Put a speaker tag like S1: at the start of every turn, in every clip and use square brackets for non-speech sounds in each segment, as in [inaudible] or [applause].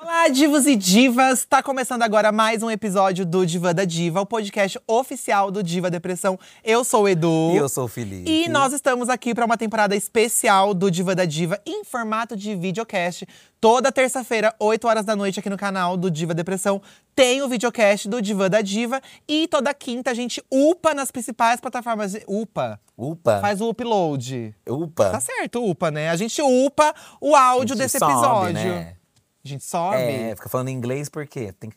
S1: Olá, divos e divas! Tá começando agora mais um episódio do Diva da Diva, o podcast oficial do Diva Depressão. Eu sou o Edu.
S2: E eu sou o Felipe.
S1: E nós estamos aqui para uma temporada especial do Diva da Diva em formato de videocast. Toda terça-feira, 8 horas da noite, aqui no canal do Diva Depressão, tem o videocast do Diva da Diva. E toda quinta a gente upa nas principais plataformas. de- Upa.
S2: Upa.
S1: Faz o upload.
S2: Upa.
S1: Tá certo, upa, né? A gente upa o áudio
S2: A gente
S1: desse
S2: sobe,
S1: episódio.
S2: né?
S1: A gente sobe.
S2: É, fica falando inglês porque tem que-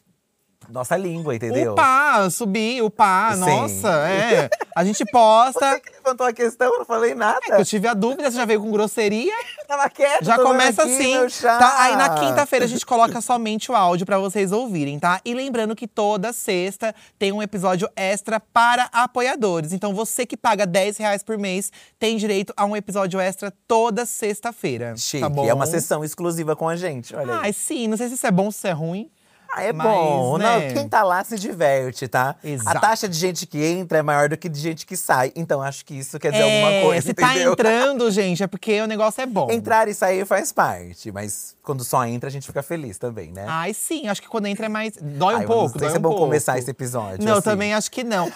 S2: nossa língua, entendeu?
S1: Upar, subir, upar,
S2: Sim.
S1: nossa, é. A gente posta.
S2: [laughs] Você que levantou a questão, eu não falei nada.
S1: É Eu tive a dúvida, você já veio com grosseria?
S2: Tava quieto,
S1: Já
S2: tô vendo
S1: começa
S2: aqui,
S1: assim.
S2: meu chá.
S1: Tá? Aí na quinta-feira a gente
S2: [laughs]
S1: coloca somente o áudio pra vocês ouvirem, tá? E lembrando que toda sexta tem um episódio extra para apoiadores. Então você que paga 10 reais por mês tem direito a um episódio extra toda sexta-feira.
S2: Chique,
S1: tá bom?
S2: é uma sessão exclusiva com a gente, olha aí.
S1: Ai, sim, não sei se isso é bom ou se isso é ruim.
S2: Ah, é
S1: mas,
S2: bom.
S1: né?
S2: Não, quem tá lá se diverte, tá?
S1: Exato.
S2: A taxa de gente que entra é maior do que de gente que sai. Então acho que isso quer dizer
S1: É,
S2: alguma coisa,
S1: se tá
S2: entendeu?
S1: entrando, gente, é porque o negócio é bom.
S2: Entrar e sair faz parte, mas quando só entra a gente fica feliz também, né?
S1: Ai, sim, acho que quando entra é mais. Dói um
S2: Ai, eu
S1: pouco.
S2: Não sei
S1: dói
S2: se é
S1: um
S2: bom
S1: pouco.
S2: começar esse episódio.
S1: Não, eu
S2: assim.
S1: também é acho que não.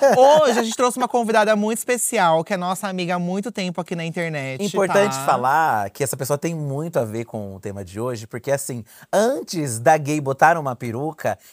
S1: Hoje a gente trouxe uma convidada muito especial, que é nossa amiga há muito tempo aqui na internet.
S2: Importante
S1: tá?
S2: falar que essa pessoa tem muito a ver com o tema de hoje, porque assim, antes da gay botar uma peruca,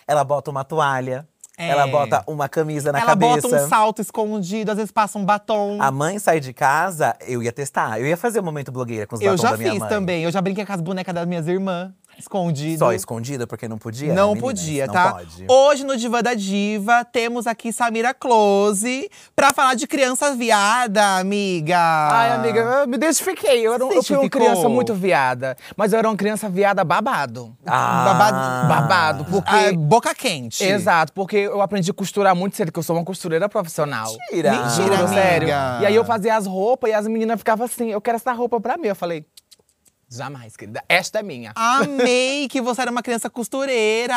S2: ela bota uma toalha,
S1: É.
S2: ela bota uma camisa na
S1: Ela
S2: cabeça.
S1: bota um salto escondido, às vezes passa um batom.
S2: A mãe sai de casa, eu ia testar. Eu ia fazer o momento blogueira com os
S1: eu
S2: batons
S1: já
S2: da minha
S1: fiz
S2: mãe.
S1: também. Eu já brinquei com as bonecas das minhas irmãs, escondido.
S2: Só escondida, porque não podia? né,
S1: Não
S2: meninas?
S1: podia,
S2: não
S1: tá?
S2: Pode.
S1: Hoje no Diva da Diva temos aqui Samira Close pra falar de criança viada, amiga.
S3: Ai, amiga, eu me identifiquei. Eu, era, um-
S1: Ah. Se
S3: eu fui uma
S1: identificou?
S3: criança muito viada. Mas eu era uma criança viada babado.
S2: Ah.
S3: Babado. Babado, porque…
S1: Ah, boca quente.
S3: Exato, porque eu aprendi a costurar muito cedo, que eu sou uma costureira profissional.
S2: Mentira!
S1: Mentira,
S3: Juro,
S1: amiga.
S3: sério. E aí eu fazia as roupas e as meninas ficavam assim, eu quero essa roupa pra mim. Eu falei, jamais, querida, esta é minha.
S1: Ah. Amei que você era uma criança costureira.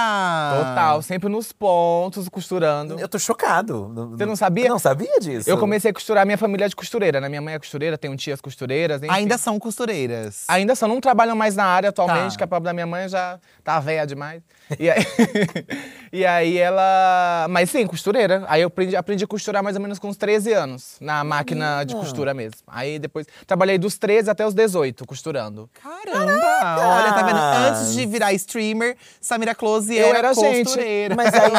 S3: Total, sempre nos pontos, costurando.
S2: Eu tô chocado. Você
S3: não sabia?
S2: Não sabia disso.
S3: Eu comecei a costurar, minha família é de costureira, né? Minha mãe é costureira, tenho tias costureiras. enfim.
S1: Ainda são costureiras.
S3: Ainda só não trabalham mais na área atualmente,
S1: Tá.
S3: que a pobre da minha mãe já tá velha demais. E aí, [laughs] e aí ela. Mas sim, costureira. Aí eu aprendi, aprendi a costurar mais ou menos com uns 13 anos, na máquina de costura mesmo. Aí depois. Trabalhei dos 13 até os 18 costurando.
S1: Caramba! Olha, tá vendo? Antes de virar streamer, Samira Close
S3: Eu
S1: era,
S3: era gente.
S1: costureira.
S2: Mas aí,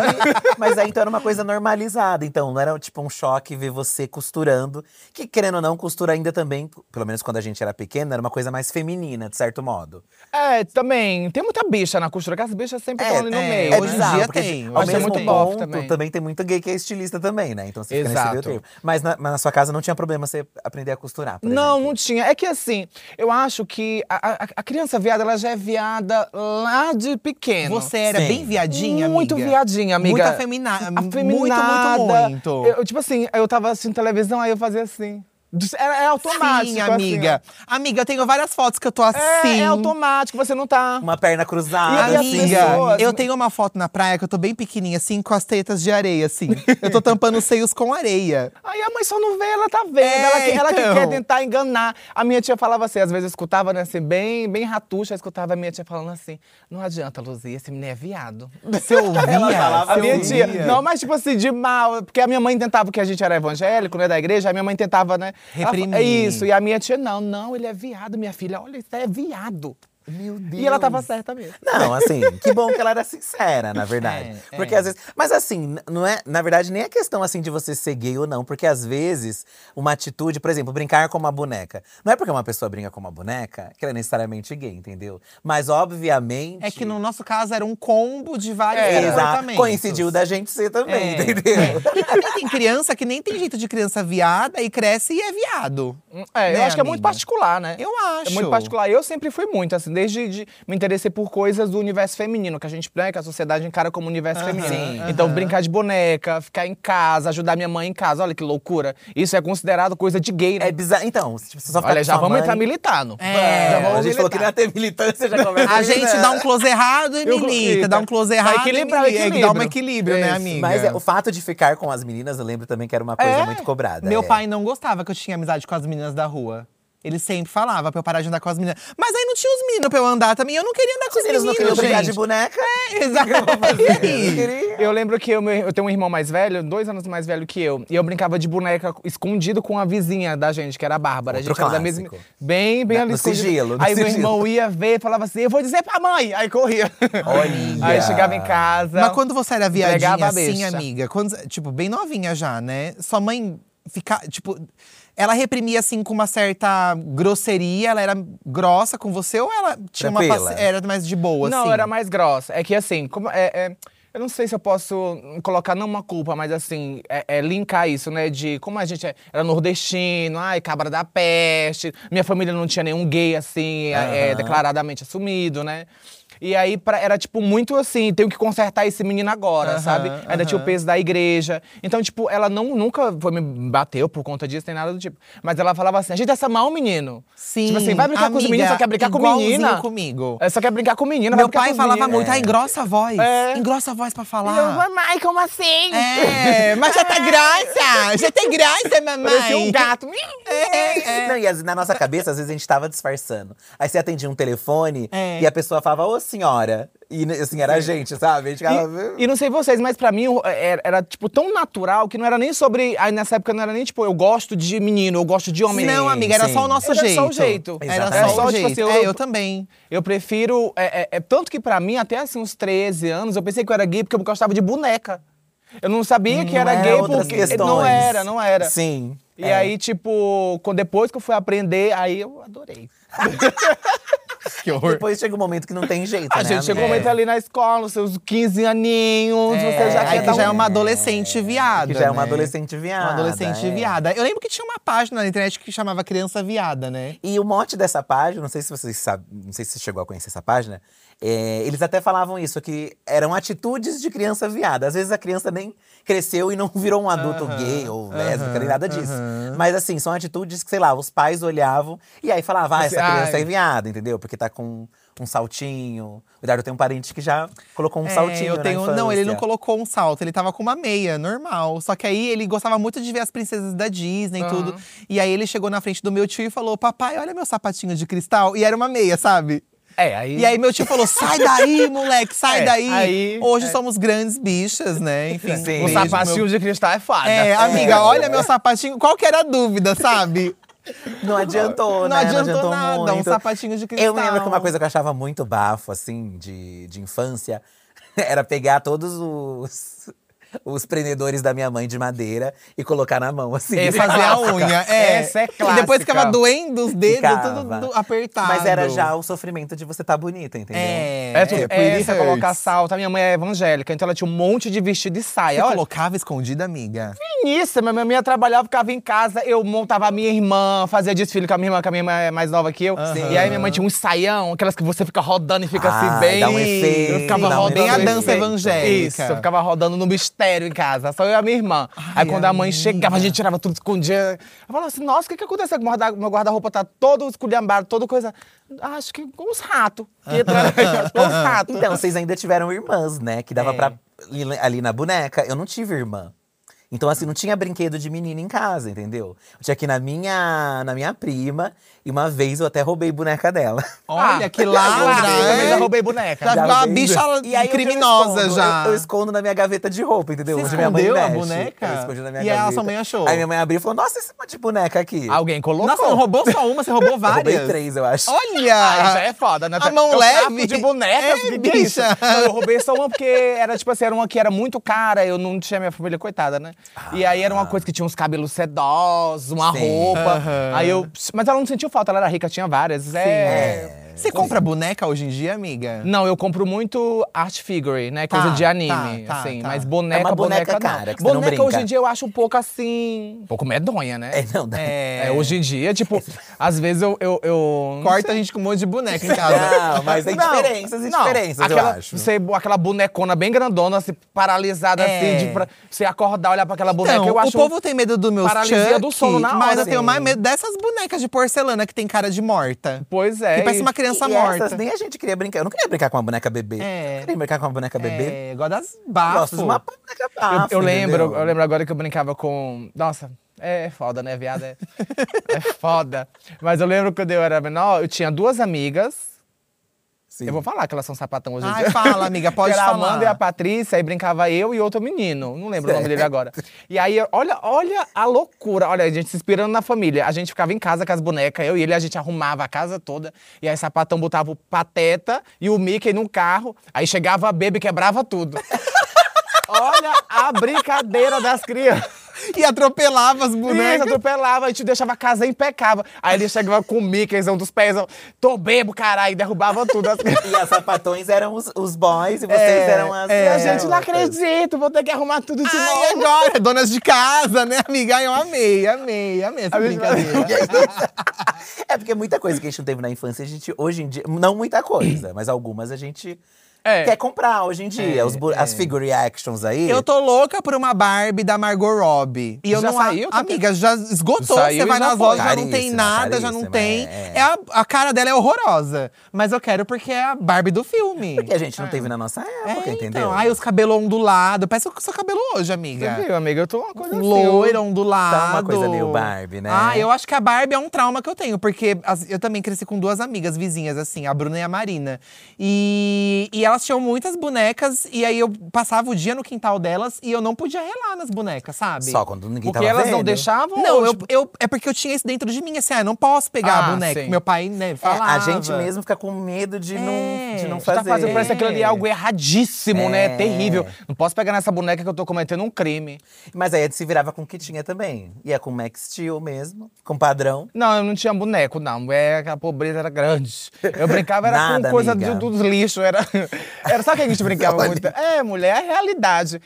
S2: mas aí então era uma coisa normalizada, então não era tipo um choque ver você costurando, que querendo ou não, costura ainda também, pelo menos quando a gente era pequena, era uma coisa mais feminina, de certo modo.
S3: É, também. Tem muita bicha na costura, que as bichas sempre estão
S2: É,
S3: ali no
S1: é,
S3: meio.
S1: é
S3: né?
S1: bizarro, dia
S2: porque
S1: tem,
S2: Ao
S3: hoje tem
S2: mesmo
S3: muito bofe
S2: ponto,
S3: também.
S2: também. tem muito gay que é estilista também, né? Então você fica nesse meio
S3: Exato.
S2: termo. Mas, na- mas na sua casa não tinha problema você aprender a costurar, por
S3: Não,
S2: exemplo.
S3: não tinha. É que assim, eu acho que a, a- a criança viada, ela já é viada lá de pequeno.
S1: Você era
S2: Sim.
S1: bem viadinha,
S3: Muito
S1: amiga?
S3: viadinha, amiga.
S1: Muito afeminada. Muito, muito,
S3: Afeminada.
S1: muito.
S3: Eu, tipo assim, eu tava assistindo televisão, aí eu fazia assim. do- É, é automático.
S1: Sim,
S3: assim, ó.
S1: amiga. amiga, eu tenho várias fotos que eu tô assim.
S3: é, é automático, você não tá.
S2: Uma perna cruzada,
S3: E as
S2: assim.
S1: Amiga,
S3: pessoas-
S1: eu tenho uma foto na praia que eu tô bem pequenininha, assim, com as tetas de areia, assim. Eu tô tampando os seios com areia.
S3: Aí a mãe só não vê, ela tá vendo.
S1: É,
S3: ela que, ela que
S1: então.
S3: quer tentar enganar. A minha tia falava assim, às vezes eu escutava, né, assim, bem, bem ratuxa, eu escutava a minha tia falando assim: não adianta, Luzia, esse menino é viado.
S1: Você ouvia?
S2: Ela falava,
S3: A
S1: Você
S2: eu
S3: minha
S1: ouvia?
S3: tia. Não, mas tipo assim, de mal. Porque a minha mãe tentava, porque a gente era evangélico, né, da igreja, a minha mãe tentava, né? ela fa-
S1: Reprimir.
S3: É isso. E a minha tia, não, não, ele é viado, minha filha. Olha, isso é viado. Meu Deus. E ela tava certa mesmo.
S2: Não, assim, que bom que ela era sincera, na verdade.
S1: [laughs] É,
S2: porque
S1: é.
S2: às vezes. Mas assim, n- não é, na verdade, nem é questão assim de você ser gay ou não. Porque às vezes, uma atitude, por exemplo, brincar com uma boneca. Não é porque uma pessoa brinca com uma boneca que ela é necessariamente gay, entendeu? Mas obviamente.
S1: É que no nosso caso era um combo de vários
S2: É, exato.
S1: comportamentos.
S2: Coincidiu da gente ser também,
S1: É.
S2: entendeu?
S1: [laughs] Porque tem criança que nem tem jeito de criança viada e cresce e é viado.
S3: É, eu
S1: Né,
S3: acho que é muito
S1: amiga?
S3: particular, né?
S1: Eu
S3: É
S1: acho.
S3: muito particular. Eu sempre fui muito, assim, desde de me interessei por coisas do universo feminino, que a gente né, que a sociedade encara como universo feminino.
S2: Sim.
S3: Então, brincar de boneca, ficar em casa, ajudar minha mãe em casa, olha que loucura. Isso é considerado coisa de gay,
S2: [laughs]
S3: né?
S2: É bizarro. Então, tipo, você só fica
S3: olha,
S2: com
S3: já
S2: sua
S3: vamos
S2: mãe,
S3: entrar militando.
S1: É,
S3: já
S2: a gente
S3: vamos
S2: falou que não ia
S3: militar.
S2: ter militância, já né? começa
S1: A gente dá um close errado e milita,
S3: Eu coloquei,
S1: dá um
S3: tá?
S1: close
S3: Pra
S1: errado e
S3: equilibrar o
S1: milita. É que Dá um
S3: equilíbrio.
S1: equilíbrio, né,
S3: Isso.
S1: amiga?
S2: Mas é, o fato de ficar com as meninas, eu lembro também que era uma coisa
S3: É.
S2: muito cobrada.
S1: Meu
S2: é.
S1: pai não gostava que eu tinha amizade com as meninas da rua. Ele sempre falava pra eu parar de andar com as meninas. Mas aí não tinha os meninos pra eu andar também. Eu não queria andar com os
S2: Eles
S1: meninos,
S2: não queriam brincar de
S1: [laughs] gente.
S2: boneca.
S1: Exato. E aí?
S3: Eu lembro que eu, eu tenho um irmão mais velho, dois anos mais velho que eu. E eu brincava de boneca escondido com a vizinha da gente, que era a Bárbara. a
S2: Outro
S3: gente era da mesma.
S2: clássico.
S3: Bem, bem
S2: Na-
S3: ali
S2: no
S3: escondido.
S2: sigilo, no
S3: Aí meu
S2: sigilo.
S3: irmão ia ver e falava assim: eu vou dizer pra mãe. Aí corria.
S2: Olha.
S3: Aí chegava em casa.
S1: Mas quando você era viadinha
S3: Entregava a
S1: assim,
S3: besta.
S1: amiga, quando, tipo, bem novinha já, né? Sua mãe fica, tipo, ela reprimia assim com uma certa grosseria, ela era grossa com você ou ela tinha uma
S2: Tranquila.
S1: paci- era mais de boa assim?
S3: Não, era mais grossa. É que assim, como é, é- eu não sei se eu posso colocar não uma culpa, mas assim, é, é linkar isso, né? De como a gente é- era nordestino, ai, cabra da peste. Minha família não tinha nenhum gay assim, é, é, declaradamente assumido, né? E aí pra- era tipo muito assim, tenho que consertar esse menino agora,
S1: Aham,
S3: sabe? Ainda tinha o
S1: aham.
S3: peso da igreja. Então, tipo, ela não, nunca foi, me bateu por conta disso, nem nada do tipo. Mas ela falava assim, a gente essa mal menino.
S1: Sim,
S3: Tipo assim, vai brincar com os
S1: amiga,
S3: meninos, só quer brincar com
S1: igualzinho
S3: menina.
S1: comigo.
S3: É, Só quer brincar com menina, vai
S1: Meu
S3: brincar
S1: pai
S3: com
S1: falava
S3: menina.
S1: muito, ah, engrossa a voz.
S3: É.
S1: Engrossa a voz pra
S3: E eu,
S1: falar.
S3: mamãe, como assim?
S1: É, mas já tá grossa! Já tá grossa, mamãe!
S3: [laughs] Parecia um gato.
S1: É, é.
S2: Não, e às- na nossa cabeça, às vezes a gente tava disfarçando. Aí você atendia um telefone
S1: É.
S2: e a pessoa falava, ô senhora. E n- assim, era a gente, sabe? A gente
S3: Ah,
S2: ficava. "Hum,
S3: E, e não sei vocês, mas pra mim o- era, era, tipo, tão natural que não era nem sobre. Aí nessa época não era nem tipo, eu gosto de menino, eu gosto de homem.
S1: não, amiga, era
S2: sim.
S1: só o nosso
S3: Era
S1: jeito.
S3: só o jeito.
S1: Era
S2: Exatamente.
S1: só o
S3: Era só, tipo
S1: jeito.
S3: assim,
S1: É,
S3: eu-
S1: eu também.
S3: Eu prefiro. É, é- é- tanto que pra mim, até assim, uns 13 anos, eu pensei que eu era gay porque eu gostava de boneca. Eu não sabia que
S2: Não
S3: era
S2: era
S3: gay
S2: outras
S3: porque.
S2: questões.
S3: Não era, não era.
S2: Sim.
S3: E
S2: é.
S3: aí, tipo, quando- depois que eu fui aprender, aí eu adorei. que horror.
S2: Depois chega um momento que não tem jeito.
S3: A
S2: né,
S3: gente chegou um
S2: amiga?
S3: momento ali na escola, os seus 15 aninhos, você já
S1: aí
S3: quer
S1: que
S3: dar
S1: já
S3: um-
S1: é uma adolescente viada.
S2: Que já é uma
S1: né?
S2: adolescente viada.
S1: Uma adolescente
S2: é.
S1: viada. Eu lembro que tinha uma página na internet que chamava criança viada, né?
S2: E o mote dessa página, não sei se vocês sabem, não sei se você chegou a conhecer essa página, é, eles até falavam isso, que eram atitudes de criança viada. Às vezes a criança nem cresceu e não virou um adulto gay ou lésbica, nem nada disso. Mas assim, são atitudes que, sei lá, os pais olhavam e aí falavam, ah, essa
S3: Assim,
S2: criança
S3: ai.
S2: é viada, entendeu? Porque tá com um saltinho. Cuidado, eu tenho um parente que já colocou um
S1: É,
S2: saltinho
S1: eu
S2: na
S1: tenho- não, ele não
S2: infância.
S1: colocou um salto, ele tava com uma meia, normal. Só que aí ele gostava muito de ver as princesas da Disney e
S3: Aham.
S1: tudo. E aí ele chegou na frente do meu tio e falou: Papai, olha meu sapatinho de cristal. E era uma meia, sabe?
S3: É, aí.
S1: E aí meu tio falou: Sai
S2: [laughs]
S1: daí, moleque, sai
S3: É,
S1: daí.
S3: aí-
S1: Hoje
S3: é.
S1: somos grandes bichas, né? Enfim.
S2: Sim.
S1: beijo,
S3: um sapatinho
S1: meu-
S3: de cristal é fada.
S1: É, amiga, olha meu sapatinho. Qual que era a dúvida, sabe?
S2: [laughs] Não adiantou,
S1: Não
S2: né?
S1: adiantou nada, um
S2: muito.
S1: sapatinho de
S2: Eu me lembro
S1: cristal.
S2: que uma coisa que eu achava muito bafo, assim, de, de infância, [laughs] era pegar todos os. Os prendedores da minha mãe de madeira e colocar na mão, assim.
S1: É,
S2: [laughs] e
S1: fazer a unha. É.
S3: Essa é
S1: E depois
S3: clássica.
S1: ficava doendo os dedos,
S2: Ficava.
S1: tudo do- apertado.
S2: Mas era já o sofrimento de você tá bonita, entendeu?
S1: É.
S3: É, tipo,
S1: por isso
S3: é, você
S1: hurts.
S3: colocar salto. A minha mãe é evangélica, então ela tinha um monte de vestido e
S1: Você
S3: saia. Olha,
S1: colocava escondida, amiga?
S3: isso, minha mãe ia trabalhar, ficava em casa, eu montava a minha irmã, fazia desfile com a minha irmã, que a minha irmã é mais nova que eu. E aí minha mãe tinha um saião, aquelas que você fica rodando e fica
S2: Ah,
S3: assim, bem.
S2: dá um efeito,
S3: eu ficava
S2: dá um
S3: rodando.
S2: efeito.
S3: no
S2: Bem a dança
S3: efeito.
S1: evangélica.
S3: Isso, eu ficava rodando no estéreo em casa, só eu e a minha irmã.
S1: Ai,
S3: Aí quando a mãe
S1: amiga.
S3: chegava, a gente tirava tudo, escondia. Eu falava assim, nossa, o que que aconteceu? Meu guarda- Meu guarda-roupa tá todo esculhambado, toda coisa. "Ah, Acho que uns ratos. que entraram aí, acho que é uns
S1: [laughs]
S3: ratos.
S2: Então, vocês ainda tiveram irmãs, né?
S1: É.
S2: Que dava pra. li- Ali na boneca, eu não tive irmã. Então, assim, não tinha brinquedo de menina em casa, entendeu? Eu tinha aqui na minha, na minha prima, e uma vez eu até roubei boneca dela.
S1: [laughs] Olha, que né?
S3: lá,
S1: ladra,
S3: eu também já
S1: hein?
S3: roubei boneca.
S1: Tá
S2: Já
S1: uma
S2: roubei.
S1: bicha
S2: E aí, o que eu
S1: criminosa
S2: escondo?
S1: já.
S2: Eu, eu escondo na minha gaveta de roupa, entendeu?
S1: Você
S2: Onde minha mãe
S1: escondeu a
S2: mexe.
S1: boneca?
S2: Eu escondi na minha
S1: E ela,
S2: gaveta.
S1: sua mãe achou?
S2: Aí minha mãe abriu e falou: Nossa, esse monte de boneca aqui.
S3: Alguém colocou.
S1: Nossa, não roubou só uma, você roubou
S2: Eu roubei
S1: várias.
S2: três, eu acho.
S1: Olha!
S3: Aí já é foda, né?
S1: Ah, A mão
S3: eu trapo
S1: leve.
S3: de bonecas,
S1: É,
S3: que que é isso?
S1: bicha.
S3: Não, eu roubei só uma porque era, tipo assim, era uma que era muito cara, eu não tinha minha família, coitada, né? E aí era uma coisa que tinha uns cabelos sedosos, uma
S2: Sim.
S3: roupa. Aí eu. Mas ela não sentiu falta, ela era rica, tinha várias. É.
S2: É.
S1: Você compra boneca hoje em dia, amiga?
S3: Não, eu compro muito art figure, né? Coisa
S1: Tá,
S3: de anime,
S1: tá, tá,
S3: assim.
S1: tá.
S3: Mas boneca,
S2: É uma boneca
S3: boneca,
S2: cara,
S3: não.
S2: que você não
S3: boneca hoje
S2: brinca.
S3: em dia eu acho um pouco assim. Um pouco medonha, né?
S2: É, não, dá.
S3: É, hoje em dia, [laughs] tipo, às vezes eu. eu, eu não
S1: Corta a gente com um monte de boneca em casa.
S2: Não, mas tem
S3: Não,
S2: diferenças e
S3: não,
S2: diferenças,
S3: aquela,
S2: eu acho.
S3: Você, aquela bonecona bem grandona, assim, paralisada,
S1: É.
S3: assim, de pra- você acordar, olhar pra aquela boneca.
S1: Então,
S3: eu acho
S1: o povo tem medo do meu
S3: paralisia
S1: Chuck,
S3: do sono na
S1: mas
S3: hora.
S1: eu tenho
S3: Sim.
S1: mais medo dessas bonecas de porcelana que tem cara de morta.
S3: Pois é.
S1: que parece
S3: e-
S1: uma criança
S2: e
S1: morta.
S2: Essas, nem a gente queria brincar. Eu não queria brincar com uma boneca bebê.
S1: É.
S2: Eu queria brincar com uma boneca bebê.
S3: né?
S1: É, igual das
S2: Eu
S1: bafos.
S2: Gosto de uma boneca
S3: Eu,
S2: bafo,
S3: eu lembro,
S2: entendeu?
S3: eu lembro agora que eu brincava com. Nossa, é foda, né, viado? É, é foda. Mas eu lembro quando eu era menor, eu tinha duas amigas.
S2: Sim.
S3: Eu vou falar que elas são sapatão hoje em
S1: Ai,
S3: dia.
S1: fala,
S3: [laughs]
S1: amiga, pode
S3: Que era
S1: falar.
S3: A Amanda e a Patrícia, aí brincava eu e outro menino. Não lembro o nome dele
S2: Certo.
S3: agora. E aí, olha, olha a loucura. Olha, a gente se inspirando na família. A gente ficava em casa com as bonecas, eu e ele, a gente arrumava a casa toda. E aí, sapatão botava o pateta e o Mickey num carro. Aí chegava a Bebe e quebrava tudo. [laughs] Olha a brincadeira das crianças.
S1: E atropelava as
S3: Isso,
S1: bonecas.
S3: atropelava, a gente deixava a casa impecável. Aí ele chegava com o Mickey, dos pés, eu, tô bebo, caralho, e derrubava tudo. As crianças.
S2: E as sapatões eram os, os boys e vocês
S3: É,
S2: eram as.
S3: E a
S2: as
S3: gente não
S2: garotas.
S3: [laughs] acredita, vou ter que arrumar tudo de
S1: É, Ai, é
S3: novo.
S1: agora, donas de casa, né, amiga? Ai, eu amei, amei, amei essa
S3: A gente vai-
S1: brincadeira.
S2: É porque muita coisa que a gente não teve na infância, a gente hoje em dia. Não muita coisa, mas algumas a gente
S3: É.
S2: quer comprar hoje em dia. Os bu- As figure actions aí.
S1: Eu tô louca por uma Barbie da Margot Robbie. E eu
S3: Já
S1: não
S3: saiu?
S1: Amiga, já esgotou.
S3: Saiu
S1: Você
S3: e
S1: vai
S3: já
S1: nas
S3: foi.
S1: lojas, já não tem
S2: Caríssima,
S1: nada, já não
S2: caríssima,
S1: tem.
S2: é.
S1: É a, a cara dela é horrorosa. Mas eu quero porque é a Barbie do filme.
S2: Que a gente
S3: Ah.
S2: não teve na nossa época,
S1: É,
S2: entendeu?
S1: Então, ai, os cabelos ondulados. Parece o seu cabelo hoje, amiga.
S3: Você viu, amiga? Eu tô uma coisa assim.
S1: Loira, um
S3: eu-
S1: ondulado.
S2: Tá uma coisa meio Barbie, né?
S1: Ah, eu acho que a Barbie é um trauma que eu tenho. Porque as- eu também cresci com duas amigas vizinhas, assim. A Bruna e a Marina. E, e elas tinham muitas bonecas. E aí, eu passava o dia no quintal delas. E eu não podia relar nas bonecas, sabe?
S2: Só quando ninguém
S3: Porque
S2: tava
S3: elas não
S2: vendo.
S3: deixavam?
S1: Não,
S3: ou,
S1: eu,
S3: tipo,
S1: eu- é porque eu tinha isso dentro de mim, assim, ah, eu não posso pegar a
S3: Ah,
S1: boneca.
S3: sim.
S1: Meu pai, né,
S2: É,
S1: falava.
S2: a gente mesmo fica com medo de não, de não
S1: você
S3: você
S2: fazer.
S3: É. tá fazendo, parece que aquilo ali é algo erradíssimo, né?
S2: É.
S3: É terrível. Não posso pegar nessa boneca que eu tô cometendo um crime.
S2: Mas aí se virava com o que tinha também. Ia com Max Steel mesmo, com padrão.
S3: Não, eu não tinha boneco, não. É, aquela pobreza era grande. Eu brincava
S2: [laughs]
S3: era
S2: Nada,
S3: com coisa
S2: amiga.
S3: do- dos lixos. Era, [laughs] era, sabe o que a gente brincava muito? É, mulher, é realidade.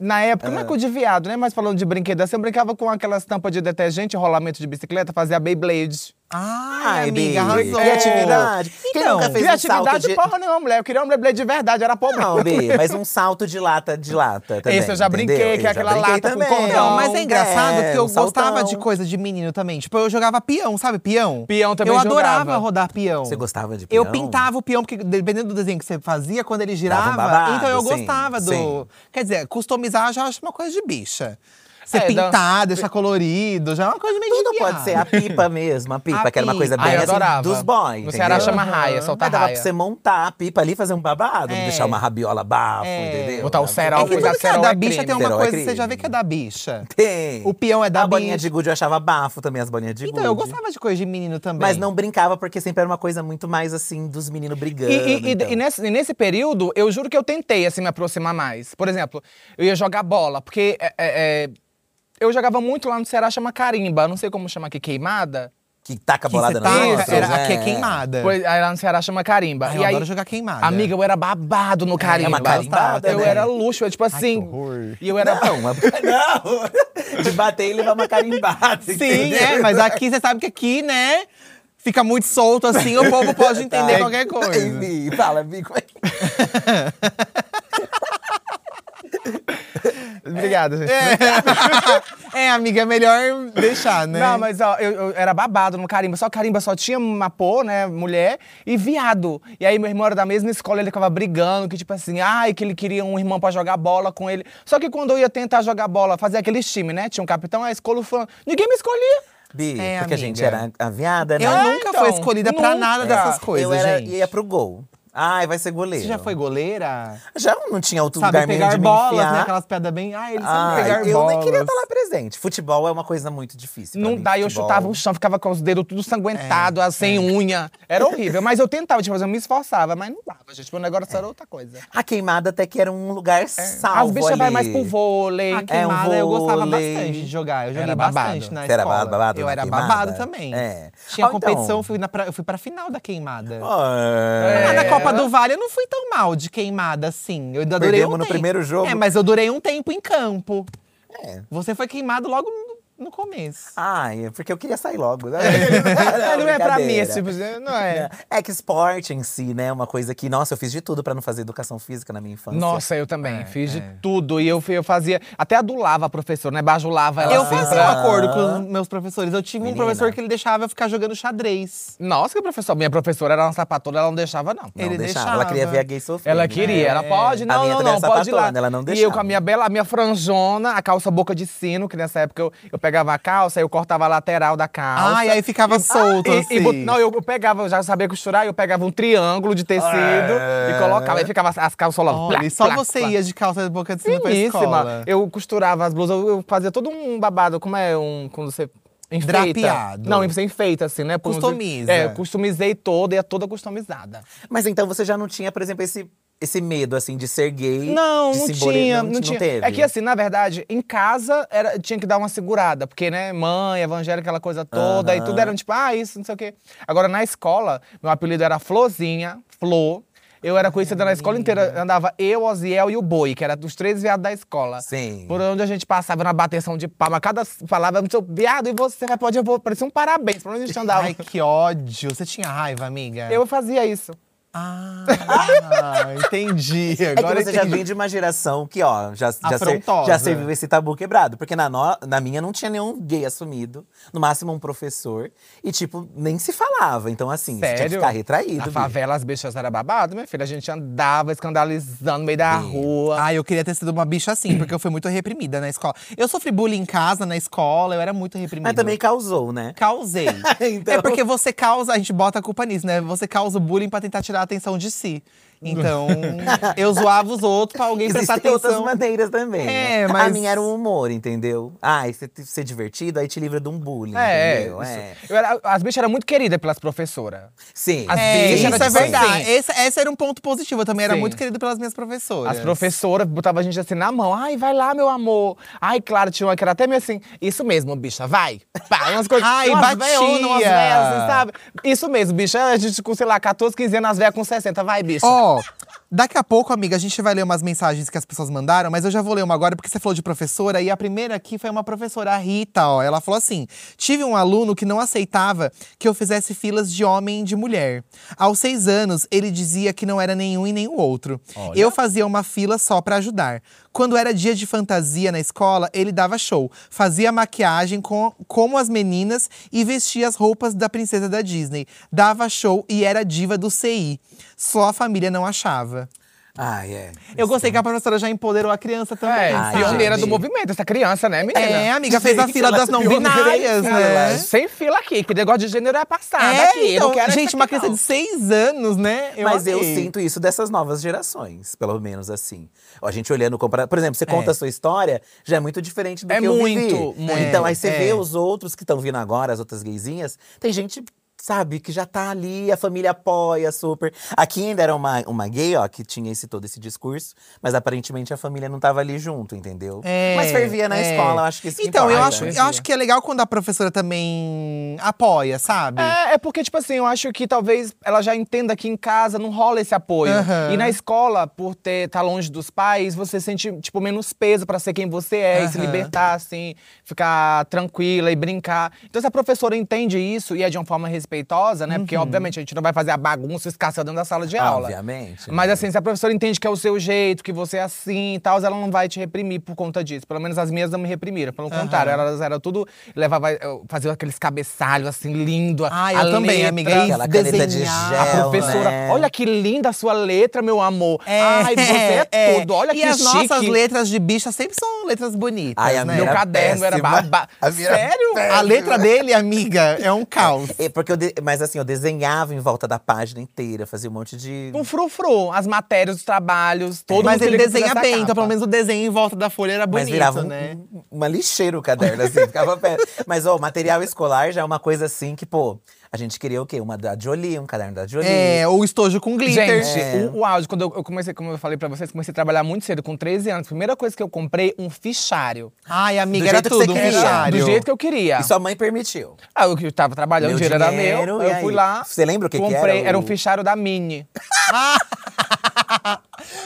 S3: Na época,
S2: Ah.
S3: não é coisa de viado, né? Mas falando de brinquedo assim, eu brincava com aquelas tampas de detergente, rolamento de bicicleta, fazia Beyblade.
S1: Ai, amiga,
S2: Bi,
S1: arrasou.
S2: Criatividade. Quem
S1: Então,
S2: nunca fez um salto
S3: Criatividade,
S2: de...
S3: porra nenhuma, mulher. Eu queria um Beyblade de verdade, era pobre.
S2: Não, Bi, mas um salto de lata de lata também,
S3: Esse eu já
S2: entendeu?
S3: brinquei, que é
S2: Eu já
S3: aquela
S2: brinquei
S3: lata com
S2: também.
S3: cordão.
S1: Não, mas é engraçado
S2: É,
S1: que eu
S2: um saltão.
S1: gostava de coisa de menino também. Tipo, eu jogava peão, sabe? Peão.
S3: Peão também
S1: Eu
S3: jogava.
S1: adorava rodar peão.
S2: Você gostava de
S1: Eu
S2: peão?
S1: pintava o peão, porque dependendo do desenho que você fazia, quando ele girava,
S2: Dava um babado,
S1: então eu
S2: sim,
S1: gostava do.
S2: sim.
S1: Quer dizer, customizar já acho uma coisa de bicha. Você
S3: É, dá-
S1: pintar, deixar colorido, já é uma coisa meio de
S2: Tudo
S1: viado.
S2: pode ser. A pipa mesmo, a pipa,
S1: A
S2: que era uma coisa
S1: pipa.
S2: bem
S3: Ah, eu
S2: assim,
S3: adorava.
S2: dos boys.
S3: No Ceará
S2: entendeu?
S3: chama raia, solta
S2: Mas dava
S3: raia.
S2: pra você montar a pipa ali, fazer um babado,
S1: É.
S2: deixar uma rabiola bafo,
S1: É.
S2: entendeu?
S3: Botar o cerol,
S1: É
S2: Uma
S1: que
S2: coisa assim.
S3: cuidar
S1: tudo
S3: Cuidado,
S1: que é
S3: cerol
S1: da
S3: é
S1: bicha
S3: crime.
S1: tem uma
S2: Cerol é
S1: coisa que você
S2: crime.
S1: já vê que é da bicha.
S2: Tem.
S1: O peão é da
S2: A bolinha
S1: bicha.
S2: de gude eu achava bafo também, as bolinhas de gude.
S1: Então, eu gostava de coisa de menino também.
S2: Mas não brincava, porque sempre era uma coisa muito mais assim, dos meninos brigando.
S3: E- E, e-
S2: então.
S3: e
S1: é
S3: nesse, e nesse período, eu juro que eu tentei assim, me aproximar mais. Por exemplo, eu ia jogar bola, porque é, é, é, eu jogava muito lá no Ceará, chama carimba. Não sei como chama aqui, queimada.
S2: Que taca a
S1: que
S2: bolada
S1: você
S2: na
S1: tá,
S2: outra,
S1: era,
S2: né?
S1: aqui é queimada.
S3: Pois, aí lá no Ceará chama carimba.
S1: Ai,
S3: e
S1: eu
S3: aí,
S1: adoro jogar queimada.
S3: Amiga, eu era babado no carimba.
S2: uma carimbada,
S3: eu
S2: né?
S3: era luxo, eu tipo assim. e eu era.
S2: Não, uma- [laughs] não! De bater e levar uma carimbada.
S1: Sim,
S2: entendeu?
S1: é, mas aqui você sabe que aqui, né? Fica muito solto assim, o povo pode entender
S2: [laughs] Tá.
S1: qualquer
S2: Ei,
S1: coisa.
S2: Vi, fala, Vi, como é que.
S3: Obrigada, gente.
S1: [laughs] é, amiga, é melhor deixar, né?
S3: Não, mas ó, eu, eu era babado no carimba. Só carimba só tinha mapô, né? Mulher e viado. E aí meu irmão era da mesma escola, ele ficava brigando, que tipo assim, ai, que ele queria um irmão pra jogar bola com ele. Só que quando eu ia tentar jogar bola, fazer aqueles times, né? Tinha um capitão, aí escolha o fulano. Ninguém me escolhia.
S2: Bi,
S1: É,
S2: porque a gente
S1: amiga.
S2: era a viada, né? é.
S1: Eu
S3: É,
S1: nunca
S3: então,
S1: fui escolhida pra
S3: nunca.
S1: nada dessas coisas,
S2: eu era,
S1: gente.
S2: ia pro gol. Ai, vai ser goleiro.
S3: Você já foi goleira?
S2: Já não tinha outro
S1: Sabe
S2: lugar meio
S1: pegar
S2: de me
S1: bolas,
S2: enfiar.
S1: né? Aquelas pedras bem. Ah, eles sabem
S2: Ai,
S1: pegar
S2: eu nem
S1: bolas.
S2: queria estar lá presente. Futebol é uma coisa muito difícil. pra
S3: Não
S2: mim,
S1: tá
S3: dá, e eu
S2: futebol.
S1: um
S3: chutava o chão, ficava com os dedos tudo
S1: É,
S3: sanguentado, assim, sem unha. Era horrível. Mas eu tentava, tipo, eu me esforçava, mas não dava, gente. Meu negócio era outra coisa.
S2: A queimada até que era um lugar
S3: É.
S2: salvo
S3: As bichas Ah, vai
S2: ali.
S3: mais pro vôlei.
S1: A queimada eu gostava
S2: É um vôlei.
S1: bastante de jogar. Eu joguei
S3: Era
S1: bastante
S3: babado.
S1: na
S2: Você era
S1: escola.
S2: babado
S1: eu
S2: na
S1: era
S2: queimada?
S1: babado também.
S2: É.
S1: Tinha
S2: Ah, então.
S1: competição, eu fui na pra, eu fui pra final da queimada.
S2: Ah,
S1: Ah, na
S3: É.
S1: Copa do Vale eu não fui tão mal de queimada assim. Eu ainda durei
S2: Perdemos
S1: um
S2: no
S1: tempo.
S2: primeiro jogo.
S1: É, mas eu durei um tempo em campo.
S2: É.
S1: Você foi queimado logo no- no começo.
S2: Ai, é porque eu queria sair logo. né?
S3: [laughs]
S2: Não,
S3: Mas não é pra mim esse tipo,
S2: brincadeira.
S3: de- não é.
S2: É que esporte em si, né? É uma coisa que, nossa, eu fiz de tudo pra não fazer educação física na minha infância.
S3: Nossa, eu também.
S1: é,
S3: fiz de tudo. E eu, fui- eu fazia. Até adulava a professora, né? Bajulava ela.
S1: Eu
S3: assim,
S1: fazia um
S3: pra-
S1: acordo com os meus professores. Eu tive um
S2: Menina.
S1: professor que ele deixava eu ficar jogando xadrez.
S3: Nossa, que professora. Minha professora era uma sapatona, ela não deixava, não.
S2: Não
S1: ele
S2: deixava.
S1: deixava.
S2: Ela queria ver a gay sofrer. né? É.
S3: Ela queria, é. ela pode, não,
S2: minha
S3: não,
S2: também
S3: não,
S2: era
S3: pode ir lá.
S2: sapatona, ela não
S3: e eu com a
S2: deixava.
S3: minha bela, a minha franjona, a calça boca de sino, que nessa época eu, eu pegava a calça, aí eu cortava a lateral da calça.
S1: Ai, aí
S2: Ah,
S1: ficava solto,
S3: E-
S1: assim.
S3: e bot- não, eu, eu pegava, eu já sabia costurar, eu pegava um triângulo de tecido e colocava, aí ficava as, as calças lá.
S1: Olha, e só você ia de calça de boca de cima pra
S3: Finíssima.
S1: escola.
S3: Eu costurava as blusas, eu eu fazia todo um babado, como é um. Quando você. Enfeita.
S1: Drapeado.
S3: Não, você enfeita, assim, né? Por-
S1: Customiza.
S3: É, eu customizei toda, ia toda customizada.
S2: Mas então você já não tinha, por exemplo, esse, esse medo, assim, de ser gay?
S3: Não,
S2: de
S3: não
S2: se embole-
S3: tinha, não,
S2: Não
S3: tinha.
S2: teve?
S3: É que assim, na verdade, em casa era, tinha que dar uma segurada, porque, né, mãe, evangélica, aquela coisa toda, e tudo era tipo, ah, isso, não sei o quê. Agora, na escola, meu apelido era Florzinha, Flor. Eu era conhecida na escola inteira, andava eu, Oziel e o Boi, que era dos três viados da escola.
S2: Sim.
S3: Por onde a gente passava na bateção de palma, cada palavra, seu viado, e você vai, pode, eu vou, parecia um parabéns, pra
S2: [laughs]
S3: onde a gente andava.
S1: Ai, que ódio. Você tinha raiva, amiga?
S3: Eu fazia isso.
S1: Ah, entendi.
S2: [laughs] É que
S1: Agora
S2: você já
S1: entendi.
S2: vem de uma geração que, ó, já, já, ser,
S1: Afrontosa.
S2: já serviu esse tabu quebrado. Porque na, no- na minha não tinha nenhum gay assumido, no máximo um professor. E, tipo, nem se falava. Então, assim, você tinha que
S3: Sério?
S2: ficar retraído.
S3: Na
S2: Bi.
S3: favela, as bichas eram babado, minha filha. A gente andava escandalizando no meio da rua.
S1: Ah, eu queria ter sido uma bicha assim, porque eu fui muito reprimida na escola. Eu sofri bullying em casa, na escola, eu era muito reprimida.
S2: Mas também causou, né?
S1: causei.
S2: [laughs] Então.
S1: É porque você causa, a gente bota a culpa nisso, né? Você causa o bullying pra tentar tirar a atenção de si.
S2: [laughs]
S1: Então, eu zoava os outros pra alguém prestar
S2: Existem outras
S1: atenção.
S2: maneiras também.
S1: É,
S2: né?
S1: mas-
S2: A minha era o humor, entendeu? Ah, e ser, ser divertido, aí te livra de um bullying,
S3: É,
S2: entendeu?
S3: isso.
S2: É.
S3: Eu era- as bichas eram muito queridas pelas professoras.
S2: Sim.
S3: As
S1: É,
S3: bichas
S1: isso
S3: era
S1: é
S3: diferente.
S1: verdade. Esse, esse era um ponto positivo. Eu também era
S3: Sim.
S1: muito querido pelas minhas professoras.
S3: As professoras botavam a gente assim na mão. Ai, vai lá, meu amor. Ai, claro, tinha uma que era até meio assim. Isso mesmo, bicha, vai. Pá, umas coisas.
S1: [laughs] Ai,
S3: umas
S1: batia.
S3: veionas, umas velhas, assim, sabe? Isso mesmo, bicha. A gente com, sei lá, 14, 15 anos, as velhas com 60. Vai, bicha.
S1: Ó, daqui a pouco, amiga, a gente vai ler umas mensagens que as pessoas mandaram, mas eu já vou ler uma agora porque você falou de professora e a primeira aqui foi uma professora, a Rita, ó. Ela falou assim: tive um aluno que não aceitava que eu fizesse filas de homem e de mulher. Aos seis anos, ele dizia que não era nenhum e nem o outro. Eu fazia uma fila só pra ajudar. Quando era dia de fantasia na escola, ele dava show, fazia maquiagem com, como as meninas e vestia as roupas da princesa da Disney. Dava show e era diva do CI. Só a família não achava.
S2: Ai, é.
S1: Eu gostei que a professora já empoderou a criança
S3: É,
S1: também.
S2: Ai,
S1: sabe?
S3: pioneira
S2: gente.
S3: do movimento, essa criança, né, menina?
S1: É, amiga, fez a fila das não binárias, né?
S3: Sem fila aqui, que negócio de gênero é passado
S1: É,
S3: aqui. eu
S1: então,
S3: não quero
S1: gente,
S3: isso
S1: uma
S3: aqui,
S1: criança
S3: não.
S1: de seis anos, né?
S2: Mas eu
S1: amei.
S2: sinto isso dessas novas gerações, pelo menos assim. A gente olhando, compara- por exemplo, você conta a sua história, já é muito diferente do
S3: É
S2: que eu
S3: muito,
S2: vivi.
S3: muito.
S2: Então aí você
S1: É.
S2: vê os outros que estão vindo agora, as outras gayzinhas, tem gente, sabe, que já tá ali, a família apoia super. Aqui ainda era uma, uma gay, ó, que tinha esse todo esse discurso, mas aparentemente a família não tava ali junto, entendeu?
S1: É,
S2: mas fervia na
S1: é.
S2: escola, eu acho que isso que
S1: Então, eu
S2: importa. né?
S1: acho, eu
S3: fervia.
S1: acho que é legal quando a professora também apoia, sabe?
S3: É, é porque, tipo assim, eu acho que talvez ela já entenda que em casa não rola esse apoio.
S1: Aham.
S3: E na escola, por ter tá longe dos pais, você sente, tipo, menos peso pra ser quem você é e se
S1: Aham.
S3: libertar, assim, ficar tranquila e brincar. Então, se a professora entende isso e é de uma forma respeitosa, né? Porque, obviamente, a gente não vai fazer a bagunça escassando da sala de aula.
S2: Obviamente,
S3: Mas,
S2: né?
S3: assim, se a professora entende que é o seu jeito, que você é assim e tal, ela não vai te reprimir por conta disso. Pelo menos as minhas não me reprimiram. Pelo contrário, elas eram tudo. Levava, eh, eu fazia aqueles cabeçalhos assim, lindo. a-
S1: Ah, eu
S3: a
S1: também,
S3: letra.
S1: amiga. E
S2: Aquela caneta de
S1: desenhar.
S2: gel,
S3: A professora,
S2: né?
S3: olha que linda a sua letra, meu amor. Ai,
S1: [laughs]
S3: você é, tudo. Olha
S1: e
S3: que
S1: as
S3: chique.
S1: nossas letras de bicha sempre são letras bonitas,
S2: Ai, a
S1: né?
S2: minha
S3: Meu
S2: era
S3: caderno era
S2: péssima.
S3: babá.
S2: A minha é era
S3: Sério?
S1: A letra dele, amiga, é um [laughs] caos.
S2: É, porque eu de- Mas assim, eu desenhava em volta da página inteira, fazia um monte de.
S3: Um frufru. As matérias, os trabalhos, todo
S1: Mas
S3: mundo
S1: ele
S3: queria que
S1: desenha
S3: fizesse a
S1: bem, então
S3: capa.
S1: pelo menos o desenho em volta da folha era bonito,
S2: mas virava um-
S1: né?
S2: um- uma lixeira o caderno, assim, ficava perto.
S1: [laughs]
S2: Mas, ó, o material escolar já é uma coisa assim que, pô, a gente queria o quê? Uma da Jolie, um caderno da Jolie.
S1: É, ou estojo com glitter.
S3: Gente,
S2: É.
S3: o, o áudio, quando eu, eu comecei, como eu falei pra vocês, comecei a trabalhar muito cedo, com 13 anos. Primeira coisa que eu comprei, um fichário.
S1: Ai, amiga,
S2: Do
S1: era
S2: jeito que você
S1: tudo, um
S2: queria.
S1: fichário.
S3: Do jeito que eu queria.
S2: E sua mãe permitiu.
S3: Ah, eu que tava trabalhando,
S2: Meu
S3: o dinheiro era
S2: dinheiro,
S3: meu.
S2: e
S3: Eu
S2: aí?
S3: fui lá.
S2: Você lembra o que que
S3: comprei,
S2: era o-
S3: um fichário da Mini.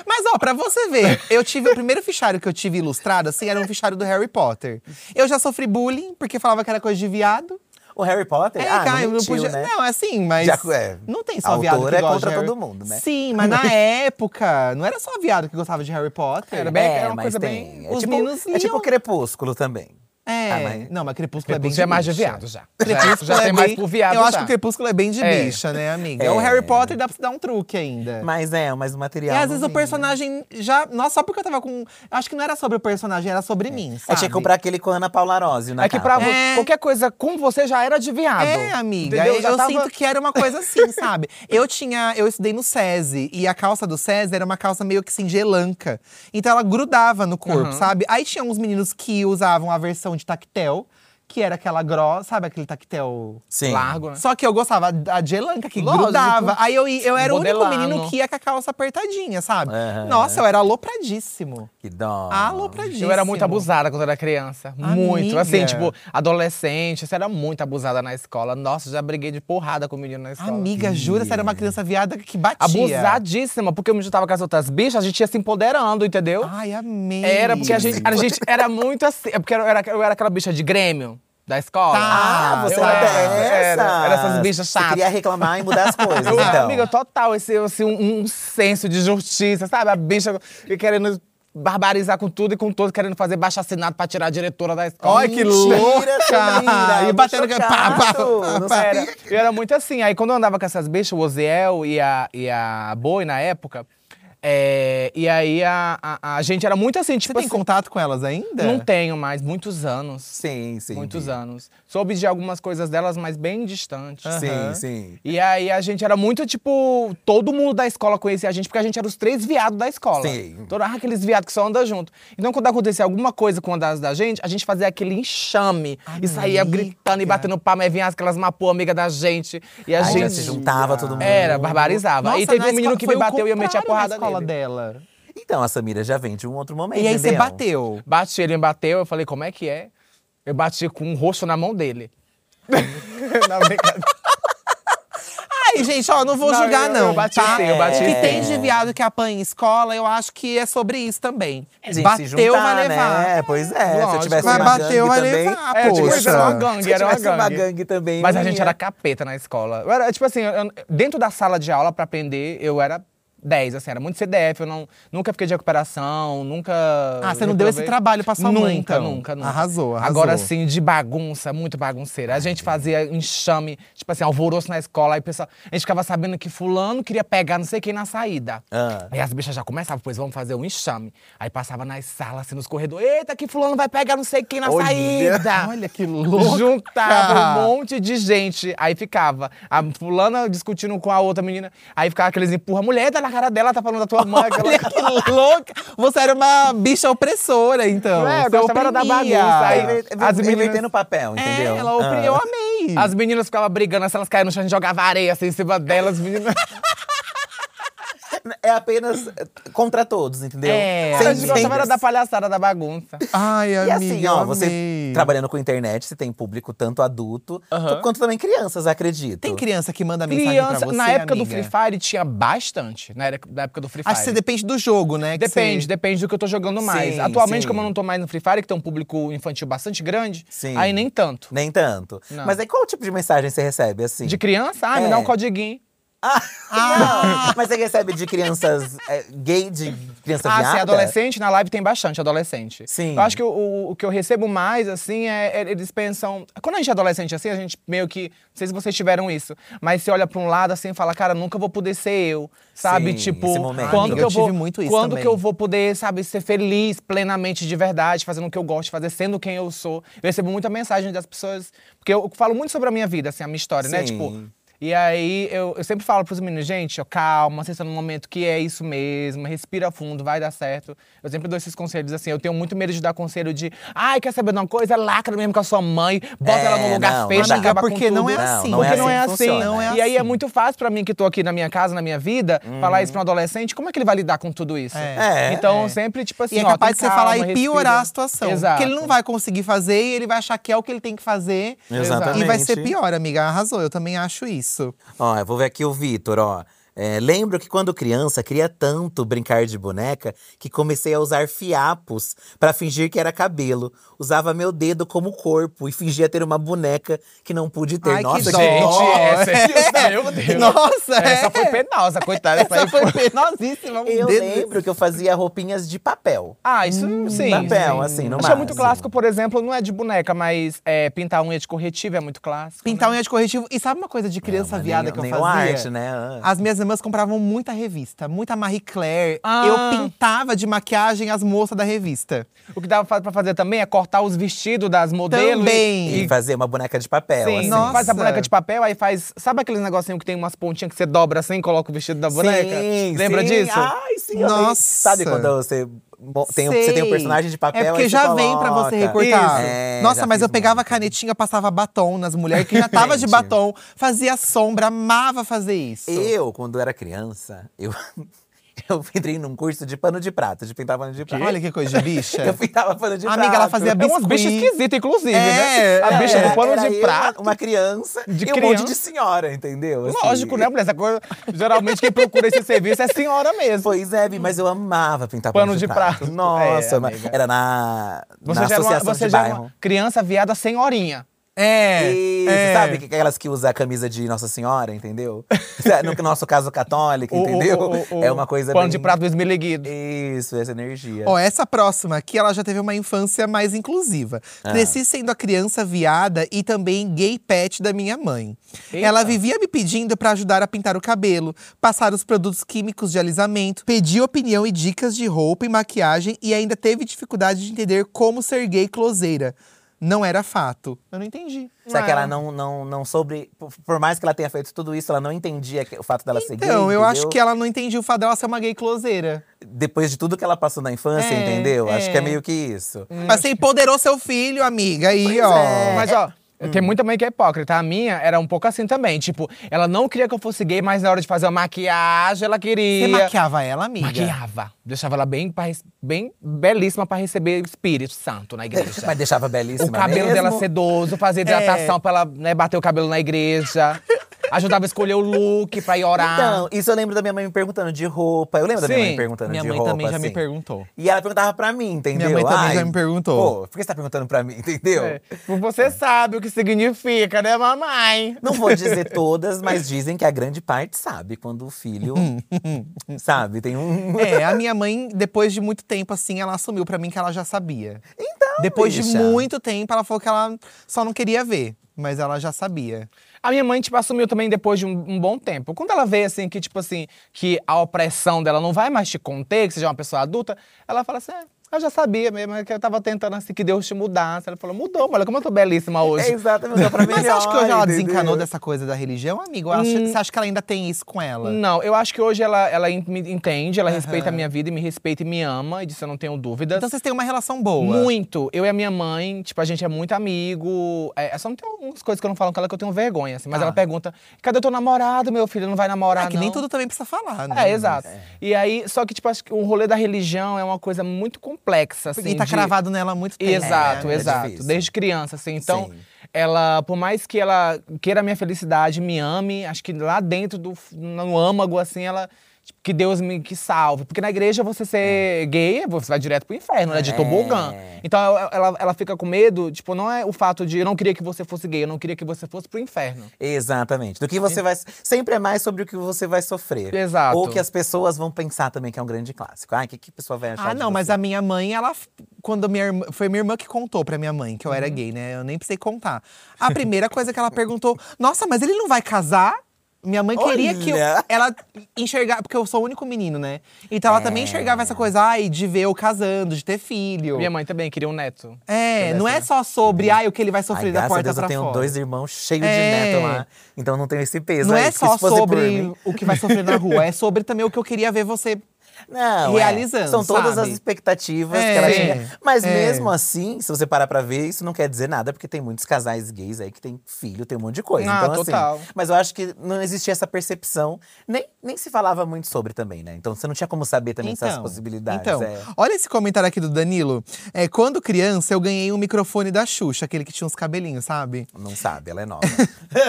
S1: Mas, ó, pra você ver, eu tive o primeiro fichário que eu tive ilustrado, assim, era um fichário do Harry Potter. Eu já sofri bullying, porque falava que era coisa de viado.
S2: O Harry Potter?
S1: É,
S2: ah,
S1: cara,
S2: não, mentiu,
S1: podia.
S2: né?
S1: Não, é assim, mas.
S2: Já- é,
S1: não tem
S2: a
S1: só viado. que
S2: autora é
S1: gosta de
S2: contra
S1: Harry-
S2: todo mundo, né?
S1: Sim, mas
S2: [laughs]
S1: na época, não era só viado que gostava de Harry Potter.
S3: Era bem-
S2: é,
S3: uma
S2: mas
S3: coisa
S2: tem.
S3: bem-
S2: É,
S1: os
S2: tipo,
S1: meninos
S2: é tipo
S1: liam.
S2: Crepúsculo também.
S1: É.
S2: Ah, mas-
S1: Não, mas Crepúsculo,
S3: Crepúsculo
S1: é bem
S3: é mais de
S1: bicha.
S3: viado já.
S1: Crepúsculo
S3: Já- já
S1: é
S3: tem mais
S1: bem-
S3: pro viado
S1: Eu acho
S3: já.
S1: que o Crepúsculo é bem de
S3: É.
S1: bicha, né, amiga? O Harry Potter dá pra se dar um truque ainda.
S2: Mas é, mas o material.
S1: e às
S2: não
S1: vezes o
S2: vinha.
S1: personagem já. Nossa, só porque eu tava com. Acho que não era sobre o personagem, era sobre mim.
S2: É,
S1: Sabe?
S2: tinha que comprar aquele com a Ana Paula né, Arósio na
S3: É que pra
S2: capa.
S3: vo-
S1: É.
S3: qualquer coisa com você já era de viado.
S1: É, amiga.
S3: Entendeu?
S1: Eu,
S3: Já
S1: eu
S3: tava-
S1: sinto que era uma coisa
S2: [laughs]
S1: assim, sabe? Eu tinha. Eu estudei no SESI e a calça do SESI era uma calça meio que singelanca. Então ela grudava no corpo, sabe? Aí tinha uns meninos que usavam a versão de tactel, que era aquela grossa, sabe aquele tactel.
S2: Sim.
S3: Largo, né?
S1: Só que eu gostava da gelanca, que
S3: Lógico.
S1: grudava. Aí eu, ia- eu era o único
S3: Modelano.
S1: menino que ia com a calça apertadinha, sabe?
S2: Aham.
S1: Nossa, eu era alopradíssimo.
S2: Que dó. é
S1: Alopradíssimo.
S3: Eu era muito abusada quando era criança. Muito.
S1: Amiga.
S3: Assim, tipo, adolescente, você era muito abusada na escola. Nossa, já briguei de porrada com o menino na escola.
S1: Amiga, jura, você era uma criança viada que batia.
S3: Abusadíssima, porque eu me juntava com as outras bichas, a gente ia se empoderando, entendeu?
S1: Ai, amei.
S3: era porque a gente, a gente era muito assim. É porque eu era, eu era aquela bicha de Grêmio da escola.
S2: Ah, você
S3: Eu
S2: era
S3: Era,
S2: dessas.
S3: era essas bichas
S2: Você
S3: chatas.
S2: queria reclamar e
S1: [laughs]
S2: mudar as coisas,
S3: Eu,
S2: então.
S3: Amiga, total, esse, esse um, um senso de justiça, sabe? A bicha querendo barbarizar com tudo e com todos, querendo fazer baixo assinado pra tirar a diretora da escola.
S1: Olha que
S2: Mentira,
S3: [laughs]
S1: louca!
S2: Samira,
S1: E
S2: tô
S1: batendo que- pá, pá,
S2: chocado.
S1: pá,
S2: Não
S1: pá.
S2: sabia.
S3: Era, eu era muito assim. Aí quando eu andava com essas bichas, o Oziel e a, e a Boi na época. é, e aí a, a, a gente era muito assim,
S1: Você
S3: tipo
S1: tem
S3: assim,
S1: contato com elas ainda?
S3: Não tenho mais, muitos anos.
S2: Sim, sim.
S3: muitos
S2: Bi.
S3: anos. Soube de algumas coisas delas, mas bem distante.
S2: Sim, sim.
S3: E aí a gente era muito, tipo, todo mundo da escola conhecia a gente, porque a gente era os três viados da escola.
S2: Sim.
S3: Todo, ah, aqueles viados que só andam junto. Então, quando acontecia alguma coisa com uma das da gente, a gente fazia aquele enxame. E saía gritando e batendo palma, e vinha aquelas mapu amiga da gente. E a
S2: Aí já
S3: gente.
S2: se juntava todo mundo.
S3: Era, barbarizava.
S1: Nossa,
S3: aí teve
S1: na
S3: um menino
S1: escola-
S3: que
S1: foi
S3: me
S1: o
S3: bateu e eu meti a
S1: contrário na
S3: porrada
S1: escola
S3: nele.
S1: dela.
S2: Então, a Samira já vem de um outro momento,
S1: E aí você
S2: entendeu?
S1: bateu.
S3: Bati, ele me bateu, eu falei, como é que é? Eu bati com um roxo na
S2: [laughs]
S3: mão dele. na brincadeira.
S1: Ai, gente, ó, não vou
S3: Não,
S1: julgar,
S3: eu-
S1: não.
S3: eu bati
S1: tá?
S3: sim, eu bati
S1: O que
S3: sim.
S1: tem de viado que apanha em escola, eu acho que é sobre isso também.
S2: Gente,
S1: bateu,
S2: se juntar,
S1: vai levar.
S2: Né? Pois é, se eu
S3: Lógico.
S2: tivesse
S1: Mas
S2: uma
S1: bateu,
S2: gangue
S1: vai
S2: também…
S1: levar,
S3: É, tipo,
S1: Ah, poxa.
S3: era uma gangue,
S2: Se
S3: era uma
S2: tivesse
S3: gangue.
S2: uma gangue também,
S3: Mas a
S2: não
S3: gente
S2: ia.
S3: era capeta na escola. Eu era, tipo assim, eu- dentro da sala de aula pra aprender, eu era 10, assim, era muito CDF, eu não, nunca fiquei de recuperação, nunca.
S1: Ah, você não deu esse
S3: reprovei.
S1: trabalho pra sua
S3: nunca,
S1: mãe, então.
S3: Nunca, nunca.
S1: Arrasou, arrasou.
S3: Agora sim, de bagunça, muito bagunceira. A gente fazia enxame, tipo assim, alvoroço na escola, aí o pessoal, a gente ficava sabendo que fulano queria pegar não sei quem na saída.
S2: Ah.
S3: Aí as bichas já começavam, pois vamos fazer um enxame. Aí passava nas salas, assim, nos corredores, eita, que fulano vai pegar não sei quem na
S2: Olha.
S3: saída.
S1: Olha que louca!
S3: Juntava um monte de gente. Aí ficava a fulana discutindo com a outra menina. Aí ficava aqueles empurra, mulher, tá na cara dela, tá falando da tua mãe. aquela-
S1: Olha que louca! Você era uma bicha opressora, então.
S3: Não é, eu
S1: Você
S3: gostava era da
S1: oprimia.
S3: bagunça,
S2: Aí, as
S3: aí- As
S2: meninas…
S3: meninas-
S2: Invertendo o papel, entendeu?
S1: É, ela opri...
S2: Ah.
S1: Eu amei.
S3: As assim, meninas ficavam brigando, se elas caíram no chão, a gente jogava areia assim, em cima delas. Meninas...
S2: é apenas contra todos, entendeu?
S3: É, a gente gostava era da palhaçada, da bagunça.
S1: Ai,
S2: E
S1: amiga,
S2: assim, ó,
S1: eu
S2: você
S1: amei.
S2: trabalhando com internet, você tem público tanto adulto quanto também crianças, acredito.
S1: Tem criança que manda mensagem
S3: Criança,
S1: pra você,
S3: na época do
S1: amiga?
S3: Free Fire tinha bastante. Na, era- na época do Free Fire.
S1: Acho que você depende do jogo, né? que
S3: Depende, Tipo
S1: você-
S3: depende do que eu tô jogando mais.
S2: Sim,
S3: Atualmente,
S2: sim.
S3: como eu não tô mais no Free Fire, que tem um público infantil bastante grande,
S2: Sim.
S3: aí nem tanto.
S2: Nem tanto.
S3: Não.
S2: Mas aí qual tipo de mensagem você recebe, assim?
S3: De criança, ah, me
S2: É.
S3: dá um codiguinho.
S2: Ah, não! Mas você recebe de crianças é, gay, de criança
S3: Ah,
S2: viada?
S3: se é adolescente, na live tem bastante adolescente.
S2: Sim.
S3: Eu acho que o, o- o que eu recebo mais, assim, é, é- eles pensam. Quando a gente é adolescente assim, a gente meio que. Não sei se vocês tiveram isso, mas você olha pra um lado assim e fala, cara, nunca vou poder ser eu. Sabe?
S2: Sim,
S3: tipo,
S2: esse momento.
S3: quando
S2: Ah,
S3: que
S2: eu
S3: eu vou.
S1: tive muito isso
S3: quando
S1: também.
S3: que eu vou poder, sabe, ser feliz plenamente de verdade, fazendo o que eu gosto, de fazer, sendo quem eu sou. Eu recebo muita mensagem das pessoas. Porque eu falo muito sobre a minha vida, assim, a minha história, né?
S2: Sim.
S3: Tipo, e aí eu, eu sempre falo pros meninos, gente, ó, calma, vocês estão num momento que é isso mesmo, respira fundo, vai dar certo. Eu sempre dou esses conselhos assim, eu tenho muito medo de dar conselho de ai, quer saber de uma coisa? Lacra mesmo com a sua mãe, bota
S2: É,
S3: ela num lugar
S2: não,
S3: feio,
S2: não dá.
S3: acaba com
S1: Porque não
S3: tudo.
S1: é assim.
S3: Porque não é
S2: que
S3: assim.
S2: funciona.
S1: não é
S3: E aí é
S1: assim.
S3: muito fácil pra mim que tô aqui na minha casa, na minha vida, falar isso pra um adolescente, como é que ele vai lidar com tudo isso?
S2: É.
S3: então
S1: Hum. É.
S3: sempre, tipo assim,
S1: E é
S3: ó,
S1: capaz
S3: tem
S1: de você falar
S3: calma,
S1: e piorar
S3: respira.
S1: a situação.
S3: Exato.
S1: Porque ele não vai conseguir fazer e ele vai achar que é o que ele tem que fazer.
S2: Exatamente.
S1: E vai ser pior, amiga. Arrasou. Eu também acho isso.
S2: Ó, eu vou ver aqui o Vitor, ó. É, lembro que quando criança queria tanto brincar de boneca que comecei a usar fiapos pra fingir que era cabelo. Usava meu dedo como corpo e fingia ter uma boneca que não pude ter.
S1: Ai, que
S2: Nossa,
S1: dó.
S2: que dó!
S3: Gente, essa
S1: É.
S3: é, meu Deus.
S1: Nossa,
S3: essa
S1: é.
S3: foi penosa, coitada. Essa,
S1: Essa
S3: aí foi...
S1: foi penosíssima. um
S2: Eu
S1: dedo.
S2: lembro que eu fazia roupinhas de papel.
S3: Ah, isso
S1: Hum,
S3: sim.
S2: papel,
S3: sim.
S2: assim, no
S3: Acho que é muito
S2: máximo.
S3: clássico, por exemplo, não é de boneca, mas é, pintar unha de corretivo é muito clássico.
S1: Pintar
S3: né?
S1: unha de corretivo. E sabe uma coisa de criança
S2: mas
S1: viada
S2: nem-
S1: que eu
S2: nem
S1: fazia?
S2: arte, né? Ah.
S1: As minhas irmãs compravam muita revista, muita Marie Claire.
S3: Ah.
S1: Eu pintava de maquiagem as moças da revista.
S3: O que dava fa- pra fazer também é cortar os vestidos das modelos.
S1: Também.
S2: E
S3: E, e
S2: fazer uma boneca de papel,
S3: Sim,
S2: assim.
S1: Assim. Nossa.
S3: faz a boneca de papel, aí faz. Sabe aquele negocinho que tem umas pontinhas que você dobra assim e coloca o vestido da boneca?
S2: Sim, Ah,
S3: Lembra
S2: sim.
S3: disso?
S2: Ai, sim, eu lembro.
S1: Nossa.
S2: Sabe quando você mo- tem, um, você tem um
S1: Sei.
S2: personagem de papel
S1: É porque
S2: aí
S1: já
S2: você
S1: vem pra você
S2: coloca.
S1: recortar.
S2: Isso. É,
S1: Nossa,
S2: já
S1: mas
S2: fiz
S1: eu pegava a
S2: muito.
S1: canetinha, passava batom nas mulheres que já tava de
S2: Gente.
S1: batom, fazia sombra, amava fazer isso.
S2: Eu, quando era criança, eu, [laughs] eu entrei num curso de pano de prato, de pintar pano de prato. [laughs]
S1: Olha que coisa de bicha.
S2: Eu pintava pano de prato.
S1: Amiga, ela fazia
S3: É umas bichas
S1: biscuit.
S3: esquisitas, inclusive,
S1: É,
S3: né? A bicha
S2: Era-
S3: do pano
S2: era
S3: de
S2: eu,
S3: prato.
S2: Uma criança
S3: De
S2: e um monte de
S3: criança.
S2: senhora, entendeu? Assim,
S3: Lógico, né, mulher? Essa coisa, geralmente quem procura esse serviço é senhora mesmo.
S2: Pois é, Bi, mas eu amava pintar
S3: Pano
S2: pano,
S3: de prato.
S2: Nossa,
S3: É,
S2: mas
S3: amiga.
S2: era na,
S3: Você
S2: na
S3: já era
S2: associação
S3: uma, você
S2: de
S3: já era
S2: bairro.
S3: uma criança viada senhorinha.
S1: É.
S2: E
S1: é.
S2: você sabe que aquelas que usam a camisa de Nossa Senhora, entendeu? [laughs] no nosso caso, católica,
S3: O- o-
S2: entendeu?
S3: o- o-
S2: é uma coisa
S3: Pano
S2: bem...
S3: de prato do esmeleguido.
S2: Isso, essa energia.
S1: Ó, essa próxima aqui, ela já teve uma infância mais inclusiva.
S2: Ah.
S1: Cresci sendo a criança viada e também gay pet da minha mãe. Ela vivia me pedindo pra ajudar a pintar o cabelo, passar os produtos químicos de alisamento, pedir opinião e dicas de roupa e maquiagem e ainda teve dificuldade de entender como ser gay closeira. Não era fato. Eu não entendi.
S2: Será
S3: é.
S2: que ela não, não, não soube… Por por mais que ela tenha feito tudo isso, ela não entendia que- o fato dela ser é gay,
S1: Então, eu acho
S2: entendeu?
S1: que ela não entendia o fato dela ser uma gay closeira.
S2: Depois de tudo que ela passou na infância,
S1: É,
S2: entendeu? Acho que
S1: é.
S2: é meio que é. isso.
S3: Hum.
S1: Mas você empoderou seu filho, amiga, aí, ó.
S3: Mas, ó,
S2: hum.
S3: tem muita mãe que é hipócrita. A minha era um pouco assim também. Tipo, ela não queria que eu fosse gay, mas na hora de fazer a maquiagem, ela queria.
S1: Você maquiava ela, amiga?
S3: Maquiava. Deixava ela bem, pra rece- bem belíssima pra receber o Espírito Santo na igreja.
S2: Mas deixava belíssima
S3: O cabelo
S2: mesmo. É.
S3: dela sedoso, fazia hidratação pra ela né, bater o cabelo na igreja. Ajudava a escolher o look pra ir orar.
S2: Então, isso eu lembro da minha mãe me perguntando de roupa. Eu lembro da minha mãe
S3: Sim.
S2: me perguntando
S1: Minha
S2: de
S1: mãe
S2: roupa,
S1: também já me
S2: assim.
S1: perguntou.
S2: E ela perguntava pra mim, entendeu?
S1: mãe também
S2: Ai,
S1: já me perguntou.
S2: Pô, por que você tá perguntando pra mim, [laughs] entendeu?
S3: É. Você sabe o que significa, né, mamãe?
S2: Não
S1: [laughs]
S2: vou dizer todas, mas dizem que a grande parte sabe quando
S1: [laughs]
S2: o filho. sabe, tem um.
S1: É, a minha mãe, depois de muito tempo, assim, ela assumiu pra mim que ela já sabia.
S2: Então,
S1: Depois de
S2: bicha.
S1: muito tempo, ela falou que ela só não queria ver. Mas ela já sabia.
S3: A minha mãe, tipo, assumiu também depois de um, um bom tempo. Quando ela vê, assim, que, tipo assim, que a opressão dela não vai mais te conter, que você já é uma pessoa adulta, ela fala assim, "É, Eu já sabia mesmo, é que eu tava tentando assim que Deus te mudasse. Ela falou, mudou, olha como eu tô belíssima
S2: É
S3: hoje.
S2: exatamente,
S3: [laughs]
S2: só pra melhor.
S1: Mas você acha que hoje ela
S2: entendeu?
S1: desencanou dessa coisa da religião, amigo? Ela acha- Você acha que ela ainda tem isso com ela?
S3: Hum. não, eu acho que hoje ela, ela en- me entende, ela respeita a minha vida e me respeita e me ama, e disso eu não tenho dúvidas.
S1: Então vocês têm uma relação boa.
S3: Muito. Eu e a minha mãe, tipo, a gente é muito amigo. É, só não tem algumas coisas que eu não falo com ela que eu tenho vergonha, assim. Mas
S1: Tá.
S3: ela pergunta: cadê teu namorado, meu filho? Não vai namorar,
S1: É que
S3: Ah, não?
S1: nem tudo também precisa falar, né?
S3: É, exato. E aí, só que, tipo, acho que o rolê da religião é uma coisa muito complexa, assim.
S1: e tá
S3: de-
S1: cravado nela há muito tempo. né?
S3: Exato,
S2: É, é
S3: exato.
S2: difícil.
S3: Desde criança, assim. Então,
S2: Sim.
S3: ela, por mais que ela queira a minha felicidade, me ame, acho que lá dentro do no âmago, assim, ela. tipo, que Deus me que salve. Porque na igreja você ser
S1: Hum.
S3: gay, você vai direto pro inferno,
S1: É.
S3: né? De tobogã. Então ela, ela, ela fica com medo, tipo, não é o fato de eu não queria que você fosse gay, eu não queria que você fosse pro inferno.
S2: Exatamente. Do que você vai. Sempre é mais sobre o que você vai sofrer.
S3: Exato.
S2: Ou que as pessoas vão pensar também, que é um grande clássico. Ah, o que, que a pessoa vai achar?
S1: Ah,
S2: de
S1: não,
S2: você?
S1: mas a minha mãe, ela. f- Quando minha irmã, foi minha irmã que contou pra minha mãe que eu era
S2: Uhum.
S1: gay, né? Eu nem precisei
S2: [laughs]
S1: contar. A primeira coisa que ela perguntou: Nossa, mas ele não vai casar? Minha mãe queria que eu-
S2: Olha!
S1: ela enxergar, porque eu sou o único menino, né? Então ela
S2: É.
S1: também enxergava essa coisa, ai, de ver eu casando, de ter filho.
S3: Minha mãe também queria um neto.
S1: É, não é só sobre, ai, o que ele vai sofrer
S2: Ai,
S1: da
S2: graças a
S1: porta
S2: Deus
S1: pra
S2: eu tenho
S1: fora.
S2: dois irmãos cheios
S1: É.
S2: de neto lá. Então não tenho esse peso.
S1: não
S2: aí,
S1: é
S2: porque se
S1: só
S2: fosse por
S1: sobre
S2: mim-
S1: o que vai sofrer na rua, é sobre também o que eu queria ver você
S2: Não, é.
S1: realizando,
S2: São todas
S1: sabe?
S2: as expectativas
S1: É.
S2: que ela
S1: Sim.
S2: tinha. Mas
S1: É.
S2: mesmo assim, se você parar pra ver, isso não quer dizer nada, porque tem muitos casais gays aí que tem filho, tem um monte de coisa.
S3: Ah,
S2: então,
S3: total.
S2: assim. Mas eu acho que não existia essa percepção, nem, nem se falava muito sobre também, né? Então você não tinha como saber também essas possibilidades.
S1: Então,
S2: é.
S1: olha esse comentário aqui do Danilo. É, quando criança, eu ganhei um microfone da Xuxa, aquele que tinha uns cabelinhos, sabe?
S2: Não sabe, ela
S1: [laughs]
S2: é nova.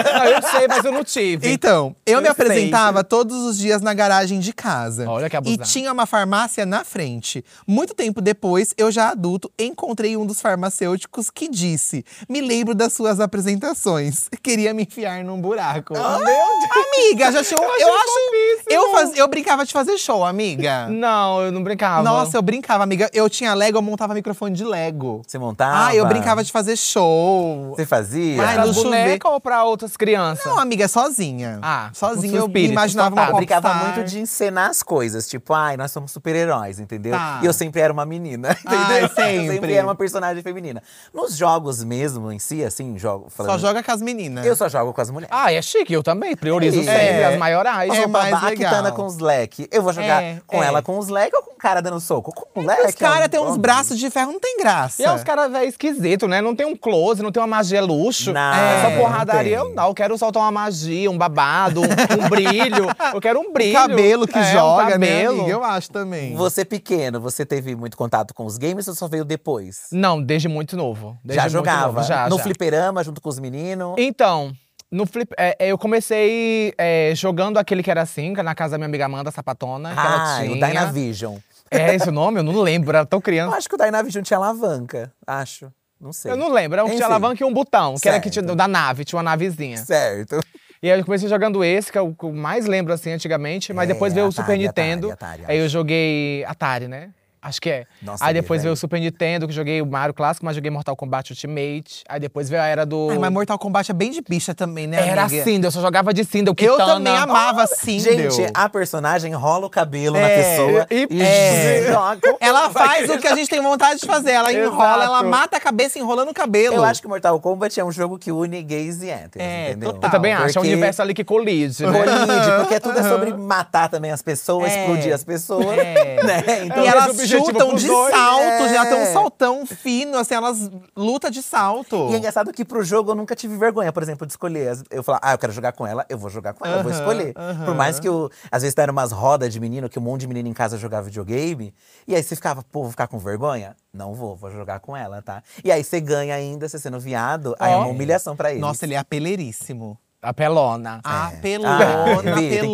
S3: Ah, eu sei, mas eu não tive.
S1: Então, eu me
S3: Perfeito.
S1: apresentava todos os dias na garagem de casa.
S3: Olha que
S1: E
S3: abusado.
S1: tinha uma farmácia na frente. Muito tempo depois, eu já adulto, encontrei um dos farmacêuticos que disse: Me lembro das suas apresentações. [laughs] Queria me enfiar num buraco.
S3: Ah,
S1: meu Deus. Amiga, já tinha. um, Eu,
S3: achei
S1: eu acho.
S3: fofíssimo.
S1: Eu, faz- eu brincava de fazer show, amiga.
S3: [laughs] Não, eu não brincava.
S1: Nossa, eu brincava, amiga. Eu tinha Lego, eu montava microfone de Lego.
S2: Você montava?
S1: Ah, eu brincava de fazer show.
S2: Você fazia?
S1: Ai,
S3: pra
S1: no chuveiro.
S3: boneca ou pra outras crianças?
S1: Não, amiga, sozinha.
S3: Ah,
S1: sozinha
S3: com
S1: eu me
S3: suspírito,
S1: imaginava
S3: total.
S1: uma
S2: Eu brincava
S1: popstar.
S2: muito de encenar as coisas. Tipo, ai, nós somos super-heróis, entendeu?
S1: Tá.
S2: E eu sempre era uma menina, [laughs] entendeu?
S1: Ai,
S2: Eu
S1: sempre.
S2: sempre era uma personagem feminina. Nos jogos mesmo, em si, assim, jogo…
S1: Só
S2: falando-
S1: joga com as meninas.
S2: Eu só jogo com as mulheres.
S3: Ah, é chique, eu também. Priorizo
S2: É.
S3: sempre as maiorais.
S1: É
S2: Vou babar
S1: mais
S2: a Kitana
S1: legal.
S2: com os leque. Eu vou jogar
S1: É,
S2: com
S1: é.
S2: ela com os leque ou com o cara dando soco? Com o é um leque.
S1: Os caras têm uns
S2: homem.
S1: braços de ferro, não tem graça.
S3: E é uns caras velho esquisito, né? Não tem um close, não tem uma magia luxo.
S2: Não,
S3: é só
S2: não
S3: porradaria.
S2: tem.
S3: Eu não, eu quero soltar uma magia, um babado, um, um brilho.
S2: [laughs]
S3: Eu quero um brilho.
S1: cabelo que
S3: É, um
S1: joga,
S3: cabelo.
S1: né, amiga? Eu acho também.
S2: Você pequeno, você teve muito contato com os games ou só veio depois?
S3: Não, desde muito novo. Desde
S2: já
S3: muito
S2: jogava?
S3: novo, já,
S2: no
S3: já.
S2: fliperama, junto com os meninos?
S3: Então, no flip, é, é, eu comecei é, jogando aquele que era assim, na casa da minha amiga Amanda Sapatona. que ela
S2: Ah, o
S3: tinha.
S2: Dynavision.
S3: É esse o nome? Eu não lembro, era tão
S2: Eu [laughs]
S3: criança.
S2: acho que o Dynavision tinha alavanca, acho. Não sei.
S3: Eu não lembro, era um que tinha
S2: Enfim.
S3: alavanca e um botão, que era que tinha
S2: Certo.
S3: da nave, tinha uma navezinha.
S2: Certo.
S3: E aí eu comecei jogando esse, que é o que eu mais lembro, assim, antigamente. Mas
S2: É,
S3: depois veio o
S2: Atari,
S3: Super
S2: Atari,
S3: Nintendo.
S2: Atari,
S3: aí eu
S2: acho.
S3: joguei Atari, né? Acho que é.
S2: Nossa,
S3: aí
S2: velho,
S3: depois veio o
S2: velho.
S3: Super Nintendo, que joguei o Mario Clássico, mas joguei Mortal Kombat Ultimate. Aí depois veio a era do…
S1: Ai, mas Mortal Kombat é bem de bicha também, né,
S3: era assim,
S1: amiga?
S3: Cinder, eu só jogava de Cinder, o
S1: Eu
S3: Kitana.
S1: também amava Sindel.
S2: Gente, a personagem rola o cabelo na
S1: É,
S2: pessoa
S3: e-
S2: e,
S3: é.
S2: joga.
S3: [laughs]
S1: Ela faz o que a gente tem vontade de fazer. Ela enrola,
S3: Exato. É
S1: ela mata a cabeça enrolando o cabelo.
S2: Eu acho que Mortal Kombat é um jogo que une gays e héteros,
S1: É,
S2: entendeu?
S1: total.
S3: Eu também acho, é um
S2: Porque
S3: universo ali que colide, né?
S2: colide, porque tudo é sobre matar também as pessoas,
S1: É.
S2: explodir as pessoas.
S1: É.
S2: Né?
S1: e
S2: Então,
S3: ela-
S1: elas
S3: mesmo objetivo
S1: chutam
S3: pros
S1: de
S3: dois,
S1: salto,
S2: é.
S1: já tem um saltão fino, assim, elas lutam de salto.
S2: E é engraçado que pro jogo eu nunca tive vergonha, por exemplo, de escolher. As- Eu falava, ah, eu quero jogar com ela, eu vou jogar com ela, eu vou escolher. Por mais que eu, às vezes, tá umas rodas de menino, que um monte de menino em casa jogava videogame, e aí você ficava, pô, vou ficar com vergonha? Não vou, vou jogar com ela, tá? E aí você ganha ainda, você sendo viado, aí é uma humilhação pra ele.
S1: Nossa, ele é apeleiríssimo.
S3: A pelona.
S1: É. Apelona,
S2: Ah, Vi, É. [laughs] tem que-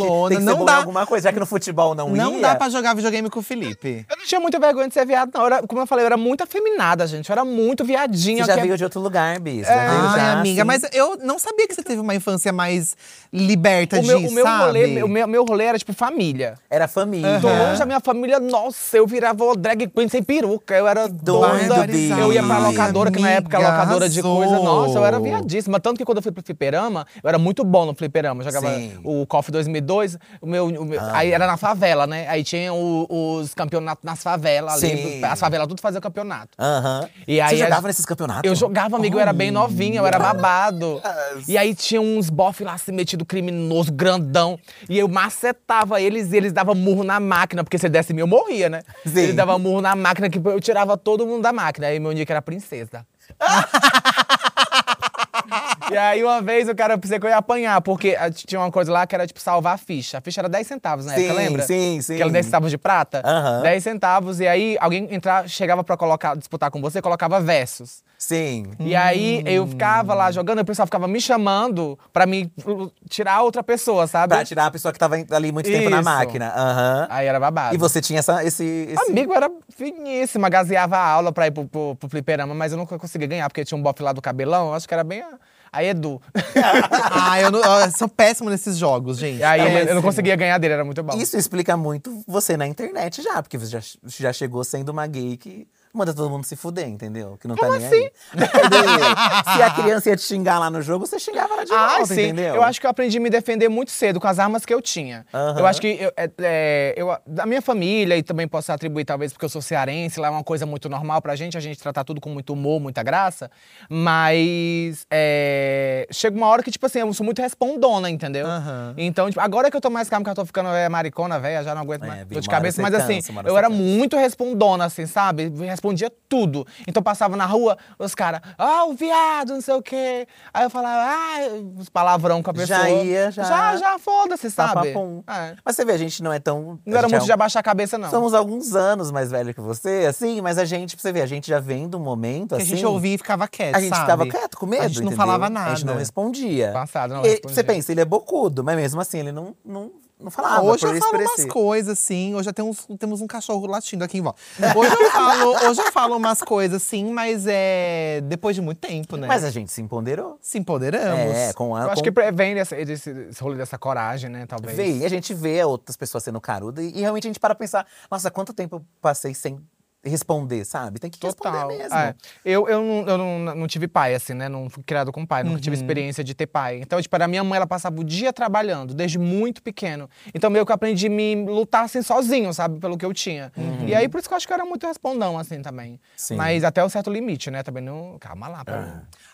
S1: apelona.
S2: tem que ser
S1: não
S2: bom em
S1: dá,
S2: alguma coisa, já que no futebol não, ia.
S1: não dá pra jogar videogame com o Felipe.
S3: Eu não tinha muita vergonha de ser viado, não. Eu era- como eu falei, eu era muito afeminada, gente. Eu era muito viadinha.
S2: Você já
S3: que é-
S2: veio de outro lugar, Bis. já veio
S1: Ai,
S2: já,
S1: amiga,
S2: assim.
S1: mas eu não sabia que você teve uma infância mais liberta
S3: o meu,
S1: disso,
S3: o meu
S1: sabe?
S3: rolê,
S1: [laughs]
S3: meu, meu, meu rolê era tipo família.
S2: Era família.
S3: Tô longe da Então, minha família, nossa, eu virava uma drag queen sem peruca. Eu era
S2: doido,
S3: doida.
S2: Bi.
S3: Eu ia pra locadora, que na época
S1: Amiga,
S3: locadora de coisa.
S1: arrasou.
S3: Nossa, eu era viadíssima. Tanto que quando eu fui pro fliperama, eu era era muito bom no fliperama. Eu Jogava
S2: Sim. Ah.
S3: o KOF 2002. O meu, o meu- aí era na favela, né? Aí tinha o- os campeonatos nas favelas ali.
S2: Sim.
S3: As favelas tudo fazia campeonato.
S2: Aham.
S3: E aí
S2: Você
S3: a-
S2: jogava nesses campeonatos?
S3: Eu jogava, amigo, eu era bem novinha, eu era babado. E aí tinha uns bofe lá se metido criminoso, grandão. E eu macetava eles e eles davam murro na máquina, porque se ele desse em mim, eu morria, né?
S2: Sim.
S3: Eles davam murro na máquina, que eu tirava todo mundo da máquina. Aí meu nick era princesa.
S2: [laughs]
S3: E aí uma vez o cara pensei que eu ia apanhar, porque ah, tinha uma coisa lá que era tipo salvar a ficha. A ficha era 10 centavos na época,
S2: Sim,
S3: lembra?
S2: sim, sim.
S3: Que era 10 centavos de prata.
S2: Aham.
S3: 10 centavos, e aí alguém entrar, chegava pra colocar, disputar com você, colocava versos.
S2: Sim.
S3: E aí eu
S2: Hum.
S3: ficava lá jogando, e o pessoal ficava me chamando pra me uh, tirar outra pessoa, sabe?
S2: Pra tirar a pessoa que tava em- ali muito tempo na
S3: Isso. Ah,
S2: máquina. Aham.
S3: Aí era babado.
S2: E você tinha essa, esse, esse-
S3: Amigo, eu era finíssima, gazeava a aula pra ir pro, pro, pro fliperama, mas eu nunca conseguia ganhar, porque tinha um bofe lá do cabelão, eu acho que era bem a,
S2: [laughs]
S3: a Edu.
S1: Ah, eu, não, eu sou péssimo nesses jogos, gente.
S3: E
S2: É,
S3: aí eu- eu, não
S2: assim,
S1: Péssimo.
S3: conseguia
S2: né?
S3: ganhar dele, era muito bom.
S2: Isso explica muito você na internet já, porque você já, já chegou sendo uma gay que manda todo mundo se fuder, entendeu? Que não tá
S3: assim?
S2: nem aí.
S3: [laughs]
S2: Entendeu? se a criança ia te xingar lá no jogo, você xingava ela de
S3: Ah,
S2: volta,
S3: sim.
S2: entendeu?
S3: Eu acho que eu aprendi a me defender muito cedo com as armas que eu tinha.
S2: Aham.
S3: Eu acho que eu, é- é, eu- da minha família, e também posso atribuir, talvez, porque eu sou cearense, lá é uma coisa muito normal pra gente, a gente tratar tudo com muito humor, muita graça. Mas é, chega uma hora que, tipo assim, eu sou muito respondona, entendeu?
S1: Aham.
S3: Então, tipo, agora que eu tô mais calma, que eu tô ficando é, maricona, velha, já não aguento
S2: É,
S3: mais.
S2: Bi,
S3: Dor de
S2: uma hora
S3: cabeça,
S2: você
S3: mas assim,
S2: cansa, uma hora
S3: eu
S2: você
S3: era
S2: cansa.
S3: muito respondona, assim, sabe? Respondia tudo. Então passava na rua, os caras, ah, o viado, não sei o quê. Aí eu falava, ah, os palavrão com a pessoa.
S2: Já ia, já.
S3: Já, já, foda-se,
S2: Pá, pá,
S3: sabe?
S2: pum.
S3: É.
S2: Mas você vê, a gente não é tão.
S3: Não
S2: a
S3: era
S2: gente é
S3: muito de abaixar a cabeça, não.
S2: Somos alguns anos mais velho que você, assim, mas a gente, pra você ver, a gente já vem do
S1: Que
S2: momento,
S1: a
S2: assim.
S1: gente ouvia e ficava quieto,
S2: A gente
S1: É, sabe?
S2: ficava quieto, com medo.
S1: A gente não
S2: entendeu?
S1: falava
S2: A gente
S1: nada.
S2: não respondia.
S3: Passado, não
S2: E
S3: respondia.
S2: Você pensa, ele é bocudo, mas mesmo assim, ele não, não, não falava.
S1: hoje
S2: por
S1: eu
S2: isso
S1: falo umas
S2: parecia.
S1: coisas, assim. Hoje já tem uns- temos um cachorro latindo aqui em volta. Hoje eu falo, hoje eu falo umas coisas, assim, mas é depois de muito tempo, né?
S2: Mas a gente se empoderou.
S1: se empoderamos.
S2: É, com a.
S3: Eu acho
S2: com-
S3: que vem desse, desse, desse rolê dessa coragem, né, talvez.
S2: Vê, e a gente vê outras pessoas sendo caruda e, e realmente a gente para pra pensar, nossa, quanto tempo eu passei sem responder, sabe? Tem que
S3: Total.
S2: responder mesmo.
S3: é. Eu, eu, não, eu não, não tive pai, assim, né? Não fui criado com pai, nunca tive
S1: Uhum.
S3: experiência de ter pai. Então, tipo, a minha mãe, ela passava o dia trabalhando, desde muito pequeno. Então, meio que eu aprendi a me lutar, assim, sozinho, sabe? Pelo que eu tinha.
S1: Uhum.
S3: E aí, por isso que eu acho que eu era muito respondão, assim, também.
S2: Sim.
S3: Mas até um certo limite, né? Também não… Calma lá,
S1: É.
S3: Paulo.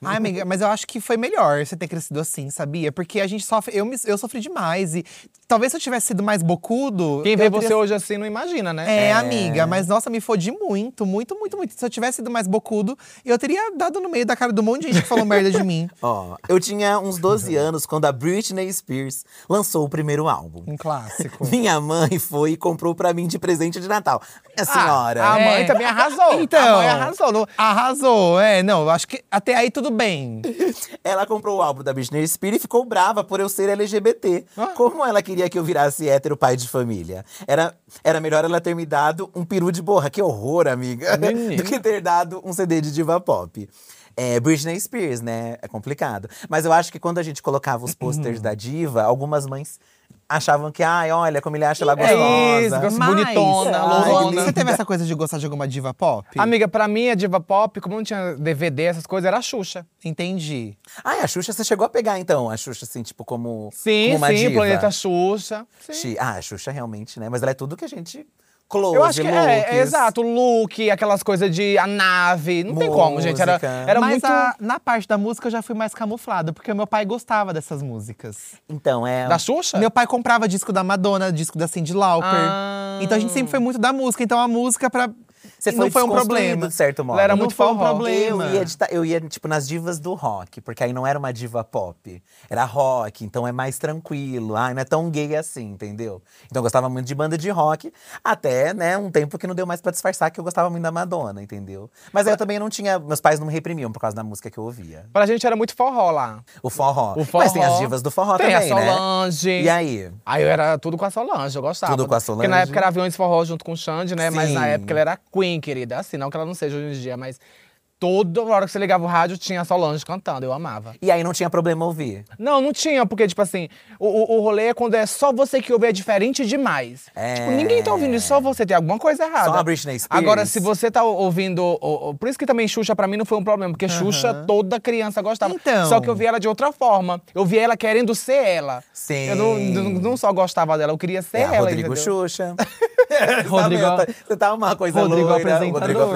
S1: Ai, amiga, mas eu acho que foi melhor você ter crescido assim, sabia? Porque a gente sofre. Eu, me- eu sofri demais. E talvez se eu tivesse sido mais bocudo.
S3: Quem
S1: eu teria
S3: vê você hoje assim não imagina, né?
S1: É, amiga, mas nossa, me fodi muito, muito, muito, muito. Se eu tivesse sido mais bocudo, eu teria dado no meio da cara do monte de gente que falou merda de
S3: [laughs]
S1: mim.
S2: Ó, eu tinha uns
S1: Uhum.
S2: 12 anos quando a Britney Spears lançou o primeiro álbum.
S1: Um [laughs] clássico.
S2: Minha mãe foi e comprou pra mim de presente de Natal.
S1: Ah,
S2: Minha senhora.
S3: a
S1: É.
S3: mãe também arrasou.
S1: Então.
S3: A mãe arrasou. não-
S1: Arrasou, é, não, eu acho que até aí tudo bem.
S2: Ela comprou o álbum da Britney Spears e ficou brava por eu ser LGBT.
S3: Ah.
S2: Como ela queria que eu virasse hétero pai de família? Era, era melhor ela ter me dado um peru de borra. Que horror, amiga. [laughs] Do que ter dado um CD de diva pop. É, Britney Spears, né? É complicado. Mas eu acho que quando a gente colocava os posters da diva, algumas mães achavam que, ai, olha como ele acha ela
S3: É
S2: gostosa.
S3: isso, gostosa,
S1: Mas-
S3: bonitona,
S1: Ai,
S3: lourona.
S1: Você teve essa coisa de gostar de alguma diva pop?
S3: Amiga, pra mim, a diva pop, como não tinha DVD, essas coisas, era a Xuxa.
S1: Entendi.
S2: Ai, a Xuxa, você chegou a pegar então a Xuxa, assim, tipo, como,
S3: Sim,
S2: como uma
S3: sim,
S2: diva.
S3: Planeta Xuxa. Sim.
S2: Xi- Ah, a Xuxa realmente, né? Mas ela é tudo que a gente close,
S3: Eu acho que é, é,
S2: looks.
S3: exato. Look, aquelas coisas de a nave. Não tem como, gente. Era,
S2: Música.
S3: era
S1: Mas
S3: muito.
S1: a- na parte da música eu já fui mais camuflada, porque o meu pai gostava dessas músicas.
S2: Então, é.
S3: Da Xuxa?
S1: Meu pai comprava disco da Madonna, disco da Cyndi Lauper.
S3: Ah.
S1: Então a gente sempre foi muito da música. Então a música pra
S2: Você
S1: não foi um
S2: desconstruído,
S1: problema.
S2: De certo modo.
S3: Ela era
S1: Não
S3: muito
S1: foi um
S3: forró.
S1: problema.
S2: Eu ia, de ta- eu ia, tipo, nas divas do rock, porque aí não era uma diva pop. Era rock, então é mais tranquilo. Ai, não é tão gay assim, entendeu? Então eu gostava muito de banda de rock, até, né, um tempo que não deu mais pra disfarçar que eu gostava muito da Madonna, entendeu? Mas aí eu também não tinha. Meus pais não me reprimiam por causa da música que eu ouvia.
S3: Pra gente era muito forró lá.
S2: O forró.
S3: O forró.
S2: Mas tem as divas do forró
S3: Tem a
S2: também, né?
S3: Solange.
S2: E aí?
S3: Aí eu era tudo com a Solange, eu gostava.
S2: Tudo com a
S3: Porque na
S2: Solange.
S3: época era aviões forró junto com o Xande, né? Mas na
S2: Sim.
S3: época ela era queen, querida. Assim, não que ela não seja hoje em dia, mas Toda hora que você ligava o rádio, tinha a Solange cantando. Eu amava.
S2: E aí não tinha problema ouvir.
S3: Não, não tinha, porque, tipo assim, o, o, o rolê é quando é só você que ouve, é diferente demais.
S2: É.
S3: Tipo, ninguém tá ouvindo isso, só você. Tem alguma coisa errada.
S2: Só a Britney Spears.
S3: Agora, se você tá ouvindo. o- o- por isso que também Xuxa pra mim não foi um problema, porque Xuxa toda criança gostava.
S1: Então.
S3: Só que eu vi ela de outra forma. Eu vi ela querendo ser ela.
S2: Sim.
S3: Eu não, não, não só gostava dela, eu queria ser
S2: É, a
S3: ela.
S2: Rodrigo
S3: entendeu? [laughs]
S2: Xuxa.
S1: Rodrigo-
S2: Tá vendo? Você tá uma coisa
S1: Rodrigo
S2: loira.
S1: apresentador,
S3: Rodrigo
S2: Olha aí, ó.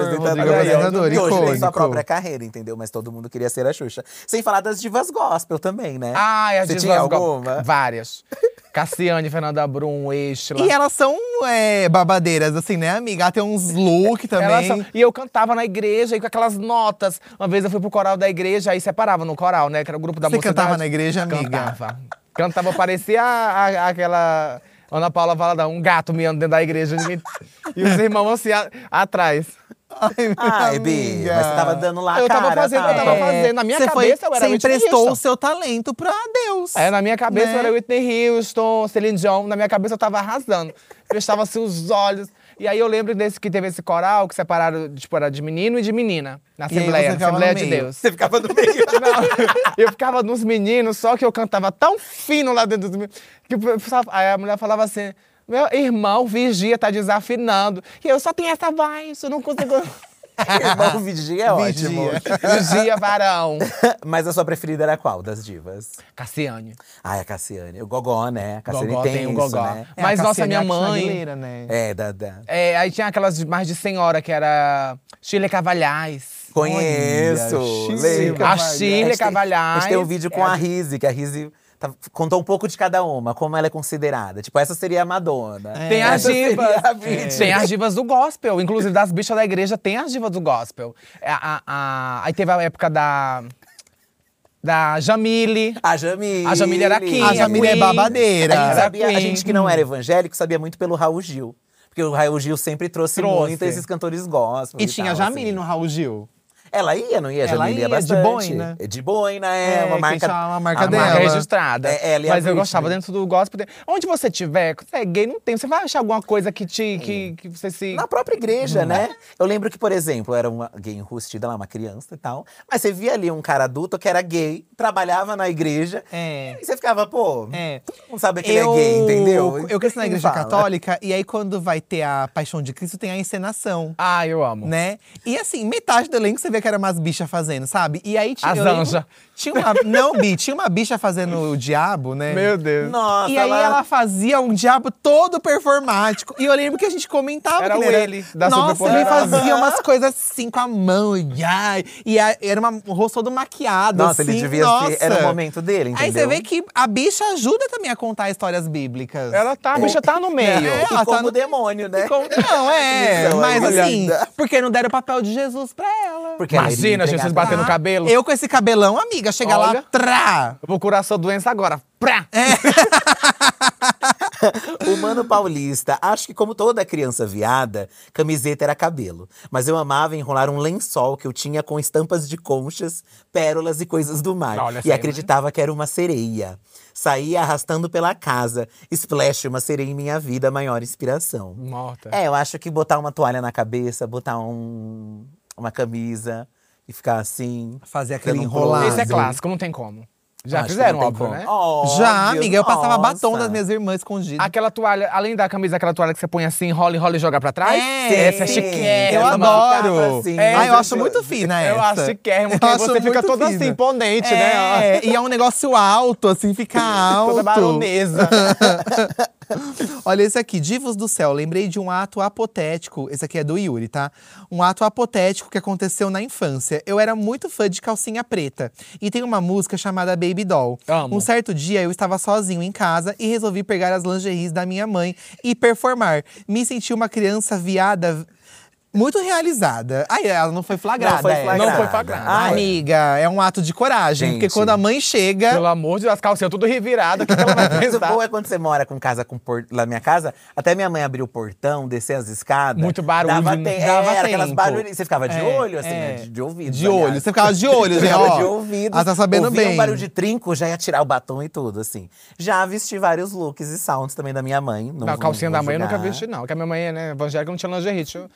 S3: apresentador,
S2: E hoje tem sua
S3: icônico.
S2: própria carreira, entendeu? Mas todo mundo queria ser a Xuxa. Sem falar das divas gospel também, né?
S3: Ai, Ah, é as
S2: Você
S3: divas
S2: tinha
S3: go-
S2: alguma?
S3: Várias. Cassiane, Fernanda Brum, Estela.
S1: E elas são é, babadeiras, assim, né, amiga? Ela tem uns look
S3: Elas
S1: também.
S3: são- E eu cantava na igreja e com aquelas notas. Uma vez eu fui pro coral da igreja, aí separava no coral, né? Que era o grupo da
S1: Você
S3: mocidade.
S1: cantava na igreja, amiga?
S3: [laughs] Cantava. Cantava, parecia a- a- aquela Ana Paula Valadão, um gato miando dentro da igreja. ninguém- e os irmãos assim, a- atrás.
S1: Ai, É minha
S2: Ai, Bi, mas você tava dando lá a
S3: Eu
S2: cara.
S3: tava fazendo, eu
S2: tá?
S3: tava fazendo. Na minha
S1: Ah, Você
S3: cabeça, eu era
S1: Você
S3: Whitney
S1: emprestou
S3: Houston.
S1: o seu talento pra Deus.
S3: Aí na minha cabeça
S1: né?
S3: eu era Whitney Houston, Celine Dion, na minha cabeça eu tava arrasando. Fechava-se os olhos. E aí eu lembro desse que teve esse coral que separaram, tipo, era de menino e de menina. Na
S1: E aí você
S3: Assembleia, na
S1: ficava no
S3: Assembleia de
S1: meio.
S3: Deus.
S2: Você [laughs] ficava no meio.
S3: Não, [laughs] eu ficava nos meninos, só que eu cantava tão fino lá dentro dos meninos. Que o pessoal- aí a mulher falava assim: Meu irmão, vigia, tá desafinando. E eu só tenho essa voz, eu não consigo.
S2: Irmão, vigia é [laughs] ótimo.
S1: Vigia.
S3: vigia, varão.
S2: [laughs] Mas a sua preferida era qual das divas?
S3: Cassiane.
S2: Ai, a Cassiane. O Gogó, né? A Cassiane
S3: Gogó
S2: tem,
S3: tem o
S2: isso,
S3: Gogó.
S2: né?
S1: É,
S3: Mas,
S1: a
S3: nossa,
S1: Cassiane
S3: minha
S1: Aguilera, né?
S3: mãe-
S2: É, da, da.
S3: É, aí tinha aquelas mais de senhora, que era Chile Cavalhais.
S2: Conheço. lembro.
S3: A Chile
S2: gente tem-
S3: Cavalhais.
S2: A gente tem um vídeo com
S3: É,
S2: a Rizzi, que a Rizzi tá- contou um pouco de cada uma, como ela é considerada. Tipo, essa seria a Madonna.
S3: Tem as
S2: É, Essa seria
S3: divas.
S2: a Britney.
S3: Tem as divas do gospel. Inclusive, das bichas da igreja, tem as divas do gospel. É, a- a- aí teve a época da. Da Jamile.
S2: A Jamile.
S3: A Jamile era queen,
S1: A Jamile é
S3: queen.
S1: babadeira.
S2: A gente,
S3: Era
S2: sabia- a
S3: queen.
S2: gente que não era evangélico sabia muito pelo Raul Gil. Porque o Raul Gil sempre trouxe,
S3: Trouxe.
S2: muito esses cantores gospel.
S1: E tinha a
S2: tal,
S1: Jamile
S2: assim.
S1: no Raul Gil.
S2: Ela ia, não ia? A
S1: Ela
S2: Jamile
S1: ia, de
S2: bastante.
S1: boina.
S2: De boina, é,
S1: É,
S2: uma
S1: que
S2: marca.
S1: chama a marca
S3: A
S1: dela.
S3: marca registrada.
S2: É, ela e a
S3: Mas eu
S2: Britney.
S3: gostava dentro do gospel. Onde você tiver, você é gay, não tem. Você vai achar alguma coisa que te.
S2: Hum.
S3: Que, que você se.
S2: Na própria igreja,
S1: Uhum.
S2: né? Eu lembro que, por exemplo, eu era uma gay enrustida lá, uma criança e tal. Mas você via ali um cara adulto que era gay, trabalhava na igreja.
S1: É.
S2: E você ficava, pô,
S1: É.
S2: não sabe que ele é gay, entendeu?
S1: Eu cresci na
S2: Quem
S1: igreja
S2: fala?
S1: católica, e aí quando vai ter a Paixão de Cristo, tem a encenação.
S3: Ah, eu amo.
S1: Né? E assim, metade do elenco você vê que era umas bichas fazendo, sabe? E aí tinha.
S3: As
S1: eu lembro-
S3: anja.
S1: Tinha uma. Não, Bi, tinha uma bicha fazendo o diabo, né?
S3: Meu Deus.
S2: Nossa,
S1: E aí
S2: ela-
S1: ela fazia um diabo todo performático. E eu lembro que a gente comentava
S3: Era
S1: que
S3: o
S1: ele
S3: ele da
S1: Nossa, ele
S3: Superpoderosa.
S1: fazia umas coisas assim com a mão. E, ai, e a- era uma- um rosto todo maquiado,
S2: Nossa, ele
S1: assim,
S2: devia
S1: nossa.
S2: ser. Era o momento dele, entendeu?
S1: Aí você vê que a bicha ajuda também a contar histórias bíblicas.
S3: Ela tá, a bicha tá no meio.
S1: É,
S2: E
S1: ela tá
S2: como
S1: no-
S2: demônio, né? [laughs]
S1: Como- Não, é.
S2: Isso,
S1: mas
S2: olha.
S1: assim, porque não deram o papel de Jesus pra ela.
S2: né? Porque ela iria
S3: Imagina, gente,
S2: entregar
S3: vocês batendo o
S2: pra-
S3: cabelo.
S1: Eu com esse cabelão, amiga, chega lá,
S3: Olha.
S1: trá!
S3: Eu vou curar sua doença agora. Prá!
S2: É. O Mano Paulista, acho que como toda criança viada, camiseta era cabelo. Mas eu amava enrolar um lençol que eu tinha com estampas de conchas, pérolas e coisas do mar.
S3: Olha essa
S2: e
S3: aí, né?
S2: acreditava que era uma sereia. Saía arrastando pela casa. Splash, uma sereia em minha vida, a maior inspiração.
S3: Morta.
S2: É, eu acho que botar uma toalha na cabeça, botar um, uma camisa e ficar assim.
S1: Fazer aquele
S2: dando um
S1: enrolado.
S2: close.
S3: Isso é clássico, não tem como. Já
S2: Acho que
S3: fizeram,
S2: não tem
S3: óbvio,
S2: como.
S3: né?
S2: Óbvio,
S1: Já, amiga, eu passava batom
S2: nossa.
S1: das minhas irmãs escondidas.
S3: Uhum. Aquela toalha, além da camisa, aquela toalha que você põe assim, rola, enrola e joga pra trás?
S1: É,
S3: essa é
S1: sim.
S3: chiquérrima.
S1: Eu adoro.
S2: marcava assim,
S1: ah, eu
S2: maravilhoso.
S1: acho muito fina essa.
S3: [laughs] Eu acho chiquérrimo,
S1: Eu
S3: porque
S1: acho
S3: você fica
S1: muito
S3: toda
S1: fina.
S3: assim, imponente, né?
S1: É, e é um negócio alto, assim, fica alto.
S3: [laughs]
S1: [laughs]
S3: Toda baronesa.
S1: Olha esse aqui, Divos do Céu. Lembrei de um ato apotético. Esse aqui é do Yuri, tá? Um ato apotético que aconteceu na infância. Eu era muito fã de calcinha preta. E tem uma música chamada Baby Doll.
S3: Amo.
S1: Um certo dia eu estava sozinho em casa e resolvi pegar as lingeries da minha mãe e performar. Me senti uma criança viada. Muito realizada. Aí ela não foi flagrada.
S2: Não foi
S1: essa.
S2: flagrada.
S3: Não foi flagrada.
S2: Ah, é.
S1: Amiga, é um ato de coragem. Porque
S2: Gente.
S1: quando a mãe chega.
S3: Pelo amor de Deus, as calcinhas tudo revirada, o que que
S1: [laughs]
S3: ela vai
S2: Mas o
S3: pensar?
S2: bom é quando você mora com casa com por... lá na minha casa, até minha mãe abrir o portão, descer as escadas.
S3: Muito barulho,
S2: Dava,
S3: né?
S2: te...
S1: Dava
S2: é, era aquelas
S1: tempo.
S2: barulhinhas. Você ficava de
S1: É,
S2: olho, assim,
S1: é.
S2: né? de, de ouvido.
S1: De olho.
S2: aliás.
S1: Você ficava de
S3: assim,
S1: olho, já,
S2: Ficava
S1: ó.
S2: de ouvido.
S1: Ela tá sabendo
S2: Ouvia
S1: bem.
S2: um barulho de trinco, já ia tirar o batom e tudo, assim. Já vesti vários looks e sounds também da minha mãe. Não,
S3: Não, a calcinha
S2: não
S3: da
S2: vou
S3: mãe é, eu nunca
S2: julgar.
S3: vesti, não. Porque a minha mãe, né, evangélica, não tinha lingerie. Deixa eu-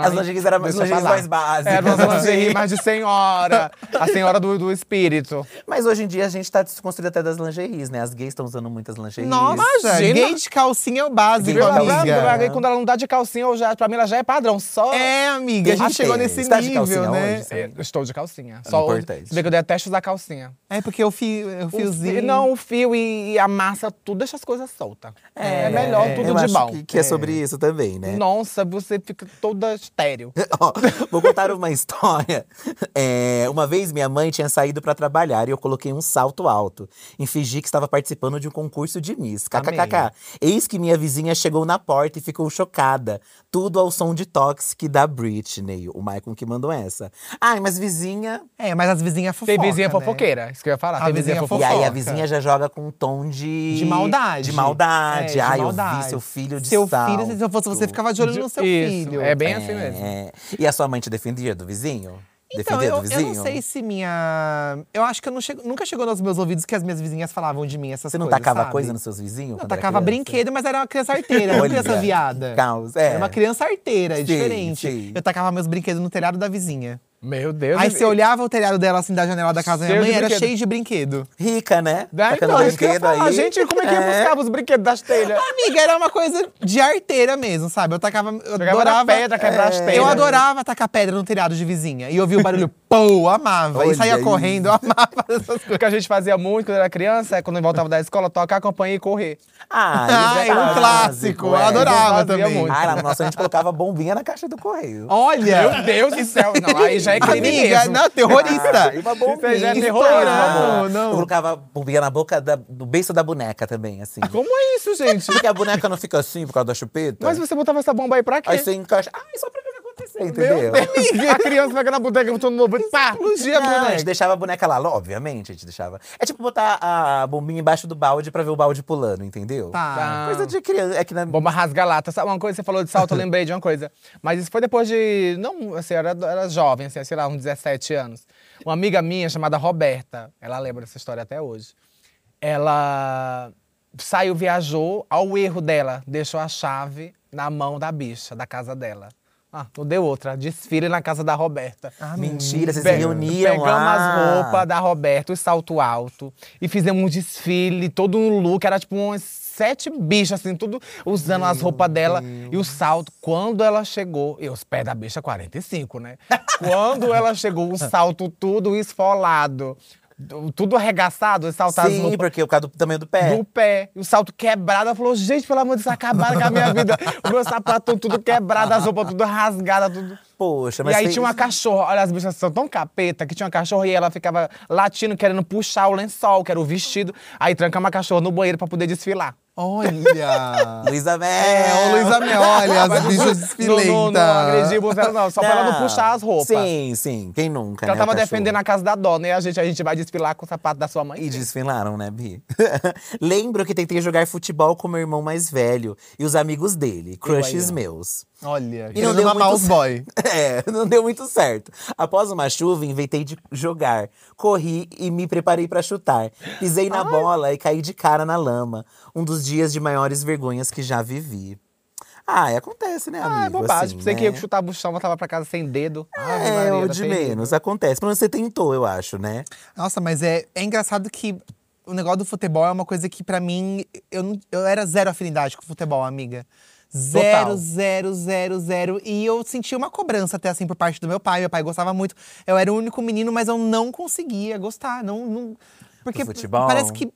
S2: As lingeries eram as
S3: deixa pra
S2: lingeries
S3: lá. É,
S2: mais básicas.
S3: Era umas lingeries
S2: assim.
S3: mais de
S1: [laughs]
S3: senhora. A senhora do, do espírito.
S2: Mas hoje em dia a gente tá desconstruído até das lingeries, né? As gays estão usando muitas lingeries.
S1: Nossa,
S3: Imagina.
S1: gay de calcinha é o básico,
S2: Gay de
S1: amiga.
S2: calcinha.
S3: Pra mim, Quando ela não dá de calcinha, eu já, pra mim ela já é padrão. Só.
S1: É, amiga, a
S2: Tem
S1: gente
S2: que
S1: chegou
S2: ter.
S1: nesse
S2: Você tá de
S1: nível,
S2: calcinha
S1: né?
S2: hoje?
S3: É, eu estou de calcinha. Só hoje.
S2: importante.
S3: Você vê que eu detesto usar calcinha.
S1: É porque o, fi, o fiozinho.
S3: O fi- não, o fio e, e a massa, tudo deixa as coisas soltas. É, melhor tudo
S2: eu
S3: de
S2: acho
S3: bom.
S2: Que, que é. sobre isso também, né?
S3: Nossa, você fica toda estéreo.
S2: [laughs] Ó, vou contar uma história. [laughs] É, uma vez minha mãe tinha saído pra trabalhar e eu coloquei um salto alto. E fingi que estava participando de um concurso de Miss. KKKK. Eis que minha vizinha chegou na porta e ficou chocada. Tudo ao som de Toxic da Britney. O Michael que mandou essa. Ai, mas vizinha.
S1: É, mas as vizinhas
S3: Tem
S1: fofocas.
S3: vizinha
S1: né?
S3: fofoqueira, isso que eu ia falar.
S1: É A
S3: Tem vizinha
S1: vizinha
S3: fofoqueira.
S2: E aí a
S1: Fofoca.
S2: vizinha já joga com um tom de.
S1: De maldade.
S2: De maldade.
S1: É, de
S2: Ai, eu
S1: maldade.
S2: vi seu filho de
S1: Seu
S2: salto.
S1: filho, se eu fosse você, ficava de olho no seu
S3: Isso,
S1: filho.
S3: É bem assim mesmo.
S2: É. E a sua mãe te defendia do vizinho?
S1: Então,
S2: defendia
S1: eu,
S2: do
S1: eu
S2: vizinho?
S1: não sei se minha. Eu acho que eu não chego- nunca chegou nos meus ouvidos que as minhas vizinhas falavam de mim essas
S2: Você não
S1: coisas.
S2: tacava
S1: sabe?
S2: coisa nos seus vizinhos?
S1: Não,
S2: quando era
S1: tacava
S2: criança?
S1: brinquedo, mas era uma criança arteira, era uma
S2: Olha,
S1: criança
S2: que
S1: viada.
S2: caos, é.
S1: Era uma criança arteira, é
S2: Sim,
S1: diferente.
S2: sim.
S1: Eu tacava meus brinquedos no telhado da vizinha.
S3: Meu Deus.
S1: Aí
S3: eu-
S1: você olhava o telhado dela, assim, da janela da casa da minha
S3: Cheio de
S1: mãe, era
S3: brinquedo.
S1: cheio de brinquedo.
S2: Rica, né?
S3: Ah,
S2: Tacando
S3: então, isso que eu ia
S2: brinquedo
S3: falar.
S2: aí.
S3: Gente, como é que eu buscava os brinquedos das
S1: [laughs]
S3: telhas?
S1: Amiga, era uma coisa de arteira mesmo, sabe? Eu tacava. Eu
S3: Jogava na
S1: adorava. é,
S3: pedra, quebrar as telhas.
S1: Eu adorava tacar pedra no telhado de vizinha. E eu ouvia o
S3: [laughs]
S1: barulho, pô, amava.
S2: Olha
S1: e saía
S2: isso.
S1: correndo, eu amava essas
S3: O que a gente fazia muito quando era criança é quando voltava da escola, tocar a campainha e correr.
S2: Ah,
S1: Ah,
S2: isso é
S1: é um clássico. Eu adorava
S3: Fazia
S1: também.
S3: muito.
S2: Ah, lá no nosso a gente colocava bombinha na caixa do correio.
S1: Olha!
S3: Meu Deus do céu. Não,
S1: [laughs]
S3: aí já é crime
S1: Amiga,
S3: mesmo.
S1: não, terrorista!
S2: Ah, [laughs] e uma bombinha.
S3: aí já é terrorismo,
S2: estourando.
S1: amor. Não.
S2: Eu colocava bombinha na boca da, do beiço da boneca também, assim.
S3: Como é isso, gente?
S2: Porque a boneca não fica assim por causa da chupeta.
S3: Mas você botava essa bomba aí pra quê?
S2: Aí você encaixa. Ah, só pra ver o que aconteceu, entendeu?
S3: Meu Deus, a criança pega na boteca, botando no ouvido, pá!
S2: Não, a gente deixava a boneca lá, obviamente, a gente deixava. É tipo botar a bombinha embaixo do balde pra ver o balde pulando, entendeu?
S1: Tá.
S2: Coisa de criança. É que na...
S3: Bomba rasga-lata. Sabe uma coisa, você falou de salto, eu lembrei de uma coisa. Mas isso foi depois de. Não, assim, eu era, eu era jovem, assim, sei lá, uns 17 anos. Uma amiga minha chamada Roberta, ela lembra dessa história até hoje. Ela saiu, viajou, ao erro dela, deixou a chave na mão da bicha, da casa dela. Ah, não deu outra. Desfile na casa da Roberta.
S2: Ah, Mentira, vocês se
S3: Pe-
S2: reuniam
S3: Pegamos
S2: lá.
S3: as roupas da Roberta, o salto alto. E fizemos um desfile, todo um look. Era tipo umas sete bichas, assim, tudo usando as roupas dela. E o salto, quando ela chegou… E os pés da bicha, 45, né? quando ela chegou, o salto tudo esfolado. tu- Tudo arregaçado, saltado as
S2: Sim,
S3: roupas
S2: porque por causa do tamanho do pé.
S3: do pé, e o salto quebrado. Ela falou, gente, pelo amor de Deus, acabaram com a minha vida. [laughs] O meu sapato tudo quebrado, as roupas tudo rasgada, tudo…
S2: Poxa,
S3: E
S2: mas.
S3: aí
S2: fez-
S3: tinha uma cachorra, olha, as bichas são tão capeta que tinha uma cachorra e ela ficava latindo, querendo puxar o lençol, que era o vestido. Aí tranca uma cachorra no banheiro pra poder desfilar. [laughs]
S1: Olha!
S2: Luísa Mel!
S1: É, ô Luísa Mel, olha, as bichas
S3: Não, não, não
S2: tá?
S3: agredi
S1: desfilentas.
S3: ela, não, só pra ela não puxar as roupas.
S2: Sim, sim. Quem nunca?
S3: Porque ela
S2: né,
S3: tava
S2: o cachorro.
S3: defendendo a casa da dona e a gente, a gente vai desfilar com o sapato da sua mãe.
S2: E desfilaram, né, Bi? [laughs] Lembro que tentei jogar futebol com meu irmão mais velho e os amigos dele, crushes meus.
S1: Olha,
S2: E não
S1: querendo
S2: deu
S1: mamar
S2: muito
S1: os boy.
S2: [laughs] É, não deu muito certo. Após uma chuva, inventei de jogar. Corri e me preparei pra chutar. Pisei na bola e caí de cara na lama. Um dos dias de maiores vergonhas que já vivi. Ah, acontece, né, amigo?
S3: Ah, é bobagem.
S2: Assim,
S3: Pensei que
S2: né?
S3: eu chutar o chão, mas tava pra casa sem dedo. Ave
S2: É,
S3: Maria,
S2: o
S3: era
S2: de
S3: terrível.
S2: menos. Acontece. Mas você tentou, eu acho, né?
S1: Nossa, mas é, é engraçado que o negócio do futebol é uma coisa que, pra mim, eu, não- eu era zero afinidade com futebol, amiga. Zero,
S3: Total.
S1: zero, zero, zero. E eu senti uma cobrança até assim por parte do meu pai. Meu pai gostava muito. Eu era o único menino, mas eu não conseguia gostar. Não, não... Porque
S2: Do futebol?
S1: parece que.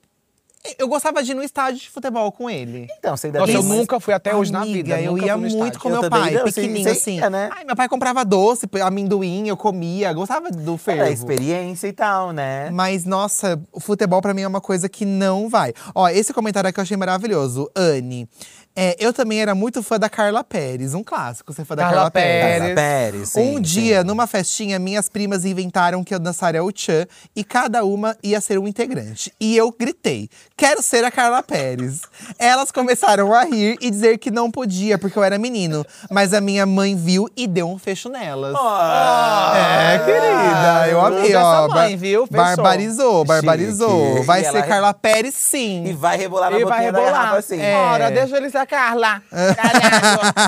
S1: Eu gostava de ir no estádio de futebol com ele.
S2: Então, você ainda
S3: Nossa,
S2: tem
S3: eu
S2: mais-
S3: nunca fui até hoje na
S1: Amiga,
S3: vida.
S1: Eu
S3: nunca
S1: ia
S3: fui no
S1: muito
S3: estádio. né?
S1: com
S2: Eu
S1: meu
S2: também
S1: pai,
S2: não, sim,
S1: pequenininho
S2: sim,
S1: assim.
S2: é, né?
S1: Ai, meu pai comprava doce, amendoim, eu comia, gostava do
S2: Era a
S1: fervo.
S2: experiência e tal, né?
S1: Mas, nossa, o futebol pra mim é uma coisa que não vai. Ó, esse comentário aqui eu achei maravilhoso. Anne, é, eu também era muito fã da Carla Pérez, um clássico ser fã da
S3: Carla
S1: Carla, Pérez.
S2: Carla Pérez, sim,
S1: um dia,
S2: sim.
S1: numa festinha, minhas primas inventaram que eu dançaria o tchan e cada uma ia ser um integrante. E eu gritei: Quero ser a Carla Pérez. Elas começaram a rir e dizer que não podia, porque eu era menino. Mas a minha mãe viu e deu um fecho nelas.
S2: Ah!
S3: Ah,
S1: é, querida, eu amei,
S3: manda essa
S1: ó.
S3: mãe, viu? Fechou.
S1: Barbarizou, barbarizou.
S2: Chique.
S1: Vai
S2: E
S1: ser
S2: ela-
S1: Carla Pérez,
S2: E
S1: sim.
S2: vai rebolar na
S3: E vai
S2: boquinha da
S3: rebolar.
S2: garrafa assim.
S3: É. Ora, deixa ele sacar lá.
S1: [laughs]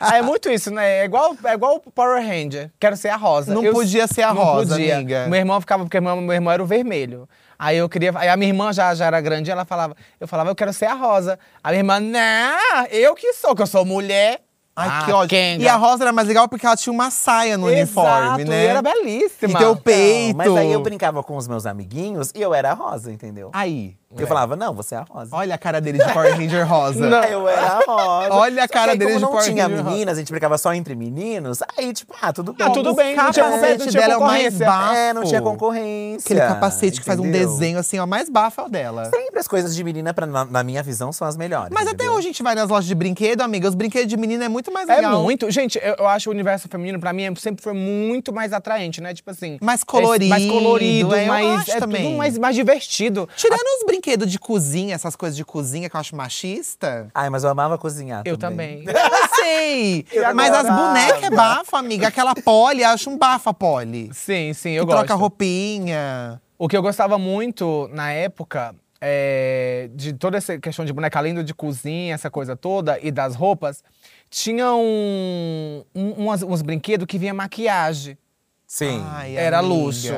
S3: ah, é muito isso, né? É igual, é igual o Power Ranger. Quero ser a rosa.
S1: Não podia ser a
S3: não
S1: rosa,
S3: podia.
S1: amiga.
S3: Meu irmão ficava, porque meu, meu irmão era o vermelho. Aí eu queria. Aí a minha irmã já, já era grande, ela falava, eu falava, eu quero ser a rosa. A minha irmã, não, eu que sou, que eu sou mulher.
S1: Ai,
S3: Ah,
S1: que ódio.
S3: Kenga.
S1: E a Rosa era mais legal porque ela tinha uma saia no uniforme,
S3: Exato,
S1: né?
S3: E era belíssima.
S1: E teu peito.
S2: Não, Então, mas aí eu brincava com os meus amiguinhos e eu era a rosa, entendeu?
S1: Aí.
S2: Eu falava, não, você é a rosa.
S1: Olha a cara dele de Power Ranger rosa.
S3: Não.
S2: Eu era a
S3: [laughs]
S2: rosa.
S1: Olha a
S2: Só que
S1: cara
S2: aí,
S1: dele
S2: como
S1: de
S2: não
S1: Power
S2: tinha
S1: Ranger rosa.
S2: meninas, a gente brincava só entre meninos. Aí, tipo, ah, tudo bem.
S3: Ah, tudo bem,
S1: O
S3: não tinha
S1: capacete
S3: competição, não tinha
S1: dela é o mais
S3: concorrência.
S1: bafo.
S2: É, não tinha concorrência.
S1: Aquele capacete que faz um
S2: entendeu?
S1: desenho assim, ó, mais bafo é o dela.
S2: Sempre as coisas de menina, pra, na, na minha visão, são as melhores.
S1: Mas até
S2: entendeu?
S1: hoje a gente vai nas lojas de brinquedo, amiga. Os brinquedos de menina é muito mais
S3: É
S1: legal.
S3: muito. Gente, eu, eu acho o universo feminino, pra mim, é- sempre foi muito mais atraente, né? Tipo assim.
S1: Mais
S3: é-
S1: colorido,
S3: Mais colorido,
S1: é, eu
S3: mais.
S1: acho
S3: É
S1: também.
S3: tudo mais, mais divertido.
S1: Tirando os brinquedos de cozinha, essas coisas de cozinha que eu acho machista.
S2: Ai, mas eu amava cozinhar.
S3: Eu também.
S1: Eu não sei.
S2: [laughs] Eu
S1: Então, assim, Mas as
S2: adorava.
S1: bonecas é bafo, amiga. Aquela poli, eu acho um bafo a poli.
S3: [laughs] Sim, sim,
S1: Que
S3: eu gosto.
S1: troca roupinha.
S3: O que eu gostava muito na época é, de toda essa questão de boneca linda de cozinha, essa coisa toda, e das roupas, tinha um, um- umas- uns brinquedos que vinha maquiagem.
S2: Sim.
S1: Ai,
S3: Era
S1: amiga.
S3: luxo.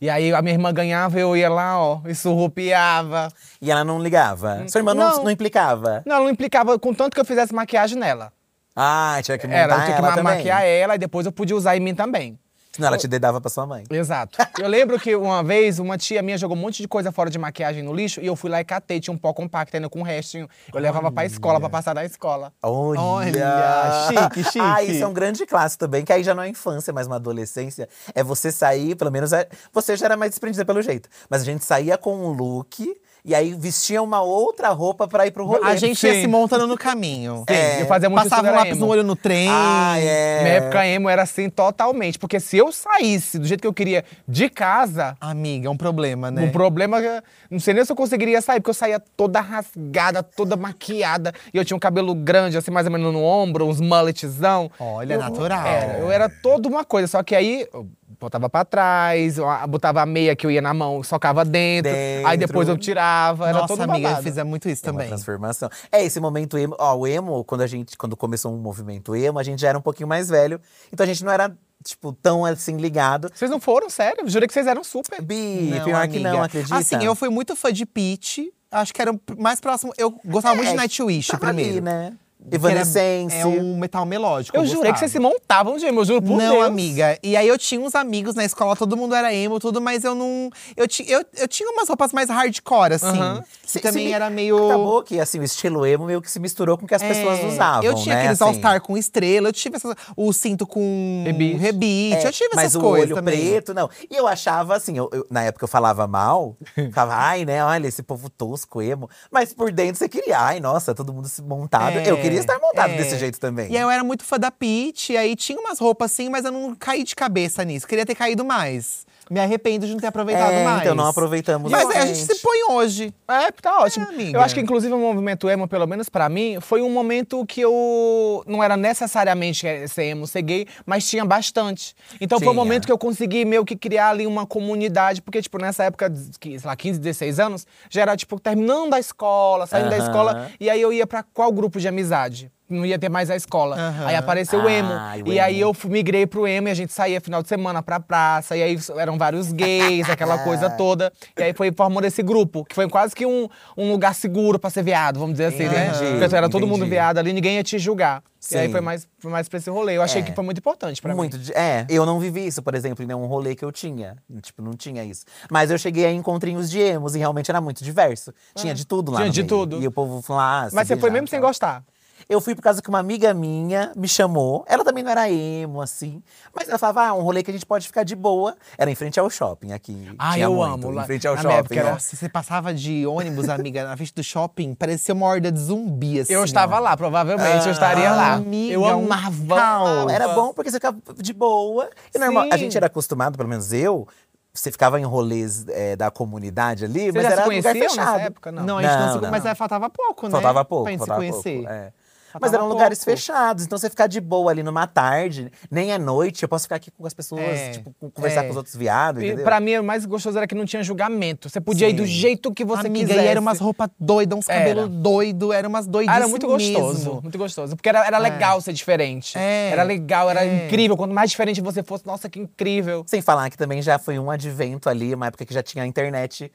S3: E aí a minha irmã ganhava, eu ia lá, ó, e surrupiava.
S2: E ela não ligava. Sua irmã não,
S3: Não.
S2: não implicava.
S3: Não, ela não implicava com tanto que eu fizesse maquiagem nela.
S2: Ah, tinha que montar
S3: Era, eu tinha que
S2: ela
S3: ma-
S2: também.
S3: maquiar ela e depois eu podia usar em mim também.
S2: Senão ela te dedava pra sua mãe. [laughs]
S3: Exato. Eu lembro que uma vez uma tia minha jogou um monte de coisa fora de maquiagem no lixo e eu fui lá e catei, tinha um pó compacto ainda com um restinho. Eu levava pra escola, pra passar na escola.
S2: Olha!
S1: Olha, chique, chique.
S2: [laughs] Ah, isso é um grande clássico também, que aí já não é infância, mas uma adolescência. É você sair, pelo menos é- você já era mais desprendida pelo jeito. Mas a gente saía com um look e aí vestia uma outra roupa pra ir pro rolê.
S1: A gente ia
S3: Sim.
S1: se montando no
S3: [laughs]
S1: caminho.
S3: Sim, eu fazia muito isso
S1: Passava um
S3: quando era
S1: lápis
S3: emo.
S1: no olho no trem.
S2: Ah, é.
S3: Minha época emo era assim totalmente, porque se eu saísse do jeito que eu queria de casa,
S1: Amiga, é um problema, né?
S3: o problema é- não sei nem se eu conseguiria sair, porque eu saía toda rasgada, toda maquiada, e eu tinha um cabelo grande assim mais ou menos no ombro, uns mulletzão.
S1: Olha, é
S3: eu,
S1: natural.
S3: Era, eu era toda uma coisa, só que aí eu botava pra trás, eu a- botava a meia que eu ia na mão, socava dentro, aí
S2: Dentro.
S3: depois eu tirava, era
S1: Nossa,
S3: todo
S1: amiga, eu
S3: babado.
S1: fizia muito isso
S2: Uma
S1: também.
S2: transformação. É, esse momento emo. Ó, o emo, quando a gente. Quando começou um movimento emo, a gente já era um pouquinho mais velho. Então a gente não era, tipo, tão assim ligado.
S3: Vocês não foram, sério? Jurei que vocês eram super.
S2: Bi,
S1: Não,
S2: pior que
S1: amiga.
S2: não, acredita?
S1: Assim, eu fui muito fã de Peach. Acho que era o mais próximo. Eu gostava muito de
S2: É,
S1: Nightwish
S2: tava
S1: primeiro.
S2: ali, né?
S1: que era-
S2: Evanescence.
S1: É um metal melódico.
S3: Eu jurei
S1: gostava.
S3: que vocês se montavam, gente, eu juro por
S1: não,
S3: Deus.
S1: amiga. E aí eu tinha uns amigos na escola, todo mundo era emo, tudo, mas eu não. Eu, ti, eu, eu tinha umas roupas mais hardcore, assim.
S3: Aham.
S1: Que
S2: Se- se
S1: também
S2: mi-
S1: era meio.
S2: Acabou que assim, o estilo emo meio que se misturou com o que as pessoas
S1: É,
S2: usavam.
S1: Eu tinha
S2: né?
S1: aqueles
S2: assim.
S1: All-Star com estrela, eu tive essas, o cinto com
S3: Rebite.
S1: rebite,
S2: É,
S1: eu tive
S2: mas
S1: essas
S2: o
S1: coisas
S2: olho
S1: também.
S2: preto, não. E eu achava assim, eu- eu- na época eu falava
S1: [laughs]
S2: mal, ficava, ai, né, olha esse povo tosco, emo. Mas por dentro você queria, ai, nossa, todo mundo se montado.
S1: É,
S2: eu queria estar montado
S1: é.
S2: desse jeito também.
S1: E aí eu era muito fã da Peach, e aí tinha umas roupas assim, mas eu não caí de cabeça nisso. Queria ter caído mais. Me arrependo de não ter aproveitado
S2: É,
S1: mais.
S2: então não aproveitamos
S1: Mas é, a
S2: realmente.
S1: gente se põe hoje.
S3: É, tá ótimo.
S1: amiga.
S3: eu acho que, inclusive, o movimento emo, pelo menos pra mim, foi um momento que eu não era necessariamente ser emo, ser gay, mas tinha bastante. Então foi um
S2: Tinha.
S3: momento que eu consegui meio que criar ali uma comunidade, porque, tipo, nessa época, de, que, sei lá, 15, 16 anos, já era, tipo, terminando a escola, saindo da
S2: Aham.
S3: escola, e aí eu ia pra qual grupo de amizade? Não ia ter mais a escola.
S1: Aham.
S3: Aí apareceu o emo.
S2: Ah, o
S3: e aí
S2: emo.
S3: eu fui- migrei pro emo e a gente saía final de semana pra praça. E aí eram vários gays, aquela
S2: [laughs]
S3: coisa toda. E aí foi formando esse grupo, que foi quase que um, um lugar seguro pra ser viado, vamos dizer assim, né?
S2: Entendi,
S3: Porque era todo
S2: entendi.
S3: mundo viado ali, ninguém ia te julgar. E aí
S2: Sim.
S3: foi mais, foi mais pra esse rolê. Eu achei
S2: É.
S3: que foi muito importante pra
S2: Muito
S3: mim.
S2: de- é, eu não vivi isso, por exemplo, em nenhum rolê que eu tinha. Tipo, não tinha isso. Mas eu cheguei a encontrinhos de emos e realmente era muito diverso.
S1: Ah.
S2: Tinha de tudo lá.
S3: Tinha
S2: no
S3: de
S2: meio.
S3: tudo.
S2: E o povo ah, lá. se
S3: Mas você foi
S2: beijava,
S3: mesmo sem
S2: tal.
S3: gostar.
S2: Eu fui por causa que uma amiga minha me chamou. Ela também não era emo, assim. Mas ela falava, ah, um rolê que a gente pode ficar de boa. Era em frente ao shopping aqui.
S3: Ah,
S2: Tinha
S3: eu
S2: muito,
S3: amo lá.
S2: Em frente ao
S3: Na minha
S2: shopping.
S3: época era assim,
S2: né?
S1: Nossa, você passava de ônibus, amiga, na frente do shopping, parecia uma horda de zumbi, assim.
S3: Eu estava
S1: ó.
S3: lá, provavelmente. eu estaria lá.
S1: amiga,
S3: eu
S1: um
S3: amava.
S1: caos.
S2: Ah, Era bom porque você ficava de boa. E normal, a
S3: Sim.
S2: gente era acostumado, pelo menos eu, você ficava em rolês é, da comunidade ali,
S3: Vocês
S2: mas
S3: já se
S2: era lugar
S3: conheciam nessa
S2: fechado.
S3: época? Não.
S1: Não, a gente não,
S2: Não,
S1: se conhe-
S2: não,
S1: Mas
S2: não.
S1: é, faltava pouco, né?
S2: Faltava pouco,
S1: Pra gente se
S2: faltava pouco,
S1: conhecer.
S2: é. Mas
S1: Faltava
S2: eram lugares
S1: pouco.
S2: fechados, então você ficar de boa ali numa tarde, nem à noite, eu posso ficar aqui com as pessoas,
S1: É,
S2: tipo, com- conversar
S1: é.
S2: com os outros viados,
S3: E
S2: entendeu?
S3: pra mim, o mais gostoso era que não tinha julgamento. Você podia ir do jeito que você
S1: Amiga,
S3: quisesse.
S1: Ah, e era umas roupas doidas, uns
S3: Era.
S1: cabelos doidos, era umas doidices
S3: Ah, Era muito gostoso,
S1: mesmo.
S3: muito gostoso. Porque era, era legal ser diferente.
S1: É.
S3: Era legal, era
S1: É.
S3: incrível. Quanto mais diferente você fosse, nossa, que incrível.
S2: Sem falar que também já foi um advento ali, uma época que já tinha a internet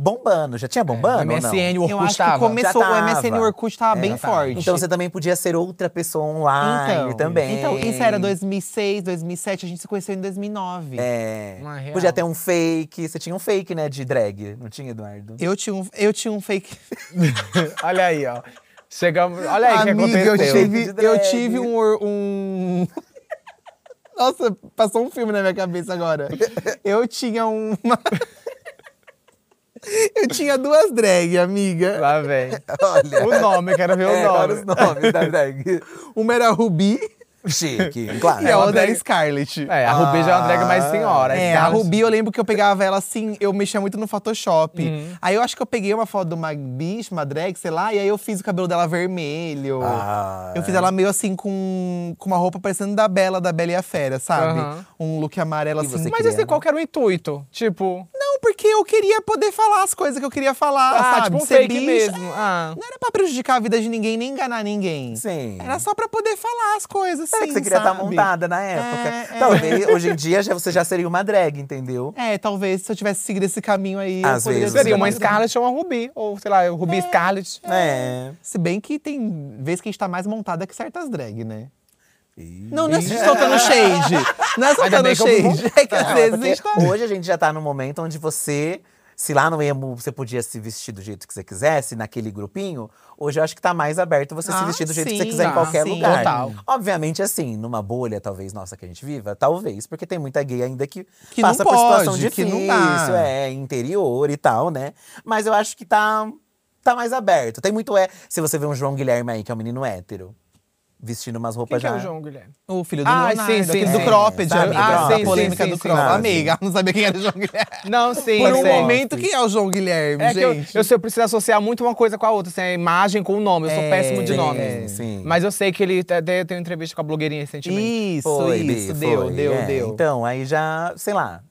S2: bombando. Já tinha bombando
S3: É, O
S2: ou não?
S3: MSN, o
S1: Eu
S3: Orkut
S1: acho que
S3: tava.
S1: começou,
S2: Já
S1: o MSN e o
S2: tava.
S1: Orkut tava
S2: É,
S1: bem
S2: já
S3: tava.
S1: forte.
S2: Então você também podia ser outra pessoa online também.
S1: Então, isso era 2006, 2007, a gente se conheceu em 2009.
S2: É.
S3: Uma real.
S2: Podia ter um fake. Você tinha um fake, né, de drag, não tinha, Eduardo?
S1: Eu tinha um, eu tinha um
S3: [laughs]
S1: fake.
S3: Olha aí, ó. Chegamos. Olha aí É, o que
S1: Amiga,
S3: aconteceu.
S1: eu tive,
S2: De
S1: eu
S2: drag.
S1: tive um, or- um. [laughs] Nossa, passou um filme na minha cabeça agora. Eu tinha uma. [laughs] eu tinha duas drag, amiga.
S3: Lá vem.
S2: [laughs] Olha.
S3: O nome, eu quero
S2: É,
S3: ver o
S2: agora
S3: nome.
S2: os nomes da
S1: [laughs]
S2: drag.
S1: Uma era a Rubi
S2: Chique, claro.
S1: e a outra
S3: drag-
S1: era Scarlett. Ah,
S3: É, a Rubi já é uma drag mais senhora.
S1: É, a Rubi, eu lembro que eu pegava ela assim, eu mexia muito no Photoshop. Aí eu acho que eu peguei uma foto de uma bicha, uma drag, sei lá, e aí eu fiz o cabelo dela vermelho.
S2: Ah.
S1: Eu fiz ela meio assim com, com uma roupa parecendo da Bela, da Bela e a Fera, sabe?
S3: Aham.
S1: Um look amarelo assim.
S2: você
S1: Mas
S3: Mas
S2: queria,
S3: assim,
S2: né?
S3: qual que era o intuito? Tipo.
S1: não, porque eu queria poder falar as coisas que eu queria falar,
S3: Ah,
S1: sabe?
S3: tipo um
S1: Ser
S3: fake
S1: bicha. é.
S3: mesmo. Ah.
S1: Não era pra prejudicar a vida de ninguém, nem enganar ninguém.
S2: Sim.
S1: Era só pra poder falar as coisas,
S2: É
S1: sim,
S2: que você queria estar
S1: sabe?
S2: montada na época.
S1: É, é.
S2: Talvez hoje em dia já- você já seria uma drag, entendeu?
S1: É, talvez se eu tivesse seguido esse caminho aí,
S2: Às
S1: eu poderia
S2: vezes,
S1: ter
S3: Seria uma
S1: sido-
S3: Scarlett ou uma Rubi. Ou, sei lá, Rubi Scarlett.
S2: É.
S1: Se bem que tem vezes que a gente tá mais montada que certas drag, né?
S2: Ih.
S1: Não, não é soltando shade. Não é
S3: bem
S1: soltando
S3: que eu me
S1: shade. É que às
S2: Não,
S1: vezes a
S2: porque
S1: gente tá.
S2: Hoje a gente já tá num momento onde você, se lá no emo você podia se vestir do jeito que você quisesse, naquele grupinho, hoje eu acho que tá mais aberto você
S1: Ah,
S2: se vestir do jeito que você
S1: sim,
S2: quiser
S1: ah,
S2: em qualquer
S1: sim.
S2: lugar.
S1: Total.
S2: Obviamente, assim, numa bolha, talvez, nossa, que a gente viva, talvez, porque tem muita gay ainda que,
S1: Que não
S2: passa por situação
S1: pode, que
S2: difícil,
S1: não dá.
S2: é, interior e tal, né? Mas eu acho que tá, tá mais aberto. Tem muito é. Se você vê um João Guilherme aí, que é um menino hétero, vestindo umas
S3: Quem
S2: roupas
S3: que é
S2: já.
S3: o João Guilherme?
S1: O filho do
S3: Ah,
S1: Leonardo,
S3: sim, sim,
S1: aquele
S3: sim.
S1: do cropped,
S2: Sabe,
S1: amiga.
S2: cropped.
S1: a
S2: Sim,
S1: polêmica
S3: sim,
S1: do
S3: sim,
S1: cropped.
S2: sabe.
S1: Amiga, ela não sabia quem era o João Guilherme.
S3: Não, sim.
S1: Por um
S3: sei.
S1: momento, quem é o João Guilherme,
S3: É que eu,
S1: gente?
S3: eu sei, eu preciso associar muito uma coisa com a outra, assim, a imagem com o nome. Eu sou
S1: É,
S3: péssimo de
S1: sim,
S3: nome.
S2: sim.
S3: Mas eu sei que ele até tem uma entrevista com a blogueirinha recentemente.
S1: Isso,
S2: Foi, Bi,
S1: isso. deu,
S2: foi,
S1: deu,
S2: é.
S1: deu.
S2: Então, aí já, sei lá,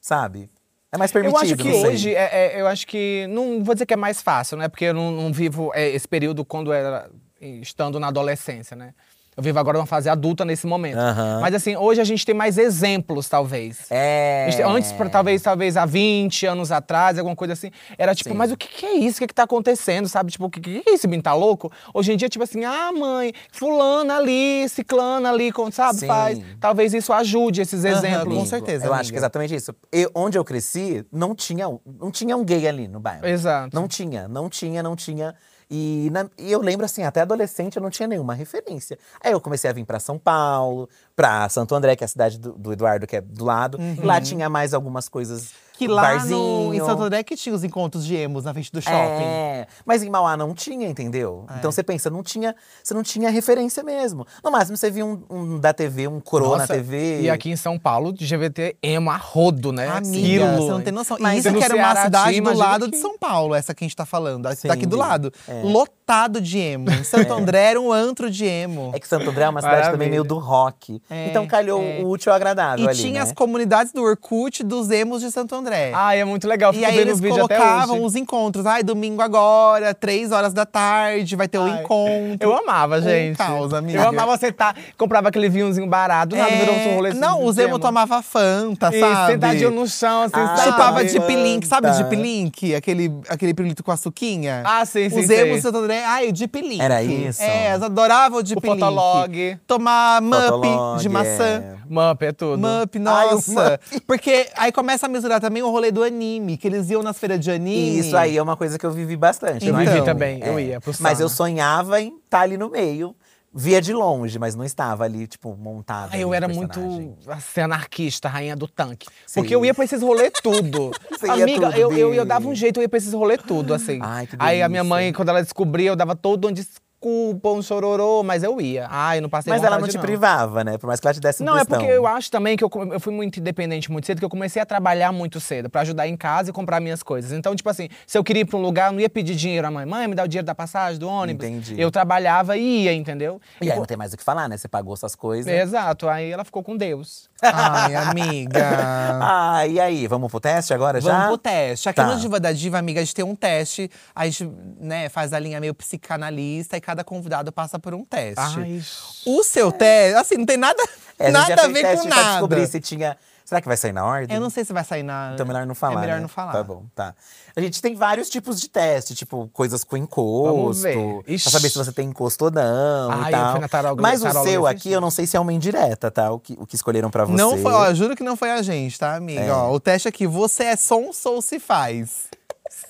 S2: sabe? É mais
S3: Eu
S2: permitido.
S3: acho que
S2: não sei.
S3: hoje, é- é- eu acho que. Não vou dizer que é mais fácil, né? Porque eu não, não vivo é, esse período quando era. estando na adolescência, né? Eu vivo agora uma fase adulta nesse momento.
S2: Aham.
S3: Mas assim, hoje a gente tem mais exemplos, talvez.
S2: É.
S3: A gente- Antes, pra- talvez, talvez há 20 anos atrás, alguma coisa assim. Era tipo, mas o que, que é isso? O que, que tá acontecendo? Sabe? Tipo, o que, que é isso? Menino tá louco? Hoje em dia, tipo assim, ah, mãe, fulana ali, ciclana ali, com- sabe?
S2: Sim.
S3: Faz. Talvez isso ajude esses
S1: Aham,
S3: exemplos.
S1: com certeza,
S2: Eu
S1: amiga.
S2: acho que é exatamente isso. E onde eu cresci, não tinha, um- não tinha um gay ali no bairro.
S3: Exato.
S2: Não tinha, não tinha, não tinha. E, na- e eu lembro assim, até adolescente eu não tinha nenhuma referência. Aí eu comecei a vir pra São Paulo, pra Santo André, que é a cidade do, do Eduardo, que é do lado. Lá tinha mais algumas coisas.
S1: Uhum. Que lá
S2: barzinho.
S1: no, em Santo André é que tinha os encontros de emos na frente do shopping.
S2: É, mas em Mauá não tinha, entendeu?
S3: É.
S2: Então você pensa, não tinha, você não tinha referência mesmo. No máximo você via um, um da TV, um coroa na
S3: Nossa,
S2: TV.
S3: E aqui em São Paulo, GVT emo a rodo, né?
S1: Amiga,
S3: Quilo.
S1: você não tem noção. E
S3: Mas
S1: isso
S3: no
S1: que era
S3: Ceará
S1: uma cidade
S3: tinha,
S1: do
S3: imagina É.
S1: lado
S3: que-
S1: de São Paulo, essa que a gente tá falando. Essa
S2: Sim,
S1: tá aqui do
S2: Bi.
S1: lado. Lotado de emo. Em Santo
S3: É.
S1: André era um antro de emo.
S2: É que Santo André é uma cidade também
S3: Maravilha.
S2: meio do rock.
S1: É,
S2: então calhou o útil ao agradável
S1: E
S2: ali,
S1: tinha
S2: né?
S1: as comunidades do Orkut dos emos de Santo André.
S3: Ai, é muito legal.
S1: E
S3: Fico
S1: aí
S3: vendo
S1: eles
S3: o vídeo até
S1: colocavam
S3: hoje.
S1: os encontros. Ai, domingo agora, três horas da tarde, vai ter o
S3: Ai,
S1: encontro.
S3: Eu amava,
S1: Um
S3: gente.
S1: caos, amiga.
S3: Eu amava sentar, comprava aquele vinhozinho barato, nada
S1: É,
S3: virou um rolê
S1: Não,
S3: de
S1: os emo
S3: emo.
S1: tomava Fanta,
S3: E
S1: sabe?
S3: sentadinho no chão, assim,
S2: Ah,
S3: sabe?
S1: Chupava
S2: Fanta.
S1: de Link, sabe de
S2: Tá.
S1: Link? Aquele, aquele pirulito com açuquinha.
S3: Ah, sim, sim,
S1: Os
S3: sei.
S1: emos de Santo André. Ai, o Deep Link.
S2: Era isso.
S1: É, elas adoravam o Deep
S3: O Fotolog.
S1: Tomar Mup
S2: Fotolog, é.
S1: de maçã.
S3: Mup é tudo.
S1: Mup,
S2: Ai, o
S1: nossa. Porque aí começa a misturar também o rolê do anime, que eles iam nas feiras de anime.
S2: E isso aí é uma coisa que eu vivi bastante.
S1: Eu
S2: não é?
S1: vivi
S2: Então,
S3: também, eu ia pro
S2: Mas
S3: sauna.
S2: eu sonhava em estar ali no meio. Via de longe, mas não estava ali, tipo, montada.
S3: Ai, Ah, eu
S2: ali,
S3: era
S2: personagem.
S3: muito assim, anarquista, rainha do tanque.
S2: Sim.
S3: Porque eu ia pra esses rolê tudo.
S2: [laughs] Você ia
S3: Amiga,
S2: tudo,
S3: eu, eu, eu
S2: Bi.
S3: dava um jeito, eu ia pra esses rolê tudo, assim.
S2: Ai, que
S3: Aí a minha
S2: delícia.
S3: mãe, quando ela descobria, eu dava todo um descuido desculpa, um chororô, mas eu ia. Ai, não passei
S2: Mas ela não
S3: vontade,
S2: te privava, né? Por mais que ela te desse
S3: Não, é
S2: emprestão.
S3: porque eu acho também que eu, come- eu fui muito independente muito cedo, que eu comecei a trabalhar muito cedo pra ajudar em casa e comprar minhas coisas. Então, tipo assim, se eu queria ir pra um lugar, eu não ia pedir dinheiro à mãe. Mãe, me dá o dinheiro da passagem, do ônibus.
S2: Entendi.
S3: Eu trabalhava e ia, entendeu?
S2: E aí não tem mais o que falar, né? Você pagou suas coisas.
S3: Exato, aí ela ficou com Deus. Ai, amiga.
S2: [laughs] Ah, e aí? Vamos pro teste agora já?
S1: Vamos pro teste. Aqui
S2: Tá.
S1: no Diva da Diva, amiga, a gente tem um teste. A gente né, faz a linha meio psicanalista e cada convidado passa por um teste.
S3: Ai,
S1: O seu teste, assim, não tem nada,
S2: É, a gente já
S1: nada a
S2: fez
S1: ver
S2: teste
S1: com
S2: pra descobrir
S1: nada.
S2: se tinha… Será que vai sair na ordem?
S1: Eu não sei se vai sair na.
S2: Então melhor não falar,
S1: É melhor
S2: né?
S1: não falar.
S2: Tá bom, tá. A gente tem vários tipos de teste, tipo coisas com
S3: Vamos
S2: encosto.
S3: ver. Ixi.
S2: Pra saber se você tem encosto ou não
S3: Ai,
S2: e
S3: eu
S2: tal.
S3: fui na taróloga-
S2: Mas o
S3: taróloga,
S2: seu
S3: eu
S2: aqui,
S3: fiz.
S2: eu não sei se é uma indireta, tá? O que, o que escolheram pra você. É.
S1: Não foi, ó, juro que não foi a gente, tá, amiga? Ó, o teste aqui, você é sonso ou se faz?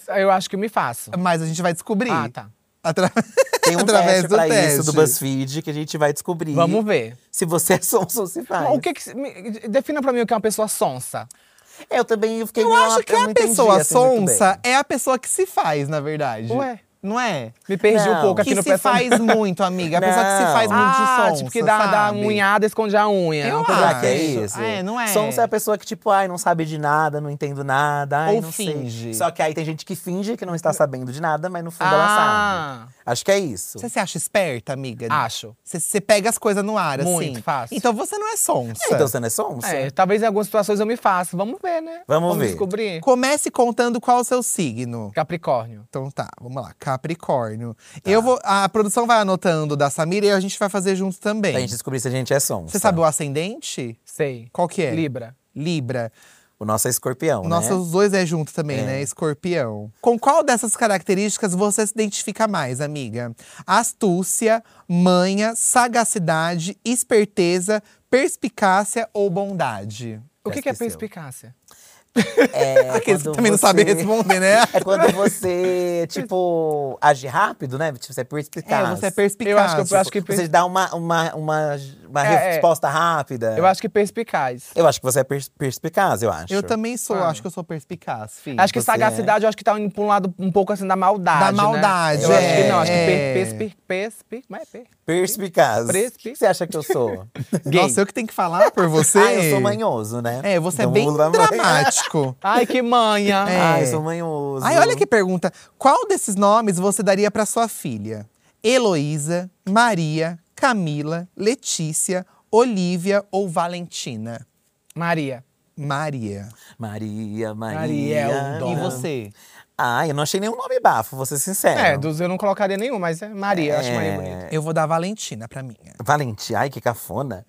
S3: eu acho que me faço.
S1: Mas a gente vai descobrir.
S3: Ah, tá.
S1: Atra- [laughs]
S2: Tem um
S1: Através
S2: teste
S1: do
S2: pra
S1: teste.
S2: isso do BuzzFeed que a gente vai descobrir.
S3: Vamos ver.
S2: Se você é sonso ou se faz.
S3: O que que se- me- defina pra mim o que é uma pessoa sonsa.
S2: É, Eu também fiquei…
S1: Eu
S2: meio-
S1: acho que
S2: eu
S1: a
S2: não entendi,
S1: pessoa
S2: assim, muito bem.
S1: sonsa é a pessoa que se faz, na verdade.
S3: Ué.
S1: Não é?
S3: Me perdi um
S2: Não.
S3: pouco aqui
S1: Que
S3: no
S1: se
S3: personagem.
S1: faz muito, amiga. A pessoa que se
S2: Não.
S1: faz muito de
S3: Ah,
S1: sonsa,
S3: tipo que dá, dá
S1: sabe?
S3: uma unhada e esconde a unha.
S1: Eu
S3: uma coisa assim.
S2: Ah, que é
S1: Isso.
S2: isso.
S1: É, não é.
S2: Sonsa é a pessoa que, tipo, ai, não sabe de nada, não entendo nada. Ai,
S1: Ou
S2: não
S1: finge.
S2: Sei. Só que aí tem gente que finge que não está sabendo de nada, mas no fundo ela sabe.
S3: Ah,
S2: Acho que é isso.
S1: Você se acha esperta, amiga?
S3: acho.
S1: Você, você pega as coisas no ar, assim.
S3: Muito fácil.
S1: Então você não é sonsa.
S2: É, então você não é sonsa?
S3: É, talvez em algumas situações eu me faça. Vamos ver, né?
S2: Vamos ver.
S3: descobrir.
S1: Comece contando qual é o seu signo.
S3: Capricórnio.
S1: Então tá, vamos lá. Capricórnio. Eu vou. A produção vai anotando da Samira e a gente vai fazer junto também.
S2: Pra gente descobrir se a gente é sonsa.
S1: Você sabe o ascendente?
S3: Sei.
S1: Qual que é?
S3: Libra.
S1: Libra.
S2: O nosso é escorpião,
S1: Nossa,
S2: né?
S1: os dois é junto também, né? Escorpião. Com qual dessas características você se identifica mais, amiga? Astúcia, manha, sagacidade, esperteza, perspicácia ou bondade?
S3: O que,
S2: Já
S3: que é
S2: esqueceu.
S3: perspicácia?
S2: É,
S1: [laughs] Aqueles que
S2: quando
S1: também não sabem responder, né?
S2: [laughs] É quando você, tipo, age rápido, né? Tipo, você é perspicaz. Tipo,
S1: É, você é perspicaz.
S3: Eu acho que eu acho que
S2: Você dá uma, uma, uma, uma
S3: É, é.
S2: resposta rápida.
S1: É.
S3: Eu acho que perspicaz.
S2: Eu acho que você é pers- perspicaz, eu acho.
S1: Eu também sou,
S3: Ah.
S1: acho que eu sou perspicaz, filho.
S3: Acho que
S2: você é.
S3: sagacidade, eu acho que tá indo pra um lado um pouco assim da maldade.
S1: Da
S3: né?
S1: maldade,
S3: Eu acho que não, acho
S1: é,
S3: que
S1: é.
S3: per, perspi, perspi, mas é per.
S2: Perspicaz. O
S3: Prespi-
S2: que você acha que
S1: [laughs]
S2: eu sou?
S3: Gay.
S1: Nossa, eu que tenho que falar por você?
S2: Ah, eu sou manhoso, né?
S1: É, você
S2: Então
S1: é bem
S2: vamos lá, mãe. [laughs]
S1: dramático.
S3: Ai, que manha.
S1: [laughs] É.
S2: Ah, eu sou manhoso.
S1: Ai, olha que pergunta. Qual desses nomes você daria pra sua filha? Heloísa, Maria, Camila, Letícia, Olivia ou Valentina?
S3: Maria.
S1: Maria.
S2: Maria, Maria.
S3: Maria é o dom.
S1: E você?
S2: Ah, eu não achei nenhum nome bafo, vou ser sincero.
S3: É, dos eu não colocaria nenhum, mas é Maria, eu acho Maria
S2: É.
S3: bonita.
S1: Eu vou dar Valentina pra minha.
S2: Valente, ai, que cafona.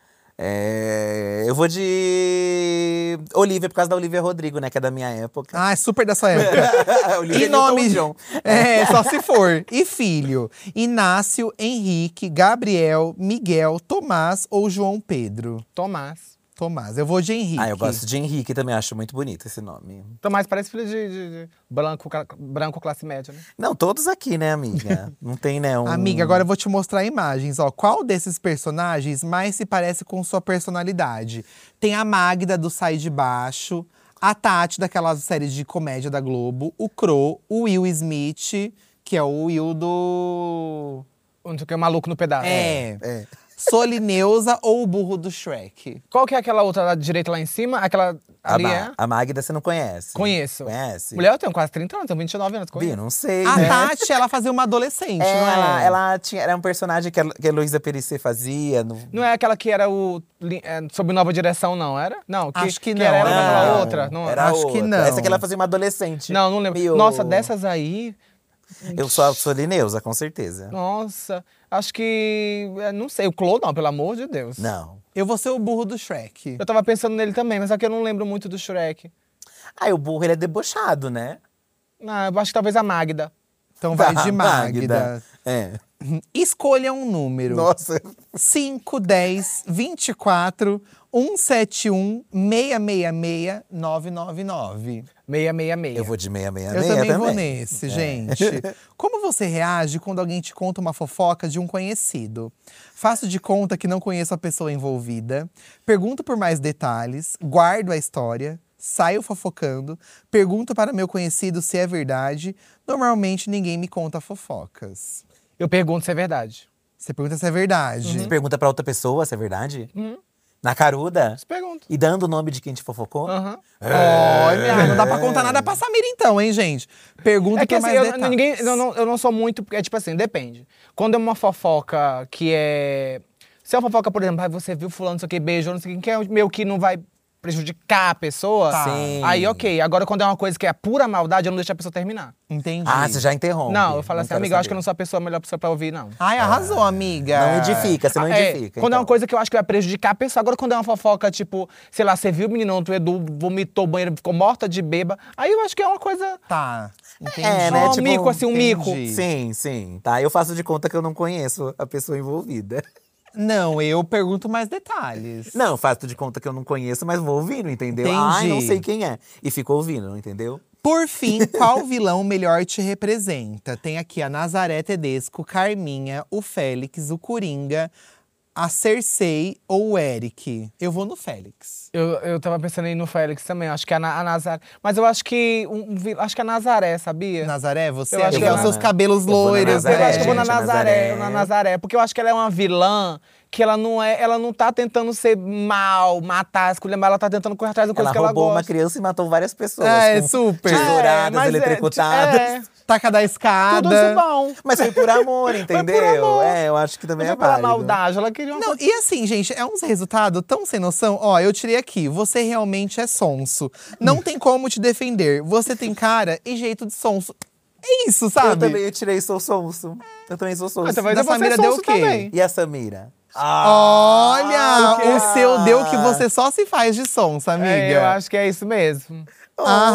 S2: É, Eu vou de. Olivia, por causa da Olivia Rodrigo, né? Que é da minha época.
S1: Ah, é super da
S2: [laughs]
S1: sua época.
S2: Olivia
S1: E
S2: Newton
S1: nome.
S2: John.
S1: É, só se for. E filho? Inácio, Henrique, Gabriel, Miguel, Tomás ou João Pedro?
S3: Tomás.
S1: Tomás. Eu vou de Henrique.
S2: Ah, eu gosto de Henrique também, acho muito bonito esse nome.
S3: Tomás parece filho de, de- de branco, ca- branco classe média, né?
S2: Não, todos aqui,
S1: [laughs]
S2: né, amiga? não tem, né? Um...
S1: Amiga, agora eu vou te mostrar imagens, ó. Qual desses personagens mais se parece com sua personalidade? Tem a Magda do Sai de Baixo, a Tati daquela série de comédia da Globo, o Crow, o Will Smith, que é o Will do…
S3: Onde que é o maluco no pedaço.
S1: É.
S2: É.
S1: Solineusa [laughs] ou o burro do Shrek?
S3: Qual que é aquela outra lá direita lá em cima? Aquela
S2: A,
S3: ali é?
S2: Ma- a Magda você não conhece?
S3: Conheço.
S2: Conhece?
S3: Mulher, eu tenho quase 30 anos, tenho 29 anos.
S2: Bi,
S3: Conheço.
S2: não sei.
S1: Ah, tá, A
S2: né?
S1: Tati, ela fazia uma adolescente,
S2: É,
S1: não é?
S2: ela, ela tinha, era um personagem que a, que a Luísa Perissé fazia. No...
S3: Não é aquela que era o. li- é, sob nova direção, não, era? Não, que,
S1: Acho que
S3: era
S1: não,
S3: ela
S1: não.
S3: daquela outra. Não,
S2: era
S1: acho que
S2: outra.
S1: não.
S2: Essa que ela fazia uma adolescente.
S3: não, não lembro.
S2: Meio-
S3: Nossa, dessas aí.
S2: Eu sou a Solineusa, com certeza.
S3: Nossa, acho que. é, Não sei, o Clo não, pelo amor de Deus.
S2: Não.
S1: Eu vou ser o burro do Shrek.
S3: Eu tava pensando nele também, mas só que eu não lembro muito do Shrek.
S2: Ah, e o burro, ele é debochado, né?
S3: Ah, eu acho que talvez a Magda.
S1: Então vai
S2: Tá,
S1: de Magda.
S2: É.
S1: Escolha um número.
S2: Nossa.
S1: 5, 10, 24, 171, 666, 999.
S3: 666.
S2: Eu vou de meia, meia,
S1: Eu
S2: meia
S1: também,
S2: É também.
S1: vou nesse, gente. Como você reage quando alguém te conta uma fofoca de um conhecido? Faço de conta que não conheço a pessoa envolvida, pergunto por mais detalhes, guardo a história, saio fofocando, pergunto para meu conhecido se é verdade. Normalmente ninguém me conta fofocas.
S3: Eu pergunto se é verdade.
S1: Você pergunta se é verdade.
S2: Você pergunta pra outra pessoa se é verdade? Na caruda?
S3: Você pergunta.
S2: E dando o nome de quem te fofocou? É.
S3: Aham. Ah,
S1: Olha, Ah, não dá pra contar nada pra Samira então, hein, gente? Pergunta
S3: É
S1: pra
S3: que assim,
S1: mais
S3: eu,
S1: detalhes.
S3: ninguém, eu, não, eu não sou muito. É tipo assim, depende. Quando é uma fofoca que é. Se é uma fofoca, por exemplo, ah, você viu fulano, não sei o que, beijou, não sei quem, que é meio que não vai prejudicar a pessoa.
S1: Tá.
S2: Sim.
S3: Aí, ok. Agora, quando é uma coisa que é pura maldade, eu não deixo a pessoa terminar.
S1: Entendi.
S2: Ah, você já interrompe.
S3: não, eu falo assim,
S2: quero
S3: amiga, eu acho que eu não
S2: saber.
S3: sou a pessoa a melhor pessoa pra ouvir, não.
S1: Ai, arrasou, amiga.
S2: Não edifica, você não
S3: É,
S2: edifica.
S3: quando é
S2: então.
S3: uma coisa que eu acho que vai prejudicar a pessoa. Agora, quando é uma fofoca, tipo, sei lá, você viu o meninão, tu Edu vomitou, o banheiro ficou morta de beba. Aí eu acho que é uma coisa.
S1: Tá, entendi.
S2: É, né?
S3: Só um
S2: tipo,
S3: mico, assim, um mico.
S1: entendi.
S2: Sim, sim. Tá, eu faço de conta que eu não conheço a pessoa envolvida.
S1: Não, eu pergunto mais detalhes.
S2: [laughs] Não, eu faço de conta que eu não conheço, mas vou ouvindo, entendeu?
S1: Entendi.
S2: Ai, não sei quem é. E fico ouvindo, entendeu?
S1: Por fim, qual vilão melhor te representa? Tem aqui a Nazaré Tedesco, Carminha, o Félix, o Coringa, a Cersei ou o Eric. Eu vou no Félix.
S3: Eu, eu tava pensando em ir no Félix também, acho que a, Na- a Nazaré. Mas eu acho que. um- um vi- acho que a Nazaré, sabia?
S1: Nazaré, você
S3: Eu acho
S1: acho
S3: que
S1: que é
S3: eu
S1: os
S3: vou
S1: seus
S2: na-
S1: cabelos
S2: eu vou na
S1: loiros. né,
S3: Eu
S2: Nazaré,
S3: acho que eu vou na
S2: gente, a
S3: Nazaré,
S2: Nazaré.
S3: na Nazaré, porque eu acho que ela é uma vilã que ela não é, ela não tá tentando ser mal, matar, esculhambar, ela tá tentando correr atrás da coisa
S2: Ela
S3: que ela
S2: roubou uma
S3: gosta.
S2: criança e matou várias pessoas.
S1: É,
S2: com
S1: super.
S3: É,
S2: Tesouradas,
S3: mas é,
S2: eletrocutadas.
S3: é.
S1: Taca da escada.
S3: Tudo isso é bom.
S2: Mas foi por
S3: [laughs]
S2: amor, entendeu?
S3: amor.
S2: É, eu acho que também
S3: Não
S2: é
S3: foi pela
S2: válido.
S3: maldade, ela queria uma
S1: Não, e assim, gente, é uns resultados tão sem noção. Ó, eu tirei aqui. Você realmente é sonso. Não tem como te defender. Você tem cara e jeito de sonso. É isso, sabe?
S2: Eu também tirei sou sonso. Eu também sou sonso.
S3: Ah, talvez
S1: da
S3: eu fosse
S1: Samira
S3: sonso
S1: deu o quê?
S3: também.
S2: E a Samira?
S1: Olha,
S2: porque-
S1: o seu deu que você só se faz de sonsa, amiga.
S3: É, eu acho que é isso mesmo.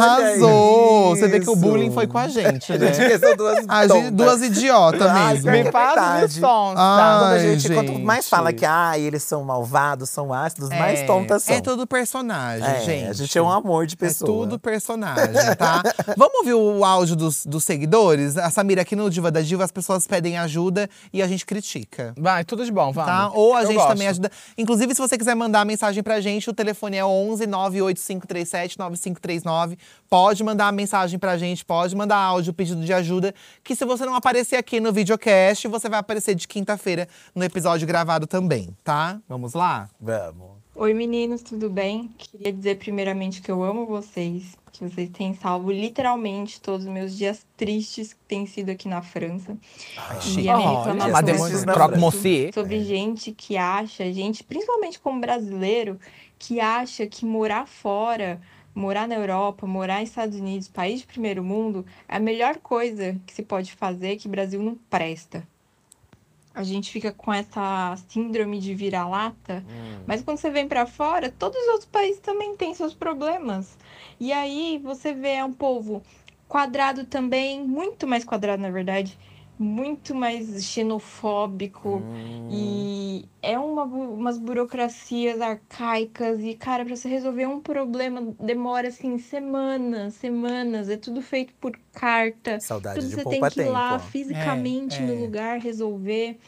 S1: Arrasou! Você vê que o
S2: é. isso.
S1: bullying foi com a gente, né?
S2: Porque são duas
S1: A gente,
S2: tontas.
S1: duas idiotas
S2: Ai,
S1: mesmo.
S2: cara,
S3: Me
S2: é
S3: passa
S2: verdade.
S3: de
S1: Ah,
S3: sonsa.
S2: Quando a
S1: Ai,
S2: gente, quanto mais
S1: gente.
S2: fala que ah, eles são malvados, são ácidos, mais tontas são.
S1: É todo personagem,
S2: É,
S1: gente.
S2: A gente é um amor de pessoa.
S1: É tudo personagem, tá? Vamos ouvir o áudio dos, dos seguidores? A Samira, aqui no Diva da Diva, as pessoas pedem ajuda e a gente critica.
S3: Vai, tudo de bom, vamos.
S1: Tá? Ou a
S3: Eu
S1: gente
S3: gosto.
S1: também ajuda. Inclusive, se você quiser mandar mensagem pra gente, o telefone é 11 98537 9539. Pode mandar mensagem pra gente, pode mandar áudio, pedido de ajuda. Que se você não aparecer aqui no videocast, você vai aparecer de quinta-feira no episódio gravado também, tá? Vamos lá?
S2: Vamos.
S4: Oi meninos, tudo bem? Queria dizer primeiramente que eu amo vocês, que vocês têm salvo literalmente todos os meus dias tristes que têm sido aqui na França.
S1: chique.
S4: E a minha
S3: Olha,
S4: reclamação
S2: mas
S4: é
S2: depois
S4: sobre
S2: na
S4: isso,
S2: França.
S3: Croque-monsieur.
S4: sobre gente que acha, gente, principalmente como brasileiro, que acha que morar fora, morar na Europa, morar nos Estados Unidos, país de primeiro mundo, é a melhor coisa que se pode fazer, que o Brasil não presta. A gente fica com essa síndrome de vira-lata
S2: Hum.
S4: mas quando você vem pra fora, todos os outros países também têm seus problemas. E aí você vê é um povo quadrado também, muito mais quadrado na verdade, muito mais xenofóbico
S2: Hum.
S4: e é uma, bu- umas burocracias arcaicas e cara, pra você resolver um problema demora assim semanas, semanas, é tudo feito por carta.
S2: Saudade
S4: Tudo
S2: de
S4: você tem
S2: poupa
S4: que ir
S2: tempo.
S4: lá fisicamente
S1: É, é.
S4: no lugar resolver.